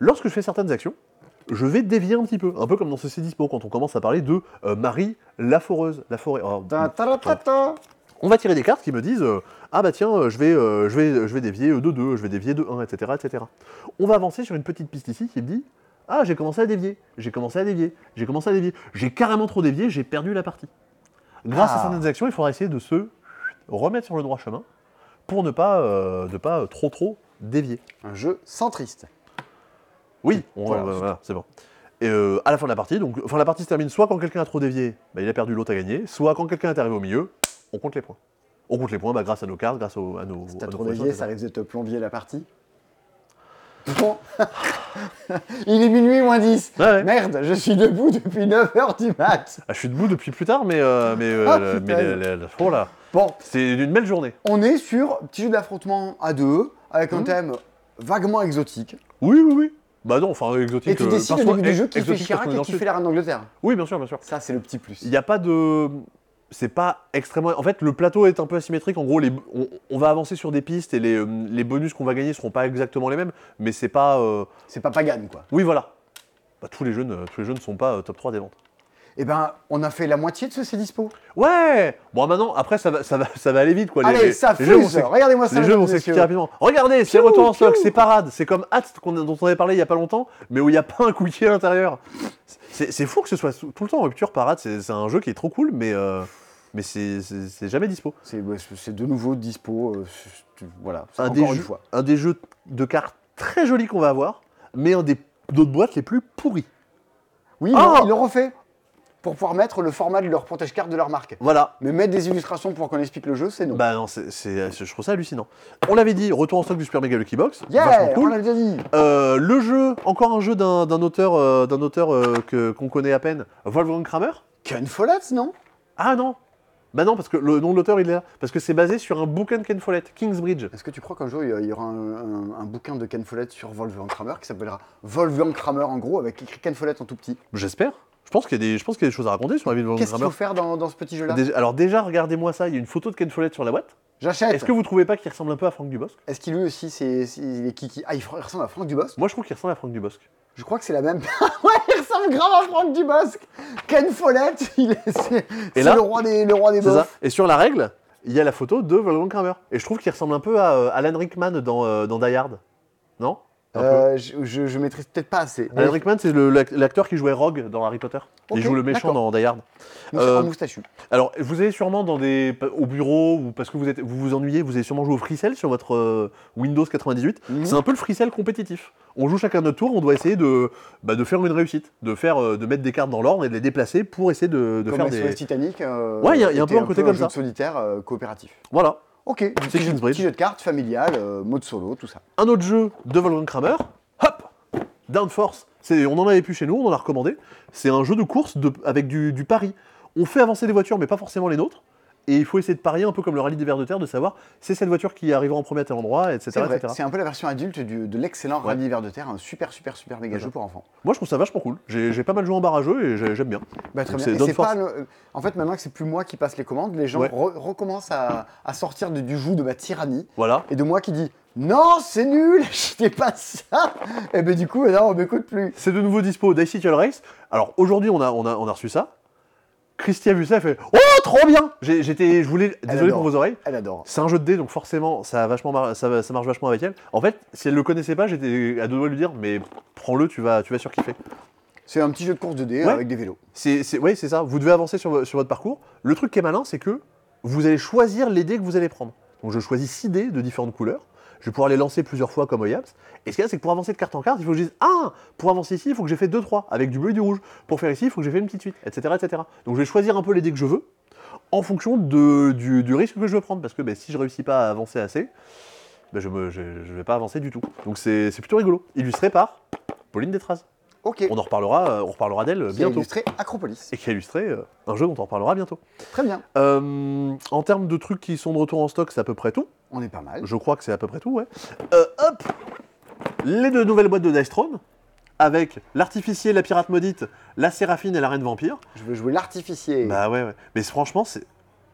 Speaker 2: lorsque je fais certaines actions, je vais dévier un petit peu. Un peu comme dans Ceci Dispo, quand on commence à parler de euh, Marie la foreuse. La forêt. oh, alors,
Speaker 1: Ta- ta- ta- ta- ta.
Speaker 2: on va tirer des cartes qui me disent euh, Ah bah tiens, euh, je vais, euh, je vais, je vais dévier de 2, je vais dévier de 1, etc., etc. On va avancer sur une petite piste ici qui me dit Ah, j'ai commencé à dévier, j'ai commencé à dévier, j'ai commencé à dévier, j'ai carrément trop dévié, j'ai perdu la partie. Grâce à
Speaker 1: Ah.
Speaker 2: certaines actions, il faudra essayer de se remettre sur le droit chemin pour ne pas, euh, ne pas euh, trop trop dévier.
Speaker 1: Un jeu centriste.
Speaker 2: Oui, on-
Speaker 1: Voilà.
Speaker 2: voilà, voilà, c'est bon. Et euh, à la fin de la partie, donc, enfin la partie se termine soit quand quelqu'un a trop dévié, bah, il a perdu l'autre à gagner, soit quand quelqu'un est arrivé au milieu, on compte les points. On compte les points bah, grâce à nos cartes, grâce au- à nos.
Speaker 1: Si
Speaker 2: à
Speaker 1: t'as
Speaker 2: nos
Speaker 1: trop
Speaker 2: points,
Speaker 1: dévié,
Speaker 2: etc.
Speaker 1: bah, ça risque de te plombier la partie. Bon. <laughs> Il est minuit moins 10.
Speaker 2: Ouais, ouais.
Speaker 1: Merde, je suis debout depuis 9h du mat.
Speaker 2: Ah, je suis debout depuis plus tard, mais. euh, mais, euh,
Speaker 1: Ah,
Speaker 2: la- mais
Speaker 1: putain.
Speaker 2: la- la- la- oh là,
Speaker 1: Bon,
Speaker 2: c'est une belle journée.
Speaker 1: on est sur petit jeu d'affrontement à deux, avec un
Speaker 2: Mhm.
Speaker 1: thème vaguement exotique.
Speaker 2: Oui, oui, oui. Bah non, enfin, exotique.
Speaker 1: Et tu
Speaker 2: euh,
Speaker 1: décides au
Speaker 2: parce
Speaker 1: début
Speaker 2: qu'on-
Speaker 1: du jeu qui fait
Speaker 2: exotique parce
Speaker 1: Chirac
Speaker 2: qu'on est
Speaker 1: et
Speaker 2: dans
Speaker 1: qui
Speaker 2: le
Speaker 1: fait
Speaker 2: sud.
Speaker 1: la reine d'Angleterre.
Speaker 2: Oui, bien sûr, bien sûr.
Speaker 1: Ça, c'est le petit plus.
Speaker 2: Il n'y a pas de. C'est pas extrêmement. En fait, le plateau est un peu asymétrique. En gros, les... on, on va avancer sur des pistes et les, euh, les bonus qu'on va gagner seront pas exactement les mêmes, mais c'est pas. euh,
Speaker 1: C'est pas Pagan, quoi.
Speaker 2: Oui, voilà. Bah, tous, les jeux ne, tous les jeux ne sont pas euh, top 3 des ventes.
Speaker 1: Eh ben, on a fait la moitié de ce C'est Dispo.
Speaker 2: Ouais Bon, maintenant, après, ça va, ça va, ça va aller vite, quoi. Les-
Speaker 1: Allez,
Speaker 2: les-
Speaker 1: ça
Speaker 2: les jeux vont
Speaker 1: fuse
Speaker 2: s'ex-
Speaker 1: Regardez-moi ça,
Speaker 2: les jeux
Speaker 1: mesdames,
Speaker 2: vont
Speaker 1: messieurs.
Speaker 2: s'expliquer rapidement. Regardez, c'est
Speaker 1: Piou,
Speaker 2: retour en stock,
Speaker 1: piou.
Speaker 2: c'est parade, c'est comme Hatt qu'on- dont on avait parlé il y a pas longtemps, mais où il n'y a pas un cookie à l'intérieur. C'est c'est fou que ce soit sou- tout le temps en rupture parade, c'est c'est un jeu qui est trop cool, mais, euh, mais c'est- c'est c'est jamais dispo.
Speaker 1: C'est ouais, c'est- c'est de nouveau Dispo. euh, c'est- c'est- voilà, c'est
Speaker 2: Un
Speaker 1: encore
Speaker 2: des
Speaker 1: une
Speaker 2: jeux-
Speaker 1: fois.
Speaker 2: Un des jeux de cartes très jolis qu'on va avoir, mais un des d'autres boîtes les plus pourris.
Speaker 1: Oui,
Speaker 2: Ah
Speaker 1: non, ils l'ont refait pour pouvoir mettre le format de leur protège-carte de leur marque.
Speaker 2: Voilà,
Speaker 1: Mais mettre des illustrations pour qu'on explique le jeu, c'est non.
Speaker 2: Bah non, c'est, c'est- je trouve ça hallucinant. On l'avait dit, retour en stock du Super Mega Lucky Box.
Speaker 1: yeah,
Speaker 2: vachement
Speaker 1: on
Speaker 2: cool.
Speaker 1: l'a déjà dit.
Speaker 2: Euh, le jeu, encore un jeu d'un, d'un auteur, euh, d'un auteur euh, que, qu'on connaît à peine, Wolfgang Kramer.
Speaker 1: Ken Follett, non
Speaker 2: Ah non Bah non, parce que le nom de l'auteur, il est là. Parce que c'est basé sur un bouquin de Ken Follett, Kingsbridge.
Speaker 1: Est-ce que tu crois qu'un jour il y a- il y aura un, un- un bouquin de Ken Follett sur Wolfgang Kramer qui s'appellera Wolfgang Kramer en gros avec écrit Ken Follett en tout petit
Speaker 2: J'espère. Je pense qu'il y a des, je pense qu'il y a des choses à raconter sur la vie de
Speaker 1: Qu'est-ce
Speaker 2: Wolfgang
Speaker 1: qu'il faut
Speaker 2: Kramer.
Speaker 1: faire dans, dans ce petit jeu-là
Speaker 2: Déjà- alors déjà, regardez-moi ça, il y a une photo de Ken Follett sur la boîte.
Speaker 1: J'achète
Speaker 2: Est-ce que vous trouvez pas qu'il ressemble un peu à Franck Dubosc
Speaker 1: Est-ce qu'il lui aussi c'est c'est- il est kiki Ah, il fr- il ressemble à Franck Dubosc
Speaker 2: Moi, je trouve qu'il ressemble à Franck Dubosc.
Speaker 1: Je crois que c'est la même. <laughs> ouais, il ressemble grave à Franck Dubosc Ken Follett, <laughs> il est, c'est c'est
Speaker 2: là-
Speaker 1: le roi des le roi des
Speaker 2: C'est ça.
Speaker 1: beaufs.
Speaker 2: Et sur la règle, il y a la photo de Wolfgang Kramer. Et je trouve qu'il ressemble un peu à euh, Alan Rickman dans, euh, dans Die Hard. Non Un peu.
Speaker 1: Euh, je, je- je maîtrise peut-être pas assez.
Speaker 2: Alan Rickman, c'est le- l'ac- l'acteur qui jouait Rogue dans Harry Potter.
Speaker 1: Ok,
Speaker 2: il joue le méchant dans Die Hard.
Speaker 1: Donc, c'est
Speaker 2: euh,
Speaker 1: un moustachu.
Speaker 2: Alors, vous avez sûrement dans des, au bureau, ou parce que vous, êtes, vous vous ennuyez, vous avez sûrement joué au Freecell sur votre euh, Windows 98.
Speaker 1: Mhm.
Speaker 2: C'est un peu le Freecell compétitif. On joue chacun notre tour, on doit essayer de, bah, de faire une réussite, de, faire, euh, de mettre des cartes dans l'ordre et de les déplacer pour essayer de, de
Speaker 1: Comme
Speaker 2: faire
Speaker 1: SOS
Speaker 2: des...
Speaker 1: Titanic. euh,
Speaker 2: Ouais, il y a- il y a un peu
Speaker 1: était
Speaker 2: un côté comme
Speaker 1: jeu
Speaker 2: ça.
Speaker 1: de solitaire euh, coopératif.
Speaker 2: Voilà.
Speaker 1: Ok, du petit, jeu,
Speaker 2: Kingsbridge.
Speaker 1: petit jeu de cartes, familial, euh, mode solo, tout ça.
Speaker 2: un autre jeu de Wolfgang Kramer, hop, Downforce. C'est, on en avait plus chez nous, on en a recommandé. C'est un jeu de course de- avec du, du pari. On fait avancer des voitures, mais pas forcément les nôtres. et il faut essayer de parier un peu comme le rallye des vers de terre, de savoir c'est cette voiture qui arrivera en premier à tel endroit,
Speaker 1: C'est
Speaker 2: etc.
Speaker 1: vrai,
Speaker 2: etc.
Speaker 1: c'est un peu la version adulte du- de l'excellent
Speaker 2: Ouais.
Speaker 1: Rallye Vers de Terre, un super, super, super méga
Speaker 2: C'est ça.
Speaker 1: jeu pour enfants.
Speaker 2: Moi, je trouve ça vachement cool. J'ai j'ai pas mal joué en barrageux et j'ai- j'aime bien.
Speaker 1: Bah, très
Speaker 2: Donc,
Speaker 1: bien.
Speaker 2: c'est
Speaker 1: Et
Speaker 2: Don't
Speaker 1: c'est
Speaker 2: Force.
Speaker 1: pas le- En fait, maintenant que c'est plus moi qui passe les commandes, les gens
Speaker 2: Ouais.
Speaker 1: re- recommencent à, à sortir de- du joug de ma tyrannie
Speaker 2: Voilà.
Speaker 1: et de moi qui dit non, c'est nul, <laughs> j'étais pas ça. Et ben du coup, non, on m'écoute plus.
Speaker 2: C'est de nouveau dispo Dicycle Race. Alors aujourd'hui, on a, on, a, on a reçu ça. Christy a vu ça, elle fait Oh, trop bien J'ai- J'étais, je voulais, désolé
Speaker 1: adore.
Speaker 2: pour vos oreilles.
Speaker 1: Elle adore.
Speaker 2: C'est un jeu de dés, donc forcément, ça, a vachement mar- ça, va- ça marche vachement avec elle. En fait, si elle le connaissait pas, j'étais à deux doigts de lui dire Mais prends-le, tu vas, tu vas surkiffer.
Speaker 1: C'est un petit jeu de course de dés
Speaker 2: Ouais.
Speaker 1: avec des vélos.
Speaker 2: C'est, c'est, oui, c'est ça. Vous devez avancer sur, vo- sur votre parcours. Le truc qui est malin, c'est que vous allez choisir les dés que vous allez prendre. Donc je choisis 6 dés de différentes couleurs. Je vais pouvoir les lancer plusieurs fois comme Oyaps. Et ce qu'il y a, c'est que pour avancer de carte en carte, il faut que je dise Ah Pour avancer ici, il faut que j'ai fait 2-3 avec du bleu et du rouge. Pour faire ici, il faut que j'ai fait une petite suite, etc., etc. Donc je vais choisir un peu les dés que je veux en fonction de- du, du risque que je veux prendre. Parce que ben, si je réussis pas à avancer assez, ben, je ne vais pas avancer du tout. Donc c'est, c'est plutôt rigolo. Illustré par Pauline Détraz.
Speaker 1: Ok.
Speaker 2: On en reparlera, euh, on reparlera d'elle euh,
Speaker 1: Qui a
Speaker 2: bientôt
Speaker 1: illustré Acropolis.
Speaker 2: et qui a illustré euh, un jeu dont on reparlera bientôt.
Speaker 1: Très bien.
Speaker 2: Euh, en termes de trucs qui sont de retour en stock, c'est à peu près tout.
Speaker 1: On est pas mal.
Speaker 2: Je crois que c'est à peu près tout, ouais. Euh, hop Les deux nouvelles boîtes de Dice Throne, avec l'artificier, la pirate maudite, la séraphine et la reine vampire.
Speaker 1: Je veux jouer l'artificier.
Speaker 2: Bah ouais, ouais. Mais franchement, c'est.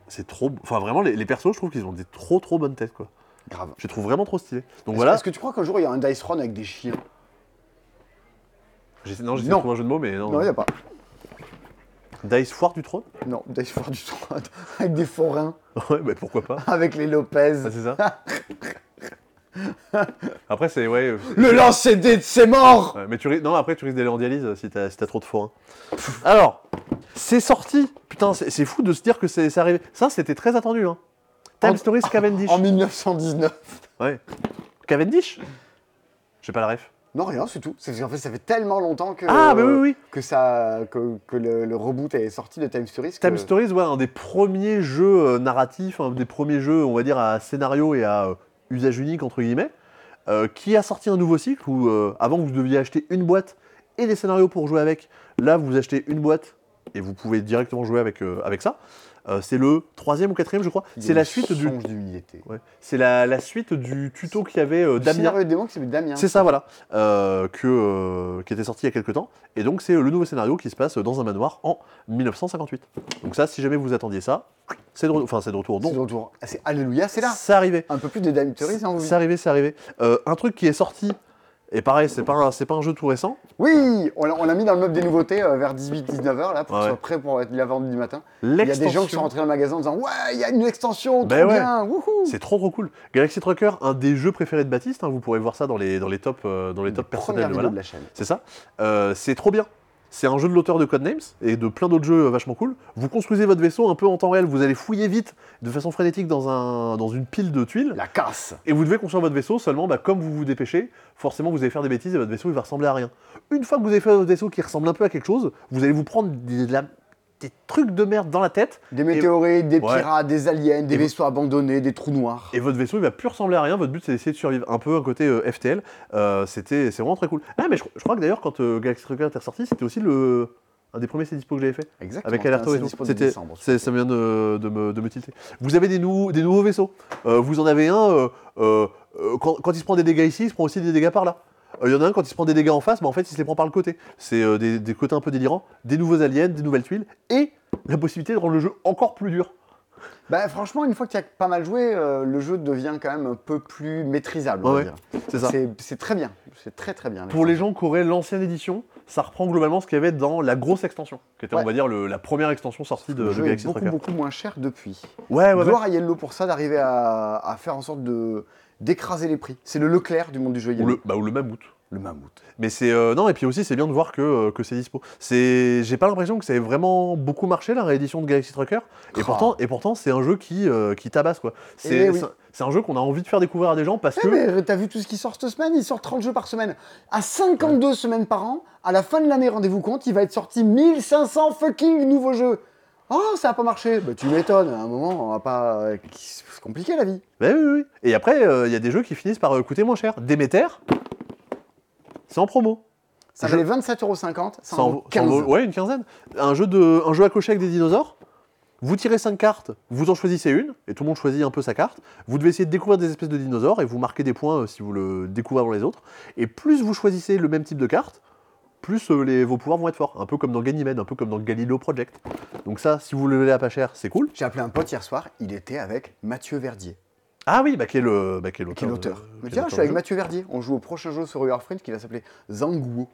Speaker 2: C'est trop. Enfin, vraiment, les, les persos, je trouve qu'ils ont des trop trop bonnes têtes, quoi.
Speaker 1: Grave.
Speaker 2: Je les trouve vraiment trop stylés. Donc
Speaker 1: Est-ce
Speaker 2: voilà.
Speaker 1: est-ce que tu crois qu'un jour il y a un dice run avec des chiens
Speaker 2: J'essaie- Non, j'essaie de
Speaker 1: Non.
Speaker 2: trouver un jeu de mots, mais non.
Speaker 1: Non, il n'y a pas.
Speaker 2: Dice Foire du Trône <laughs>
Speaker 1: Non, dice foire du toit avec des forains,
Speaker 2: Ouais, bah pourquoi pas.
Speaker 1: avec les Lopez.
Speaker 2: Ah, c'est ça.
Speaker 1: <laughs>
Speaker 2: Après, c'est. Ouais. euh,
Speaker 1: Le lancer des de ses morts
Speaker 2: Ouais, mais tu ris- non, après tu risques d'aller en dialyse euh, si t'as si t'as trop de forains. Alors, c'est sorti. Putain, c'est c'est fou de se dire que c'est c'est arrivé. Ça, c'était très attendu. Hein. Time
Speaker 1: En-
Speaker 2: Stories Cavendish.
Speaker 1: En 1919.
Speaker 2: Ouais. Cavendish J'ai pas la ref.
Speaker 1: Non, rien, c'est tout. C'est parce qu'en fait, ça fait tellement longtemps que,
Speaker 2: ah, mais oui, oui, oui.
Speaker 1: que, ça, que, que le, le reboot est sorti de Time Stories. que-
Speaker 2: Time Stories, ouais, un des premiers jeux euh, narratifs, un des premiers jeux, on va dire, à scénario et à euh, usage unique, entre guillemets, euh, qui a sorti un nouveau cycle où, euh, avant, vous deviez acheter une boîte et des scénarios pour jouer avec. Là, vous achetez une boîte et vous pouvez directement jouer avec, euh, avec ça. Euh, c'est le troisième ou quatrième, je crois.
Speaker 1: Il y a
Speaker 2: C'est
Speaker 1: le
Speaker 2: la suite du,
Speaker 1: songe d'humilité.
Speaker 2: ouais, c'est la, la suite du tuto qu'il y avait euh,
Speaker 1: Le
Speaker 2: Damien.
Speaker 1: scénario de démon, c'est Damien.
Speaker 2: C'est ça, voilà, euh, que, euh, qui était sorti il y a quelques temps. Et donc, c'est euh, le nouveau scénario qui se passe dans un manoir en 1958. Donc ça, si jamais vous attendiez ça, c'est de, re- enfin, c'est de retour.
Speaker 1: C'est de
Speaker 2: Non,
Speaker 1: retour. Ah, C'est Alléluia, c'est là.
Speaker 2: c'est arrivé.
Speaker 1: Un peu plus de Time Stories, hein, oui.
Speaker 2: C'est arrivé, c'est arrivé. Euh, un truc qui est sorti, et pareil, c'est pas, un- c'est pas un jeu tout récent,
Speaker 1: Oui, on l'a on l'a mis dans le meuble des nouveautés euh, vers 18-19 h là, pour
Speaker 2: Ouais.
Speaker 1: qu'ils soient prêts pour être la vente du matin. Il y a
Speaker 2: l'extension.
Speaker 1: des gens qui sont rentrés dans le magasin en disant Ouais, il y a une extension,
Speaker 2: Ben
Speaker 1: trop
Speaker 2: ouais.
Speaker 1: bien, wouhou
Speaker 2: C'est trop trop cool. Galaxy Trucker, un des jeux préférés de Baptiste, hein, vous pourrez voir ça dans les, dans les tops, euh, dans les tops personnels.
Speaker 1: Première vidéo
Speaker 2: voilà.
Speaker 1: de la chaîne.
Speaker 2: C'est ça. Euh, c'est trop bien. C'est un jeu de l'auteur de Codenames et de plein d'autres jeux euh, vachement cool. Vous construisez votre vaisseau un peu en temps réel, vous allez fouiller vite de façon frénétique dans, un, dans une pile de tuiles.
Speaker 1: La casse
Speaker 2: Et vous devez construire votre vaisseau seulement, bah, comme vous vous dépêchez, forcément vous allez faire des bêtises et votre vaisseau il va ressembler à rien. Une fois que vous avez fait votre vaisseau qui ressemble un peu à quelque chose, vous allez vous prendre des, de la- des trucs de merde dans la tête
Speaker 1: Des météorites, des
Speaker 2: Ouais.
Speaker 1: pirates, des aliens, des
Speaker 2: Et vous-
Speaker 1: vaisseaux abandonnés, des trous noirs.
Speaker 2: et votre vaisseau il va plus ressembler à rien. Votre but c'est d'essayer de survivre. Un peu un côté euh, FTL. Euh, c'était c'est vraiment très cool. Ah mais je, je crois que d'ailleurs quand euh, Galaxy Trucker était ressorti, c'était aussi le un des premiers c'est dispo que j'avais fait.
Speaker 1: Exactement.
Speaker 2: Avec
Speaker 1: c'est un-
Speaker 2: Alerto
Speaker 1: c'est
Speaker 2: et tout.
Speaker 1: dispo de
Speaker 2: C'était-
Speaker 1: décembre.
Speaker 2: c'est- Ça me vient de, de me, de me tilter. Vous avez des, nou- des nouveaux vaisseaux. Euh, vous en avez un, euh, euh, euh, quand, quand il se prend des dégâts ici, il se prend aussi des dégâts par là. Euh, Il y en a un, quand il se prend des dégâts en face, mais en fait, il se les prend par le côté. C'est euh, des, des côtés un peu délirants, des nouveaux aliens, des nouvelles tuiles, et la possibilité de rendre le jeu encore plus dur.
Speaker 1: Bah, franchement, une fois que tu as pas mal joué, euh, le jeu devient quand même un peu plus maîtrisable. on
Speaker 2: Ouais,
Speaker 1: va
Speaker 2: ouais,
Speaker 1: dire.
Speaker 2: C'est ça.
Speaker 1: C'est- C'est très bien. C'est très très bien.
Speaker 2: Pour les gens qui auraient l'ancienne édition, ça reprend globalement ce qu'il y avait dans la grosse extension, qui était,
Speaker 1: Ouais.
Speaker 2: on va dire, le- la première extension sortie de,
Speaker 1: le
Speaker 2: de
Speaker 1: jeu est
Speaker 2: Galaxy
Speaker 1: beaucoup
Speaker 2: Tracker.
Speaker 1: beaucoup moins cher depuis.
Speaker 2: Ouais, ouais, ouais.
Speaker 1: Gloire à Yellow pour ça d'arriver à, à faire en sorte de d'écraser les prix. C'est le Leclerc du monde du jeu
Speaker 2: Ou
Speaker 1: Yellow.
Speaker 2: le, bah, ou le mammouth.
Speaker 1: Le mammouth.
Speaker 2: Mais c'est euh, non et puis aussi c'est bien de voir que, euh, que c'est dispo. C'est j'ai pas l'impression que ça ait vraiment beaucoup marché la réédition de Galaxy Trucker et
Speaker 1: Ah.
Speaker 2: pourtant et pourtant c'est un jeu qui euh, qui tabasse quoi.
Speaker 1: Eh
Speaker 2: C'est
Speaker 1: oui.
Speaker 2: c'est un- c'est un jeu qu'on a envie de faire découvrir à des gens parce
Speaker 1: Eh,
Speaker 2: que
Speaker 1: mais t'as vu tout ce qui sort cette semaine Il sort 30 jeux par semaine. À 52 semaines par an, à la fin de l'année, rendez-vous compte, il va être sorti 1500 fucking nouveaux jeux. Oh, ça a pas marché. Bah, tu m'étonnes. À un moment, on va pas. euh, C'est compliqué la vie.
Speaker 2: Bah oui, oui, oui. Et après il y a des jeux qui finissent par euh, coûter moins cher. Déméter c'est en promo.
Speaker 1: Ça
Speaker 2: Je-
Speaker 1: valait 27,50€, ça
Speaker 2: Ça en
Speaker 1: en
Speaker 2: vaut-
Speaker 1: vaut
Speaker 2: ça en
Speaker 1: 15.
Speaker 2: vaut- ouais, une quinzaine. Un jeu de un jeu à cocher avec des dinosaures Vous tirez 5 cartes, vous en choisissez une, et tout le monde choisit un peu sa carte. Vous devez essayer de découvrir des espèces de dinosaures, et vous marquez des points euh, si vous le découvrez avant les autres. Et plus vous choisissez le même type de carte, plus euh, les, vos pouvoirs vont être forts. Un peu comme dans Ganymede, un peu comme dans Galileo Project. Donc ça, si vous le levez à pas cher, c'est cool.
Speaker 1: J'ai appelé un pote hier soir, il était avec Mathieu Verdier,
Speaker 2: Ah oui, bah qui est le- bah, qui est l'auteur.
Speaker 1: qui est
Speaker 2: de-
Speaker 1: l'auteur.
Speaker 2: qui est
Speaker 1: Mais tiens, Ah,
Speaker 2: l'auteur
Speaker 1: je
Speaker 2: du
Speaker 1: suis avec
Speaker 2: jeu.
Speaker 1: Mathieu Verdier. On joue au prochain jeu sur River Fringe qui va s'appeler Zanguo,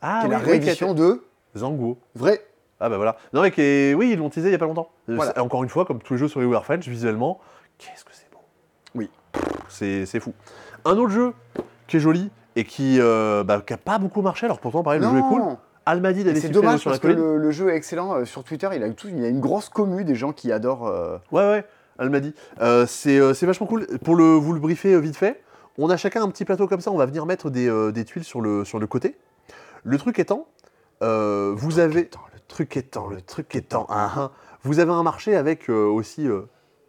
Speaker 2: Ah
Speaker 1: qui est
Speaker 2: oui,
Speaker 1: la
Speaker 2: oui, qui a été-
Speaker 1: réédition de
Speaker 2: Zanguo.
Speaker 1: vrai.
Speaker 2: Ah bah voilà. Non mais qui est- oui, ils l'ont teasé il y a pas longtemps. Euh,
Speaker 1: Voilà.
Speaker 2: c'est- Encore une fois, comme tous les jeux sur les Warfrench, visuellement, qu'est-ce que c'est beau.
Speaker 1: Oui.
Speaker 2: C'est c'est fou. Un autre jeu qui est joli et qui euh, bah, qui a pas beaucoup marché, alors pourtant pareil, Ah, le jeu est cool. Almadid
Speaker 1: Ah
Speaker 2: a
Speaker 1: Et
Speaker 2: des
Speaker 1: C'est
Speaker 2: succès
Speaker 1: dommage
Speaker 2: sur la
Speaker 1: parce que le,
Speaker 2: colline.
Speaker 1: le jeu est excellent. euh, sur Twitter, il a, eu tout- il y a une grosse commu des gens qui adorent. euh,
Speaker 2: Ouais ouais, Almadi. Euh, c'est euh, c'est vachement cool. Pour le vous le briefer euh, vite fait, on a chacun un petit plateau comme ça, on va venir mettre des, euh, des tuiles sur le sur le côté. Le truc étant, euh, vous avez
Speaker 1: Attends, le-
Speaker 2: truc étant, le truc étant, hein, hein. vous avez un marché avec euh, aussi euh,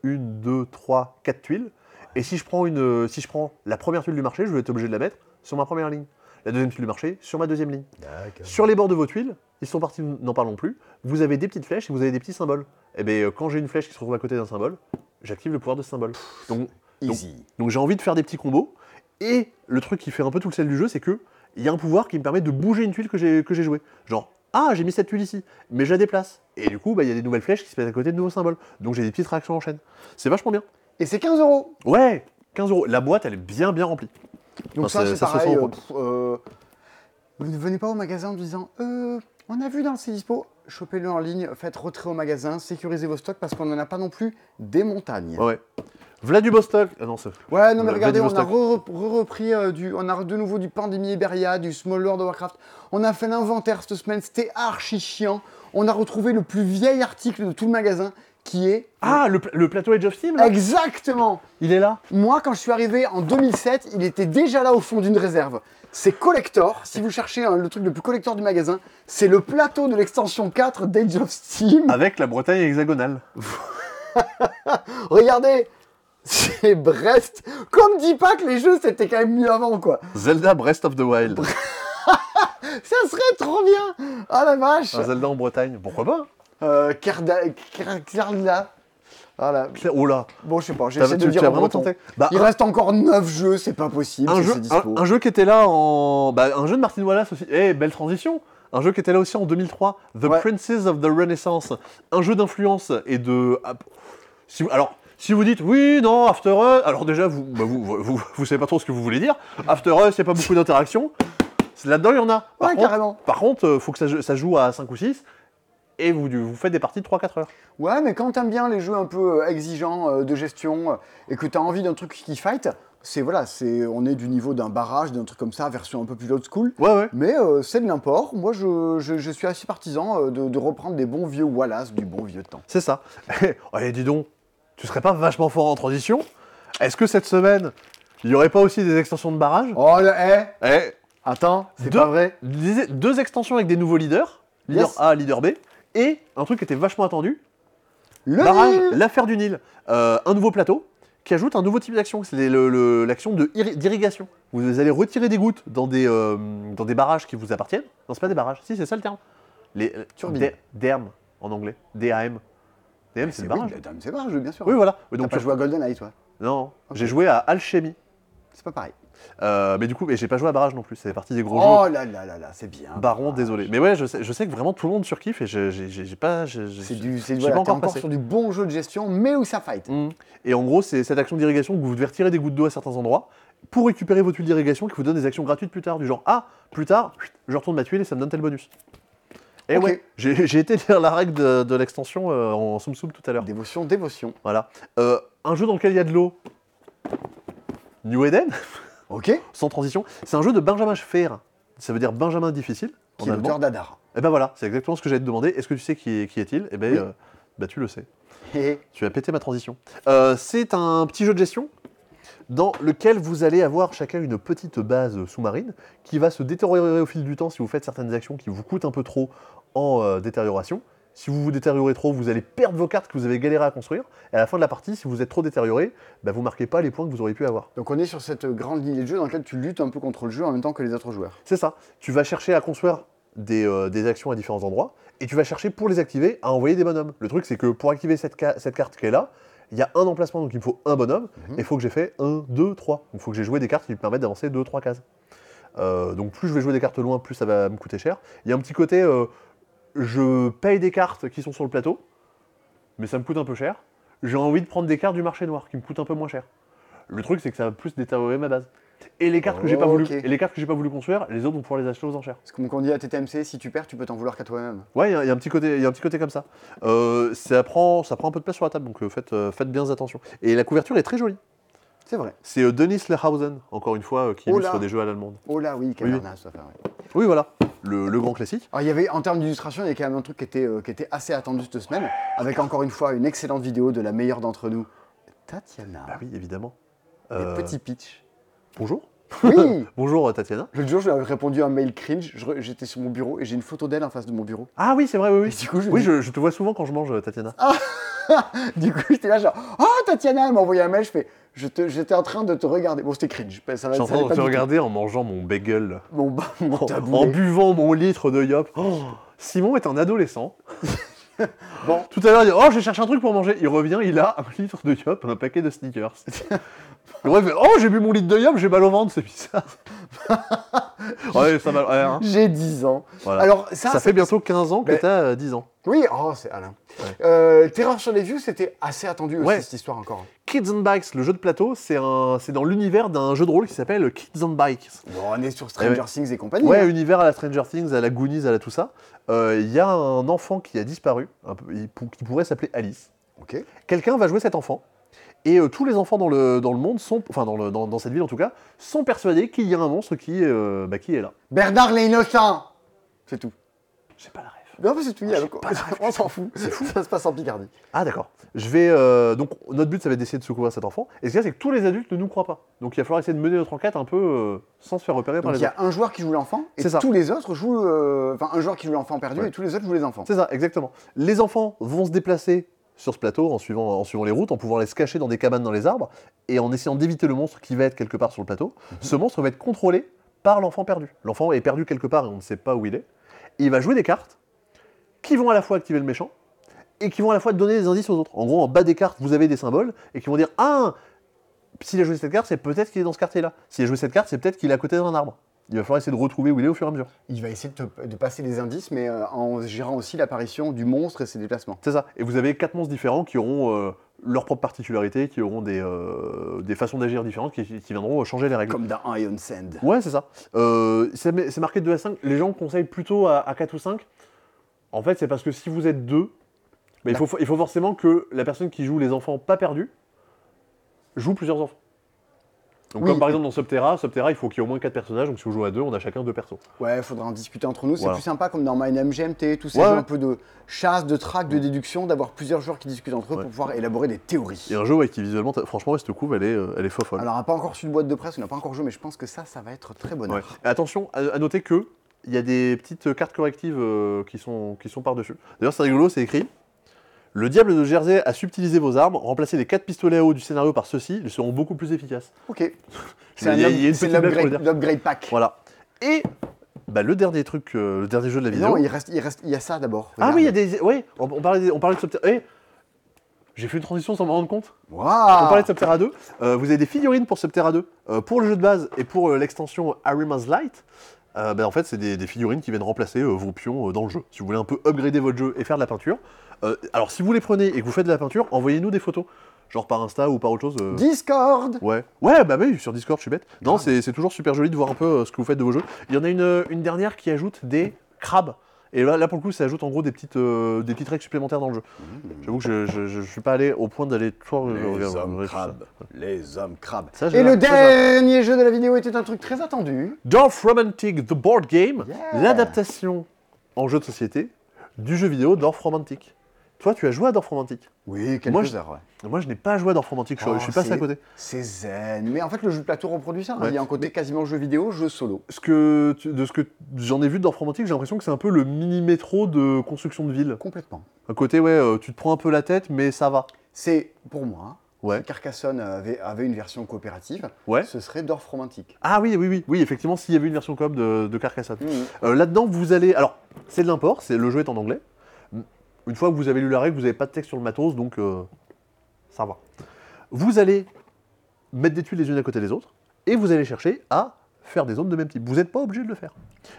Speaker 2: une, deux, trois, quatre tuiles. Et si je prends une, euh, si je prends la première tuile du marché, je vais être obligé de la mettre sur ma première ligne. La deuxième tuile du marché sur ma deuxième ligne. Sur les bords de vos tuiles, ils sont partis, nous n'en parlons plus. Vous avez des petites flèches et vous avez des petits symboles. Et bien, quand j'ai une flèche qui se trouve à côté d'un symbole, j'active le pouvoir de ce symbole. Donc, Donc-
Speaker 1: Easy.
Speaker 2: donc j'ai envie de faire des petits combos. Et le truc qui fait un peu tout le sel du jeu, c'est que il y a un pouvoir qui me permet de bouger une tuile que j'ai que j'ai jouée. Genre, ah, j'ai mis cette tuile ici, mais je la déplace. Et du coup, bah, il y a des nouvelles flèches qui se mettent à côté de nouveaux symboles. Donc j'ai des petites réactions en chaîne. C'est vachement bien.
Speaker 1: Et c'est 15 euros.
Speaker 2: Ouais, 15 euros. La boîte, elle est bien bien remplie.
Speaker 1: Donc
Speaker 2: Enfin,
Speaker 1: ça,
Speaker 2: c'est-
Speaker 1: c'est
Speaker 2: ça se
Speaker 1: pareil.
Speaker 2: sent,
Speaker 1: euh, pff, euh, vous ne venez pas au magasin en disant euh, On a vu dans ces dispo, chopez-le en ligne, faites retrait au magasin, sécurisez vos stocks parce qu'on n'en a pas non plus des montagnes.
Speaker 2: Ouais. Vladivostok. Ah non, c'est-
Speaker 1: Ouais, non, mais
Speaker 2: Euh,
Speaker 1: regardez, on a
Speaker 2: Vladivostok.
Speaker 1: re- re- repris euh, du. On a de nouveau du Pandémie Iberia, du Small World of Warcraft. On a fait l'inventaire cette semaine, c'était archi chiant. On a retrouvé le plus vieil article de tout le magasin qui est.
Speaker 2: Ah, le, pla- le plateau Edge of Steam, là
Speaker 1: Exactement
Speaker 2: Il est là
Speaker 1: Moi, quand je suis arrivé en 2007, il était déjà là au fond d'une réserve. C'est collector. Si vous cherchez hein, le truc le plus collector du magasin, c'est le plateau de l'extension 4 d'Age of Steam.
Speaker 2: Avec la Bretagne hexagonale.
Speaker 1: Regardez <laughs> C'est Brest Qu'on me dit pas que les jeux, c'était quand même mieux avant, quoi
Speaker 2: Zelda Breath of the Wild.
Speaker 1: Ça serait trop bien Ah la vache
Speaker 2: Un Zelda en Bretagne. Pourquoi pas hein.
Speaker 1: Euh, Carda... Car- Carla... Voilà.
Speaker 2: Cla- Oh là,
Speaker 1: Bon, je sais pas,
Speaker 2: t'as
Speaker 1: j'essaie de
Speaker 2: tu-
Speaker 1: le dire
Speaker 2: tu as
Speaker 1: en
Speaker 2: vraiment
Speaker 1: breton.
Speaker 2: tenté. Bah,
Speaker 1: Il reste encore 9 jeux, c'est pas possible,
Speaker 2: un
Speaker 1: c'est-
Speaker 2: jeu,
Speaker 1: c'est dispo.
Speaker 2: un, un jeu qui était là en. bah, un jeu de Martin Wallace aussi. Eh, belle transition Un jeu qui était là aussi en 2003, The
Speaker 1: Ouais.
Speaker 2: Princes of the Renaissance. Un jeu d'influence et de. ah, si vous- alors, si vous dites oui, non, After Us, alors déjà, vous, bah, vous, vous, vous- vous savez pas trop ce que vous voulez dire. After Us, il a pas beaucoup d'interactions. C'est- Là-dedans, il y en a. Par
Speaker 1: Ouais,
Speaker 2: contre,
Speaker 1: carrément.
Speaker 2: par contre, euh, faut que ça, jou- ça joue à 5 ou 6. Et vous, vous faites des parties de 3-4 heures.
Speaker 1: Ouais, mais quand t'aimes bien les jeux un peu euh, exigeants euh, de gestion euh, et que t'as envie d'un truc qui fight, c'est voilà, c'est on est du niveau d'un barrage, d'un truc comme ça, version un peu plus old school.
Speaker 2: Ouais, ouais.
Speaker 1: Mais euh, c'est de l'import. Moi, je, je- je suis assez partisan euh, de, de reprendre des bons vieux Wallace du bon vieux temps.
Speaker 2: C'est ça. <laughs> Allez, dis donc, tu serais pas vachement fort en transition Est-ce que cette semaine, il y aurait pas aussi des extensions de barrage
Speaker 1: Oh, le hé
Speaker 2: Eh,
Speaker 1: Attends, c'est
Speaker 2: Deux-
Speaker 1: pas vrai
Speaker 2: des- Deux extensions avec des nouveaux leaders, leader
Speaker 1: Yes.
Speaker 2: A, leader B, et un truc qui était vachement attendu,
Speaker 1: Le
Speaker 2: barrage,
Speaker 1: Nil
Speaker 2: l'affaire du Nil, Euh, un nouveau plateau qui ajoute un nouveau type d'action, c'est le- le- l'action de irri- d'irrigation. Vous allez retirer des gouttes dans des, euh, dans des barrages qui vous appartiennent. Non, c'est pas des barrages, si, c'est ça le terme. Les euh,
Speaker 1: Turbines.
Speaker 2: des- DERM en anglais, DAM. DAM,
Speaker 1: C'est
Speaker 2: c'est le
Speaker 1: oui,
Speaker 2: barrage.
Speaker 1: bah, c'est le barrage, bien sûr.
Speaker 2: Oui, voilà.
Speaker 1: donc
Speaker 2: Donc,
Speaker 1: pas
Speaker 2: tu-
Speaker 1: joué à GoldenEye, toi
Speaker 2: Non,
Speaker 1: Ok.
Speaker 2: j'ai joué à Alchemy.
Speaker 1: C'est pas pareil.
Speaker 2: Euh, mais du coup, mais j'ai pas joué à Barrage non plus. C'est partie des gros
Speaker 1: Oh là là là là, c'est bien. Ah,
Speaker 2: jeux. Baron, désolé. Mais ouais, je sais, je sais que vraiment tout le monde surkiffe et je- j'ai j'ai- j'ai pas. j'ai- j'ai-
Speaker 1: C'est du, c'est
Speaker 2: j'ai
Speaker 1: voilà,
Speaker 2: pas
Speaker 1: t'es
Speaker 2: encore
Speaker 1: encore
Speaker 2: passé.
Speaker 1: sur du bon jeu de gestion, mais où ça fight.
Speaker 2: Mm. Et en gros, c'est cette action d'irrigation que vous devez retirer des gouttes d'eau à certains endroits pour récupérer vos tuiles d'irrigation qui vous donnent des actions gratuites plus tard. Du genre, ah, plus tard, je retourne ma tuile et ça me donne tel bonus. Et
Speaker 1: Ok.
Speaker 2: ouais, j'ai j'ai été lire la règle de, de l'extension euh, en soum soum tout à l'heure.
Speaker 1: Dévotion, dévotion.
Speaker 2: Voilà. Euh, un jeu dans lequel il y a de l'eau. New Eden
Speaker 1: Ok
Speaker 2: sans transition. C'est un jeu de Benjamin Schfer. Ça veut dire Benjamin difficile en
Speaker 1: Qui est l'auteur
Speaker 2: allemand.
Speaker 1: d'Adar.
Speaker 2: Et ben voilà, c'est exactement ce que j'allais te demander. Est-ce que tu sais qui, qui est-il Et ben,
Speaker 1: Oui.
Speaker 2: euh, bah, tu le sais.
Speaker 1: Hé,
Speaker 2: Tu as pété ma transition. Euh, c'est un petit jeu de gestion dans lequel vous allez avoir chacun une petite base sous-marine qui va se détériorer au fil du temps si vous faites certaines actions qui vous coûtent un peu trop en euh, détérioration. Si vous vous détériorez trop, vous allez perdre vos cartes que vous avez galéré à construire. Et à la fin de la partie, si vous êtes trop détérioré, bah, vous marquez pas les points que vous auriez pu avoir.
Speaker 1: Donc on est sur cette grande lignée de jeu dans laquelle tu luttes un peu contre le jeu en même temps que les autres joueurs.
Speaker 2: C'est ça. Tu vas chercher à construire des, euh, des actions à différents endroits, et tu vas chercher pour les activer à envoyer des bonhommes. Le truc, c'est que pour activer cette, ca- cette carte qui est là, il y a un emplacement, donc il me faut un bonhomme,
Speaker 1: Mhm.
Speaker 2: et il faut que j'ai fait 1, 2, 3. Donc il faut que j'ai joué des cartes qui me permettent d'avancer 2, 3 cases. Euh, donc plus je vais jouer des cartes loin, plus ça va me coûter cher. Il y a un petit côté, euh, je paye des cartes qui sont sur le plateau, mais ça me coûte un peu cher. J'ai envie de prendre des cartes du marché noir qui me coûtent un peu moins cher. Le truc, c'est que ça va plus détériorer ma base. Et les cartes que j'ai pas voulu,
Speaker 1: Oh, Ok.
Speaker 2: et les cartes que j'ai pas voulu construire, les autres vont pouvoir les acheter aux enchères.
Speaker 1: Parce que quand on dit à TTMC, si tu perds, tu peux t'en vouloir qu'à toi-même.
Speaker 2: Ouais, il y, a- il y a un petit côté, il y a un petit côté comme ça. Euh, ça prend, ça prend un peu de place sur la table, donc euh, faites, euh, faites bien attention. Et la couverture est très jolie.
Speaker 1: C'est vrai.
Speaker 2: C'est euh, Denis Lehausen, encore une fois, euh, qui
Speaker 1: Oh
Speaker 2: illustre
Speaker 1: là.
Speaker 2: des jeux à l'allemande.
Speaker 1: Oh là, oui, quelle
Speaker 2: Oui.
Speaker 1: arnaque, ça, enfin, ouais.
Speaker 2: Oui, voilà, le, le grand classique.
Speaker 1: Alors, il y avait, en termes d'illustration, il y avait quand même un truc qui était, euh, qui était assez attendu cette semaine, avec encore une fois une excellente vidéo de la meilleure d'entre nous, Tatiana.
Speaker 2: Bah oui, évidemment.
Speaker 1: Des
Speaker 2: Euh,
Speaker 1: petits pitchs.
Speaker 2: Bonjour.
Speaker 1: Oui
Speaker 2: Bonjour, euh, Tatiana.
Speaker 1: <laughs> L'autre jour, je lui avais répondu à un mail cringe, je re- j'étais sur mon bureau et j'ai une photo d'elle en face de mon bureau. <laughs>
Speaker 2: Ah oui, c'est vrai, oui,
Speaker 1: Et
Speaker 2: oui.
Speaker 1: du coup, je, Ah
Speaker 2: Oui, je, je te vois souvent quand je mange, euh, Tatiana.
Speaker 1: du coup, j'étais là genre, oh Tatiana, elle m'a envoyé un mail, je fais, je te- j'étais en train de te regarder. Bon, c'était cringe, ça va, ça
Speaker 2: Je suis en
Speaker 1: allait
Speaker 2: train de
Speaker 1: pas du
Speaker 2: te
Speaker 1: tout.
Speaker 2: regarder en mangeant mon bagel.
Speaker 1: Mon, ba- mon
Speaker 2: En, Oh, en
Speaker 1: taboulet.
Speaker 2: buvant mon litre de yop. Oh, Simon est un adolescent.
Speaker 1: <laughs> Bon.
Speaker 2: Tout à l'heure, il dit Oh, je cherche un truc pour manger. Il revient, il a un litre de yop, un paquet de sneakers.
Speaker 1: <laughs>
Speaker 2: Le bref, il fait, Oh, j'ai bu mon litre de yop, j'ai mal au ventre,
Speaker 1: <laughs>
Speaker 2: c'est bizarre. ouais, ça va. ouais, hein.
Speaker 1: J'ai 10 ans.
Speaker 2: Voilà.
Speaker 1: Alors, ça,
Speaker 2: ça fait bientôt 15 ans que
Speaker 1: Mais-
Speaker 2: t'as euh, 10 ans.
Speaker 1: Oui, oh, c'est Alain.
Speaker 2: Ouais.
Speaker 1: Euh, Terreur sur les vieux, c'était assez attendu aussi,
Speaker 2: Ouais.
Speaker 1: cette histoire encore.
Speaker 2: Kids and Bikes, le jeu de plateau, c'est un- c'est dans l'univers d'un jeu de rôle qui s'appelle Kids and Bikes.
Speaker 1: Bon, on est sur Stranger
Speaker 2: Eh ouais.
Speaker 1: Things et compagnie.
Speaker 2: Ouais,
Speaker 1: hein.
Speaker 2: univers à la Stranger Things, à la Goonies, à la tout ça. Euh, Il y a un enfant qui a disparu, un peu- il pou- qui pourrait s'appeler Alice.
Speaker 1: Ok.
Speaker 2: Quelqu'un va jouer cet enfant. Et euh, tous les enfants dans le, dans le monde, sont, enfin dans, le- dans- dans cette ville en tout cas, sont persuadés qu'il y a un monstre qui, euh, bah, qui est là.
Speaker 1: Bernard l'innocent C'est tout.
Speaker 2: J'ai pas la rêve.
Speaker 1: Non, mais c'est tout.
Speaker 2: Ah,
Speaker 1: il y a-
Speaker 2: j'ai pas la
Speaker 1: <laughs> on s'en fout. Ça se passe en Picardie.
Speaker 2: Ah d'accord. Je vais euh, donc notre but ça va être d'essayer de secourir cet enfant. Et ce qu'il y a c'est que tous les adultes ne nous croient pas. Donc il va falloir essayer de mener notre enquête un peu euh, sans se faire repérer par
Speaker 1: Donc
Speaker 2: les
Speaker 1: il y a un joueur qui joue l'enfant et
Speaker 2: C'est ça.
Speaker 1: tous les autres jouent. euh, Enfin, un joueur qui joue l'enfant perdu
Speaker 2: Ouais.
Speaker 1: et tous les autres jouent les enfants.
Speaker 2: C'est ça, exactement. Les enfants vont se déplacer sur ce plateau en suivant, en suivant les routes, en pouvant aller se cacher dans des cabanes dans les arbres et en essayant d'éviter le monstre qui va être quelque part sur le plateau. Ce monstre va être contrôlé par l'enfant perdu. L'enfant est perdu quelque part et on ne sait pas où il est. Et il va jouer des cartes qui vont à la fois activer le méchant et qui vont à la fois donner des indices aux autres. En gros, en bas des cartes, vous avez des symboles et qui vont dire Ah S'il a joué cette carte, c'est peut-être qu'il est dans ce quartier-là. S'il a joué cette carte, c'est peut-être qu'il est à côté d'un arbre. Il va falloir essayer de retrouver où il est au fur et à mesure.
Speaker 1: Il va essayer de, te- de passer des indices, mais euh, en gérant aussi l'apparition du monstre et ses déplacements.
Speaker 2: C'est ça. Et vous avez quatre monstres différents qui auront euh, leurs propres particularités, qui auront des, euh, des façons d'agir différentes, qui, qui viendront changer les règles.
Speaker 1: Comme dans Iron Sand.
Speaker 2: Ouais, c'est ça. Euh, c'est c'est marqué de 2 à 5. Les gens conseillent plutôt à, 4 ou 5. En fait, c'est parce que si vous êtes deux, mais il,
Speaker 1: Bah.
Speaker 2: faut, il faut forcément que la personne qui joue les enfants pas perdus joue plusieurs enfants. Donc,
Speaker 1: Oui.
Speaker 2: comme par exemple dans Subterra, Subterra, il faut qu'il y ait au moins 4 personnages. Donc, si on joue à deux, on a chacun deux persos.
Speaker 1: Ouais, faudra en discuter entre nous. C'est
Speaker 2: Voilà.
Speaker 1: plus sympa comme dans Mine MGMT, tous ces
Speaker 2: Ouais,
Speaker 1: jeux
Speaker 2: ouais.
Speaker 1: un peu de chasse, de traque, de déduction, d'avoir plusieurs joueurs qui discutent entre eux
Speaker 2: Ouais.
Speaker 1: pour pouvoir élaborer des théories.
Speaker 2: Et un jeu ouais, qui visuellement, t'as- franchement, ouais, cette couve, elle est, euh, elle est fofolle.
Speaker 1: Alors, on n'a pas encore su de boîte de presse, on n'a pas encore joué, mais je pense que ça, ça va être très bon.
Speaker 2: Ouais. Et attention, à, à noter que il y a des petites euh, cartes correctives euh, qui sont, qui sont par-dessus. D'ailleurs, c'est rigolo, c'est écrit. Le diable de Jersey a subtilisé vos armes, remplacez les 4 pistolets à eau du scénario par ceux-ci, ils seront beaucoup plus efficaces.
Speaker 1: Ok.
Speaker 2: Il
Speaker 1: C'est un
Speaker 2: y a- il y a une
Speaker 1: up- c'est
Speaker 2: petite blague pour le
Speaker 1: l'upgrade
Speaker 2: dire.
Speaker 1: l'upgrade pack.
Speaker 2: Voilà. Et bah, le dernier truc, euh, le dernier jeu de la
Speaker 1: Mais
Speaker 2: vidéo.
Speaker 1: Non, il reste, il reste, il y a ça d'abord.
Speaker 2: ah
Speaker 1: regarde.
Speaker 2: oui, il y a des. Oui, on, on parlait, des- on parlait de Subterra. eh, j'ai fait une transition sans m'en rendre compte.
Speaker 1: Waouh
Speaker 2: On parlait de Subterra 2. euh, vous avez des figurines pour Subterra 2. euh, pour le jeu de base et pour euh, l'extension Arima's Light, euh, ben, en fait, c'est des, des figurines qui viennent remplacer euh, vos pions euh, dans le jeu. Si vous voulez un peu upgrader votre jeu et faire de la peinture. euh, alors, si vous les prenez et que vous faites de la peinture, envoyez-nous des photos. Genre par Insta ou par autre chose. euh,
Speaker 1: Discord
Speaker 2: Ouais, ouais, bah oui, sur Discord, je suis bête. Non,
Speaker 1: Grave.
Speaker 2: c'est c'est toujours super joli de voir un peu euh, ce que vous faites de vos jeux. Il y en a une, une dernière qui ajoute des crabes. Et là, là, pour le coup, ça ajoute en gros des petites, euh, des petites règles supplémentaires dans le jeu.
Speaker 1: Mmh.
Speaker 2: J'avoue que je, je, je- je suis pas allé au point d'aller toi euh, regarder- regarder tout ça.
Speaker 1: Les hommes crabes.
Speaker 2: Ça, j'ai
Speaker 1: Et
Speaker 2: l'air-
Speaker 1: le
Speaker 2: ça, j'ai l'air.
Speaker 1: dernier jeu de la vidéo était un truc très attendu.
Speaker 2: Dorf Romantic, The Board Game,
Speaker 1: Yeah.
Speaker 2: l'adaptation en jeu de société du jeu vidéo Dorf Romantic. Toi, tu as joué à Dorf Romantic.
Speaker 1: Oui, quelques
Speaker 2: Moi, je-
Speaker 1: heures, ouais.
Speaker 2: Moi, je n'ai pas joué à Dorf Romantic, je,
Speaker 1: Oh,
Speaker 2: je suis passé
Speaker 1: c'est-
Speaker 2: à côté.
Speaker 1: C'est zen. Mais en fait, le jeu de plateau reproduit ça. hein.
Speaker 2: Ouais.
Speaker 1: Il y a un côté quasiment jeu vidéo, jeu solo.
Speaker 2: Ce que tu- de ce que j'en ai vu de Dorf Romantic, j'ai l'impression que c'est un peu le mini-métro de construction de ville.
Speaker 1: Complètement.
Speaker 2: Un côté, ouais, euh, tu te prends un peu la tête, mais ça va.
Speaker 1: C'est, pour moi,
Speaker 2: Ouais.
Speaker 1: Carcassonne avait, avait une version coopérative,
Speaker 2: Ouais.
Speaker 1: ce serait Dorf Romantique.
Speaker 2: Ah oui, oui, oui, oui, effectivement, s'il y avait une version coop de, de Carcassonne.
Speaker 1: Mhm.
Speaker 2: Euh, Là-dedans, vous allez. Alors, c'est de l'import, c'est le jeu est en anglais. Une fois que vous avez lu la règle, vous n'avez pas de texte sur le matos, donc euh, ça va. Vous allez mettre des tuiles les unes à côté des autres, et vous allez chercher à faire des zones de même type. Vous n'êtes pas obligé de le faire.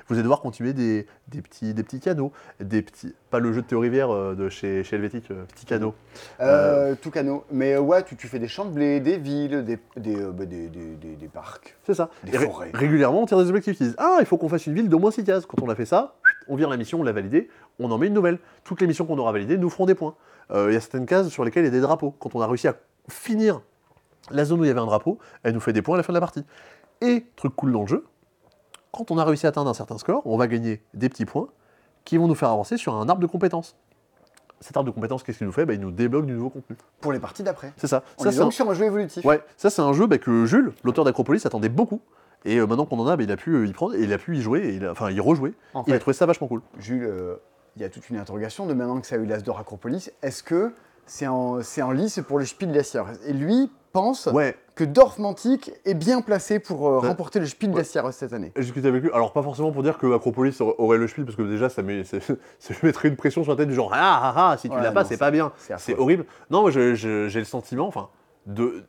Speaker 2: Vous allez devoir continuer des, des petits, des petits canaux, des petits. Pas le jeu de Théo Rivière euh, de chez, chez Helvétique, euh, petits canaux.
Speaker 1: Euh, Toucano. Mais euh, ouais, tu, tu fais des champs de blé, des villes, des, des, euh, bah, des, des- des- des parcs.
Speaker 2: C'est ça.
Speaker 1: Des
Speaker 2: Et ré-
Speaker 1: forêts.
Speaker 2: régulièrement, on tire des objectifs qui disent Ah, il faut qu'on fasse une ville d'au moins 6 cases. Quand on a fait ça, on vire la mission, on l'a validée, on en met une nouvelle. Toutes les missions qu'on aura validées nous feront des points. Euh, Il y a certaines cases sur lesquelles il y a des drapeaux. Quand on a réussi à finir la zone où il y avait un drapeau, elle nous fait des points à la fin de la partie. Et, truc cool dans le jeu, quand on a réussi à atteindre un certain score, on va gagner des petits points qui vont nous faire avancer sur un arbre de compétences. Cet arbre de compétences, qu'est-ce qu'il nous fait Bah, Il nous débloque du nouveau contenu.
Speaker 1: Pour les parties d'après.
Speaker 2: C'est ça.
Speaker 1: On
Speaker 2: Ça,
Speaker 1: est
Speaker 2: c'est un-
Speaker 1: donc sur un jeu évolutif.
Speaker 2: Ouais, ça c'est un jeu bah, que Jules, l'auteur d'Acropolis, attendait beaucoup. Et euh, maintenant qu'on en a, bah, il a pu euh, y prendre, et il a pu y jouer, et il a- enfin y rejouer.
Speaker 1: En
Speaker 2: il a
Speaker 1: fait,
Speaker 2: trouvé ça vachement cool.
Speaker 1: Jules, euh, il y a toute une interrogation de maintenant que ça a eu l'as d'or Acropolis. Est-ce que c'est en, c'est en lice pour le Spiel des Sierres Et lui pense
Speaker 2: Ouais,
Speaker 1: que Dorf Mantique est bien placé pour euh,
Speaker 2: Ouais.
Speaker 1: remporter le Spiel
Speaker 2: Ouais.
Speaker 1: des Sierres cette année.
Speaker 2: j'ai discuté avec lui. Alors pas forcément pour dire que Acropolis aur- aurait le spiel, parce que déjà ça, met, <laughs> ça- ça lui mettrait une pression sur la tête du genre ah ah ah, si tu
Speaker 1: Ouais,
Speaker 2: l'as pas,
Speaker 1: non,
Speaker 2: c'est pas bien. C'est
Speaker 1: affreux.
Speaker 2: horrible. Non, moi je- je- j'ai le sentiment, enfin, de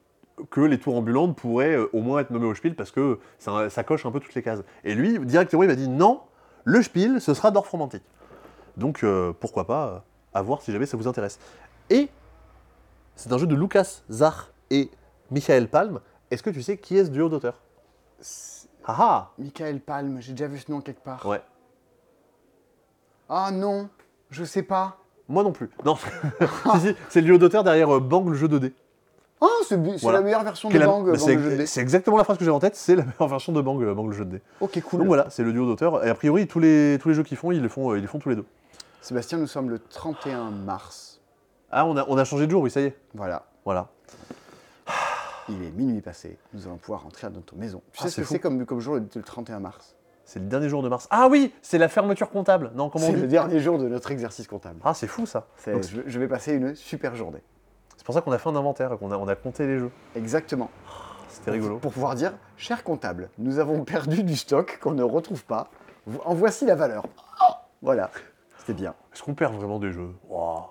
Speaker 2: que les tours ambulantes pourraient euh, au moins être nommées au spiel parce que ça, ça coche un peu toutes les cases. Et lui, directement, il m'a dit non, le spiel, ce sera Dorf romantique. Donc euh, pourquoi pas, euh, à voir si jamais ça vous intéresse. Et c'est un jeu de Lucas Zach et Michael Palm. Est-ce que tu sais qui est ce duo d'auteurs
Speaker 1: C'est-
Speaker 2: Ah
Speaker 1: Michael Palm, j'ai déjà vu ce nom quelque part.
Speaker 2: ah Ouais,
Speaker 1: Ah non, je sais pas.
Speaker 2: moi non plus. Non, <laughs> si, si, c'est le duo d'auteurs derrière euh, Bang le jeu 2D.
Speaker 1: Ah, c'est bu- c'est
Speaker 2: Voilà.
Speaker 1: la meilleure version
Speaker 2: Qui est
Speaker 1: de
Speaker 2: la-
Speaker 1: Bang, euh,
Speaker 2: bah,
Speaker 1: Bang
Speaker 2: c'est
Speaker 1: le jeu de dés.
Speaker 2: c'est exactement la phrase que j'avais en tête, c'est la meilleure version de Bang, euh, Bang le jeu de dés.
Speaker 1: Ok, cool.
Speaker 2: Donc voilà, c'est le duo d'auteurs. Et a priori, tous les, tous les jeux qu'ils font, ils les font, euh, ils les font tous les deux.
Speaker 1: Sébastien, nous sommes le 31 mars.
Speaker 2: Ah, on a, on a changé de jour, oui, ça y est.
Speaker 1: Voilà,
Speaker 2: Voilà.
Speaker 1: il est minuit passé. Nous allons pouvoir rentrer à notre maison. Tu
Speaker 2: Ah,
Speaker 1: sais ce
Speaker 2: c'est
Speaker 1: que
Speaker 2: fou.
Speaker 1: c'est comme, comme jour le, le 31 mars
Speaker 2: C'est le dernier jour de mars. Ah oui, c'est la fermeture comptable. Non, comment on
Speaker 1: C'est
Speaker 2: dit
Speaker 1: le dernier jour de notre exercice comptable.
Speaker 2: Ah, c'est fou ça.
Speaker 1: C'est-
Speaker 2: Donc,
Speaker 1: je, je vais passer une super journée.
Speaker 2: C'est pour ça qu'on a fait un inventaire, et qu'on a, on a compté les jeux.
Speaker 1: Exactement.
Speaker 2: C'était rigolo.
Speaker 1: Pour pouvoir dire, cher comptable, nous avons perdu du stock qu'on ne retrouve pas. Vo- En voici la valeur. Oh voilà, c'était bien.
Speaker 2: Est-ce qu'on perd vraiment des jeux Waouh.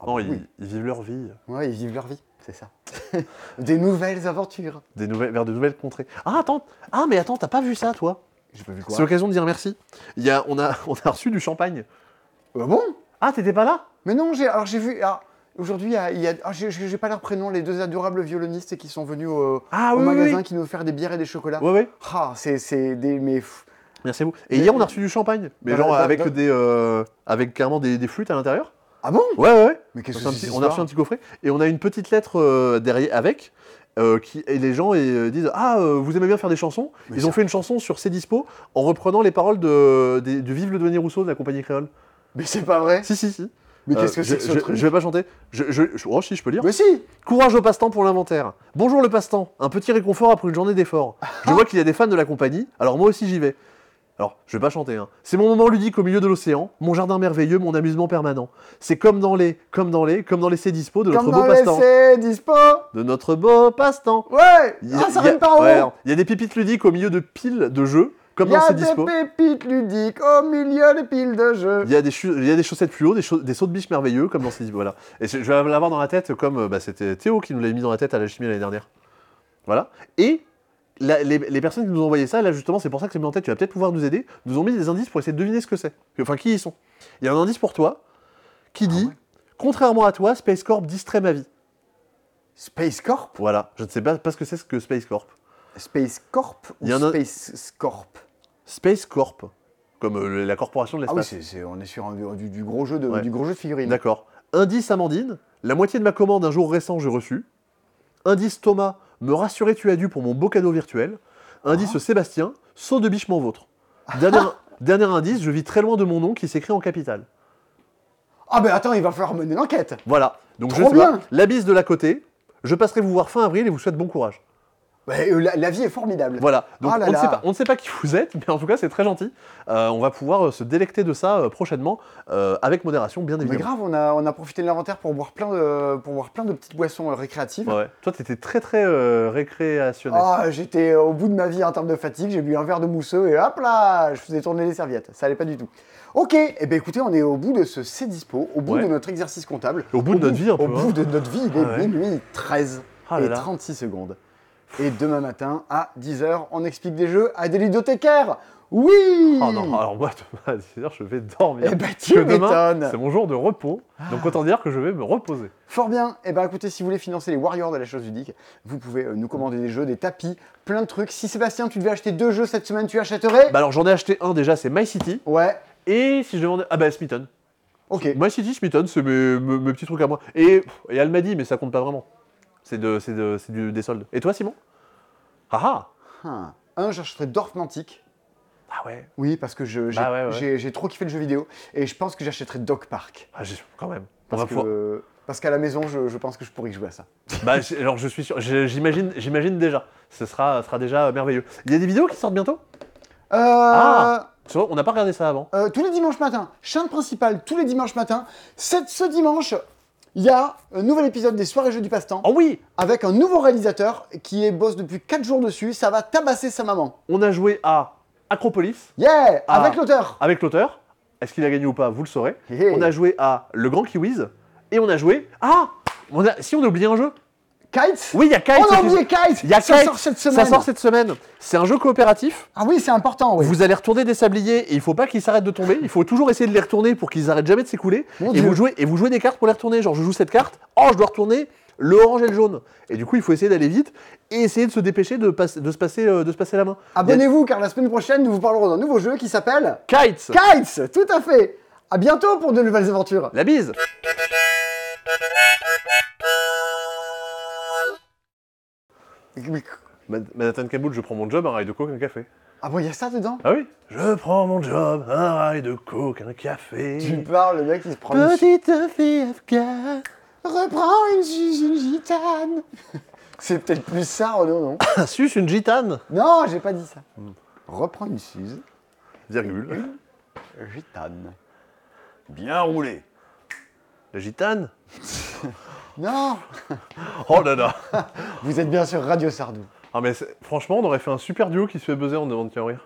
Speaker 1: Ah
Speaker 2: Non,
Speaker 1: bah
Speaker 2: ils,
Speaker 1: oui.
Speaker 2: ils vivent leur vie.
Speaker 1: Ouais, ils vivent leur vie, c'est ça. <laughs> Des nouvelles aventures.
Speaker 2: Des nouvelles, vers de nouvelles contrées. Ah, attends. Ah, mais attends, t'as pas vu ça, toi
Speaker 1: J'ai pas vu quoi.
Speaker 2: C'est l'occasion de dire merci. Il y a, on, a, <laughs> on a reçu du champagne.
Speaker 1: Ah bon
Speaker 2: Ah, t'étais pas là
Speaker 1: Mais non, j'ai alors j'ai vu. ah, Aujourd'hui, il y a- il y a. ah, j'ai- j'ai j'ai pas leur prénom, les deux adorables violonistes qui sont venus au,
Speaker 2: Ah,
Speaker 1: au
Speaker 2: oui, oui,
Speaker 1: magasin
Speaker 2: oui.
Speaker 1: qui nous ont offert des bières et des chocolats.
Speaker 2: Ouais, ouais.
Speaker 1: Ah, c'est- c'est des. Mais. pff,
Speaker 2: Merci à vous. Et
Speaker 1: Mais-
Speaker 2: hier, on a reçu du champagne. Ah, Mais
Speaker 1: Dans
Speaker 2: genre
Speaker 1: la- dans-
Speaker 2: avec
Speaker 1: dans-
Speaker 2: des. euh, avec carrément des, des flûtes à l'intérieur.
Speaker 1: Ah bon
Speaker 2: Ouais, ouais, ouais.
Speaker 1: Mais
Speaker 2: On
Speaker 1: qu'est-ce
Speaker 2: a
Speaker 1: que
Speaker 2: reçu un
Speaker 1: c'est
Speaker 2: petit-
Speaker 1: cette
Speaker 2: on a reçu un
Speaker 1: histoire
Speaker 2: petit coffret. Et on a une petite lettre euh, derrière avec. euh, qui, et les gens et, euh, disent Ah, euh, vous aimez bien faire des chansons
Speaker 1: Mais
Speaker 2: Ils
Speaker 1: ça-
Speaker 2: ont fait une chanson sur C'est Dispo en reprenant les paroles de, des- du Vive le douanier Rousseau de la compagnie créole.
Speaker 1: Mais c'est pas vrai
Speaker 2: Si, si, si.
Speaker 1: Mais
Speaker 2: Euh,
Speaker 1: qu'est-ce que
Speaker 2: je,
Speaker 1: c'est que ce
Speaker 2: je-
Speaker 1: truc
Speaker 2: je vais pas chanter. Je, je- je- oh, si, je peux lire.
Speaker 1: Mais si
Speaker 2: Courage au passe-temps pour l'inventaire. Bonjour le passe-temps, un petit réconfort après une journée d'efforts. Je vois qu'il y a des fans de la compagnie, alors moi aussi j'y vais. Alors, je vais pas chanter, hein. C'est mon moment ludique au milieu de l'océan, mon jardin merveilleux, mon amusement permanent. C'est comme dans les, comme dans les, comme dans les c'est dispo de notre
Speaker 1: Comme
Speaker 2: beau
Speaker 1: dans
Speaker 2: passe-temps.
Speaker 1: l'essai, dispo
Speaker 2: De notre beau passe-temps.
Speaker 1: Ouais
Speaker 2: Il y a-
Speaker 1: Ah, ça
Speaker 2: il y a-
Speaker 1: rime par
Speaker 2: ouais,
Speaker 1: en haut
Speaker 2: non. Il y a des pépites ludiques au milieu de piles de jeux, comme
Speaker 1: Il y
Speaker 2: dans
Speaker 1: a
Speaker 2: c'est
Speaker 1: des
Speaker 2: dispo.
Speaker 1: pépites ludiques au milieu des piles de jeux.
Speaker 2: Il y, a des chu- il y a des chaussettes fluo, des, chau- des sauts de biche merveilleux, comme dans ces... Voilà. Et je, je vais l'avoir dans la tête comme euh, bah, c'était Théo qui nous l'avait mis dans la tête à la chimie l'année dernière. Voilà. Et la- les, les personnes qui nous ont envoyé ça, là justement, c'est pour ça que c'est mis en tête, tu vas peut-être pouvoir nous aider, nous ont mis des indices pour essayer de deviner ce que c'est. Enfin, qui ils sont. Il y a un indice pour toi qui dit
Speaker 1: Ah ouais.
Speaker 2: Contrairement à toi, Space Corp distrait ma vie.
Speaker 1: Space Corp
Speaker 2: Voilà. Je ne sais pas, pas ce que c'est ce que Space Corp.
Speaker 1: Space Corp ou
Speaker 2: Il y en a-
Speaker 1: Space Corp
Speaker 2: Space Corp, comme euh, la corporation de
Speaker 1: Ah oui,
Speaker 2: l'espace.
Speaker 1: c'est c'est- on est sur un- du, du gros jeu de,
Speaker 2: Ouais.
Speaker 1: du gros jeu de figurines.
Speaker 2: D'accord. Indice Amandine, la moitié de ma commande un jour récent, j'ai reçu. Indice Thomas, me rassurer tu as dû pour mon beau cadeau virtuel. Indice
Speaker 1: Ah.
Speaker 2: Sébastien, saut de biche m'en vôtre. Dernier,
Speaker 1: <laughs>
Speaker 2: dernier indice, je vis très loin de mon nom qui s'écrit en capitale.
Speaker 1: Ah ben attends, il va falloir mener l'enquête.
Speaker 2: Voilà. Donc
Speaker 1: Trop
Speaker 2: je sais pas,
Speaker 1: bien.
Speaker 2: la bise de la côté. Je passerai vous voir fin avril et vous souhaite bon courage.
Speaker 1: Ouais, euh, la, la vie est formidable.
Speaker 2: Voilà, donc
Speaker 1: Ah là
Speaker 2: on, ne
Speaker 1: là.
Speaker 2: sait pas, on ne sait pas qui vous êtes, mais en tout cas c'est très gentil. Euh, on va pouvoir euh, se délecter de ça euh, prochainement, euh, avec modération bien
Speaker 1: Mais
Speaker 2: évidemment.
Speaker 1: grave, on a, on a profité de l'inventaire pour boire plein de, pour boire plein de petites boissons euh, récréatives.
Speaker 2: Ouais. Toi t'étais très très euh, récréationnel.
Speaker 1: Ah, j'étais au bout de ma vie en termes de fatigue, j'ai bu un verre de mousseux et hop là, je faisais tourner les serviettes. Ça allait pas du tout. Ok, et eh ben écoutez, on est au bout de ce C'est Dispo, au bout
Speaker 2: Ouais.
Speaker 1: de notre exercice comptable.
Speaker 2: Au bout de notre vie un
Speaker 1: Au
Speaker 2: peu. hein.
Speaker 1: bout de notre vie, il est
Speaker 2: Ah ouais.
Speaker 1: minuit 13
Speaker 2: Ah là
Speaker 1: et
Speaker 2: là.
Speaker 1: 36 secondes. Et demain matin, à 10h, on explique des jeux à des ludothécaires. Oui
Speaker 2: <laughs> Ah non, alors moi demain à 10h je vais dormir.
Speaker 1: Eh ben
Speaker 2: Parce
Speaker 1: tu
Speaker 2: que demain,
Speaker 1: m'étonnes Ah.
Speaker 2: c'est mon jour de repos, donc autant dire que je vais me reposer.
Speaker 1: Fort bien. Eh ben écoutez, si vous voulez financer les Warriors de la chose ludique, vous pouvez euh, nous commander des jeux, des tapis, plein de trucs. Si Sébastien, tu devais acheter deux jeux cette semaine, tu achèterais
Speaker 2: Bah alors j'en ai acheté un déjà, c'est My City,
Speaker 1: Ouais.
Speaker 2: et si je demandais... Ah bah Smithon.
Speaker 1: Ok.
Speaker 2: My City, Smithon, c'est mes, mes- mes petits trucs à moi. Et, pff, et Almadi, mais ça compte pas vraiment. C'est de, c'est de, c'est du, des soldes. Et toi Simon Ah ah
Speaker 1: Ah. Un, j'achèterais Dorf Mantic.
Speaker 2: Ah ouais,
Speaker 1: Oui, parce que je- j'ai
Speaker 2: Bah ouais, ouais.
Speaker 1: j'ai- j'ai trop kiffé le jeu vidéo. Et je pense que j'achèterais Dog Park.
Speaker 2: ah, j'ai- quand même. On
Speaker 1: Parce
Speaker 2: va
Speaker 1: que-
Speaker 2: pouvoir-
Speaker 1: parce qu'à la maison, je, je pense que je pourrais jouer à ça.
Speaker 2: Bah, j'- alors je suis sûr, j'ai- j'imagine, j'imagine déjà. Ce sera, sera déjà euh, merveilleux. Il y a des vidéos qui sortent bientôt
Speaker 1: Euh,
Speaker 2: Ah. C'est vrai, on n'a pas regardé ça avant.
Speaker 1: euh, tous les dimanches matins, chaîne principale, tous les dimanches matins. Cette- ce dimanche, il y a un nouvel épisode des Soirées Jeux du Passe-Temps.
Speaker 2: Oh oui
Speaker 1: avec un nouveau réalisateur qui est boss depuis 4 jours dessus, ça va tabasser sa maman.
Speaker 2: On a joué à Acropolis
Speaker 1: Yeah
Speaker 2: Ah.
Speaker 1: Avec l'auteur
Speaker 2: avec l'auteur. Est-ce qu'il a gagné ou pas Vous le saurez.
Speaker 1: Yeah.
Speaker 2: On a joué à Le Grand Kiwis et on a joué. Ah on a... Si on a oublié un jeu
Speaker 1: Kites
Speaker 2: Oui, il y a Kite.
Speaker 1: On a
Speaker 2: qui-
Speaker 1: oublié Kite
Speaker 2: Il y a
Speaker 1: Ça
Speaker 2: Kite.
Speaker 1: sort cette
Speaker 2: Ça
Speaker 1: semaine
Speaker 2: sort cette semaine. C'est un jeu coopératif.
Speaker 1: Ah oui, c'est important, oui.
Speaker 2: Vous allez retourner des sabliers et il faut pas qu'ils s'arrêtent de tomber. Il faut toujours essayer de les retourner pour qu'ils arrêtent jamais de s'écouler.
Speaker 1: Mon
Speaker 2: Et
Speaker 1: Dieu.
Speaker 2: vous, jouez, et vous jouez des cartes pour les retourner. Genre, je joue cette carte. Oh, je dois retourner le orange et le jaune. Et du coup, il faut essayer d'aller vite et essayer de se dépêcher de, pas- de, se, passer, euh, de se passer la main.
Speaker 1: Abonnez-vous car la semaine prochaine, nous vous parlerons d'un nouveau jeu qui s'appelle
Speaker 2: Kites
Speaker 1: Kites Tout à fait À bientôt pour de nouvelles aventures
Speaker 2: La bise Mad- Manhattan Kaboul, je prends mon job, un rail de coke, un café.
Speaker 1: Ah bon, il y a ça dedans
Speaker 2: Ah oui Je prends mon job, un rail de coke, un café.
Speaker 1: Tu parles, le mec, il se prend une...
Speaker 2: Petite fille afghane.
Speaker 1: Reprends une, gi- une gitane <laughs> C'est peut-être plus ça, Renaud, non
Speaker 2: Ah, Suce une gitane.
Speaker 1: Non, j'ai pas dit ça. Reprends une suze.
Speaker 2: Virgule.
Speaker 1: Gitane.
Speaker 2: Bien roulé. La gitane
Speaker 1: Non
Speaker 2: Oh là là
Speaker 1: Vous êtes bien sur Radio Sardou.
Speaker 2: Ah mais c'est- franchement, on aurait fait un super duo qui se fait buzzer en demande qu'à en rire.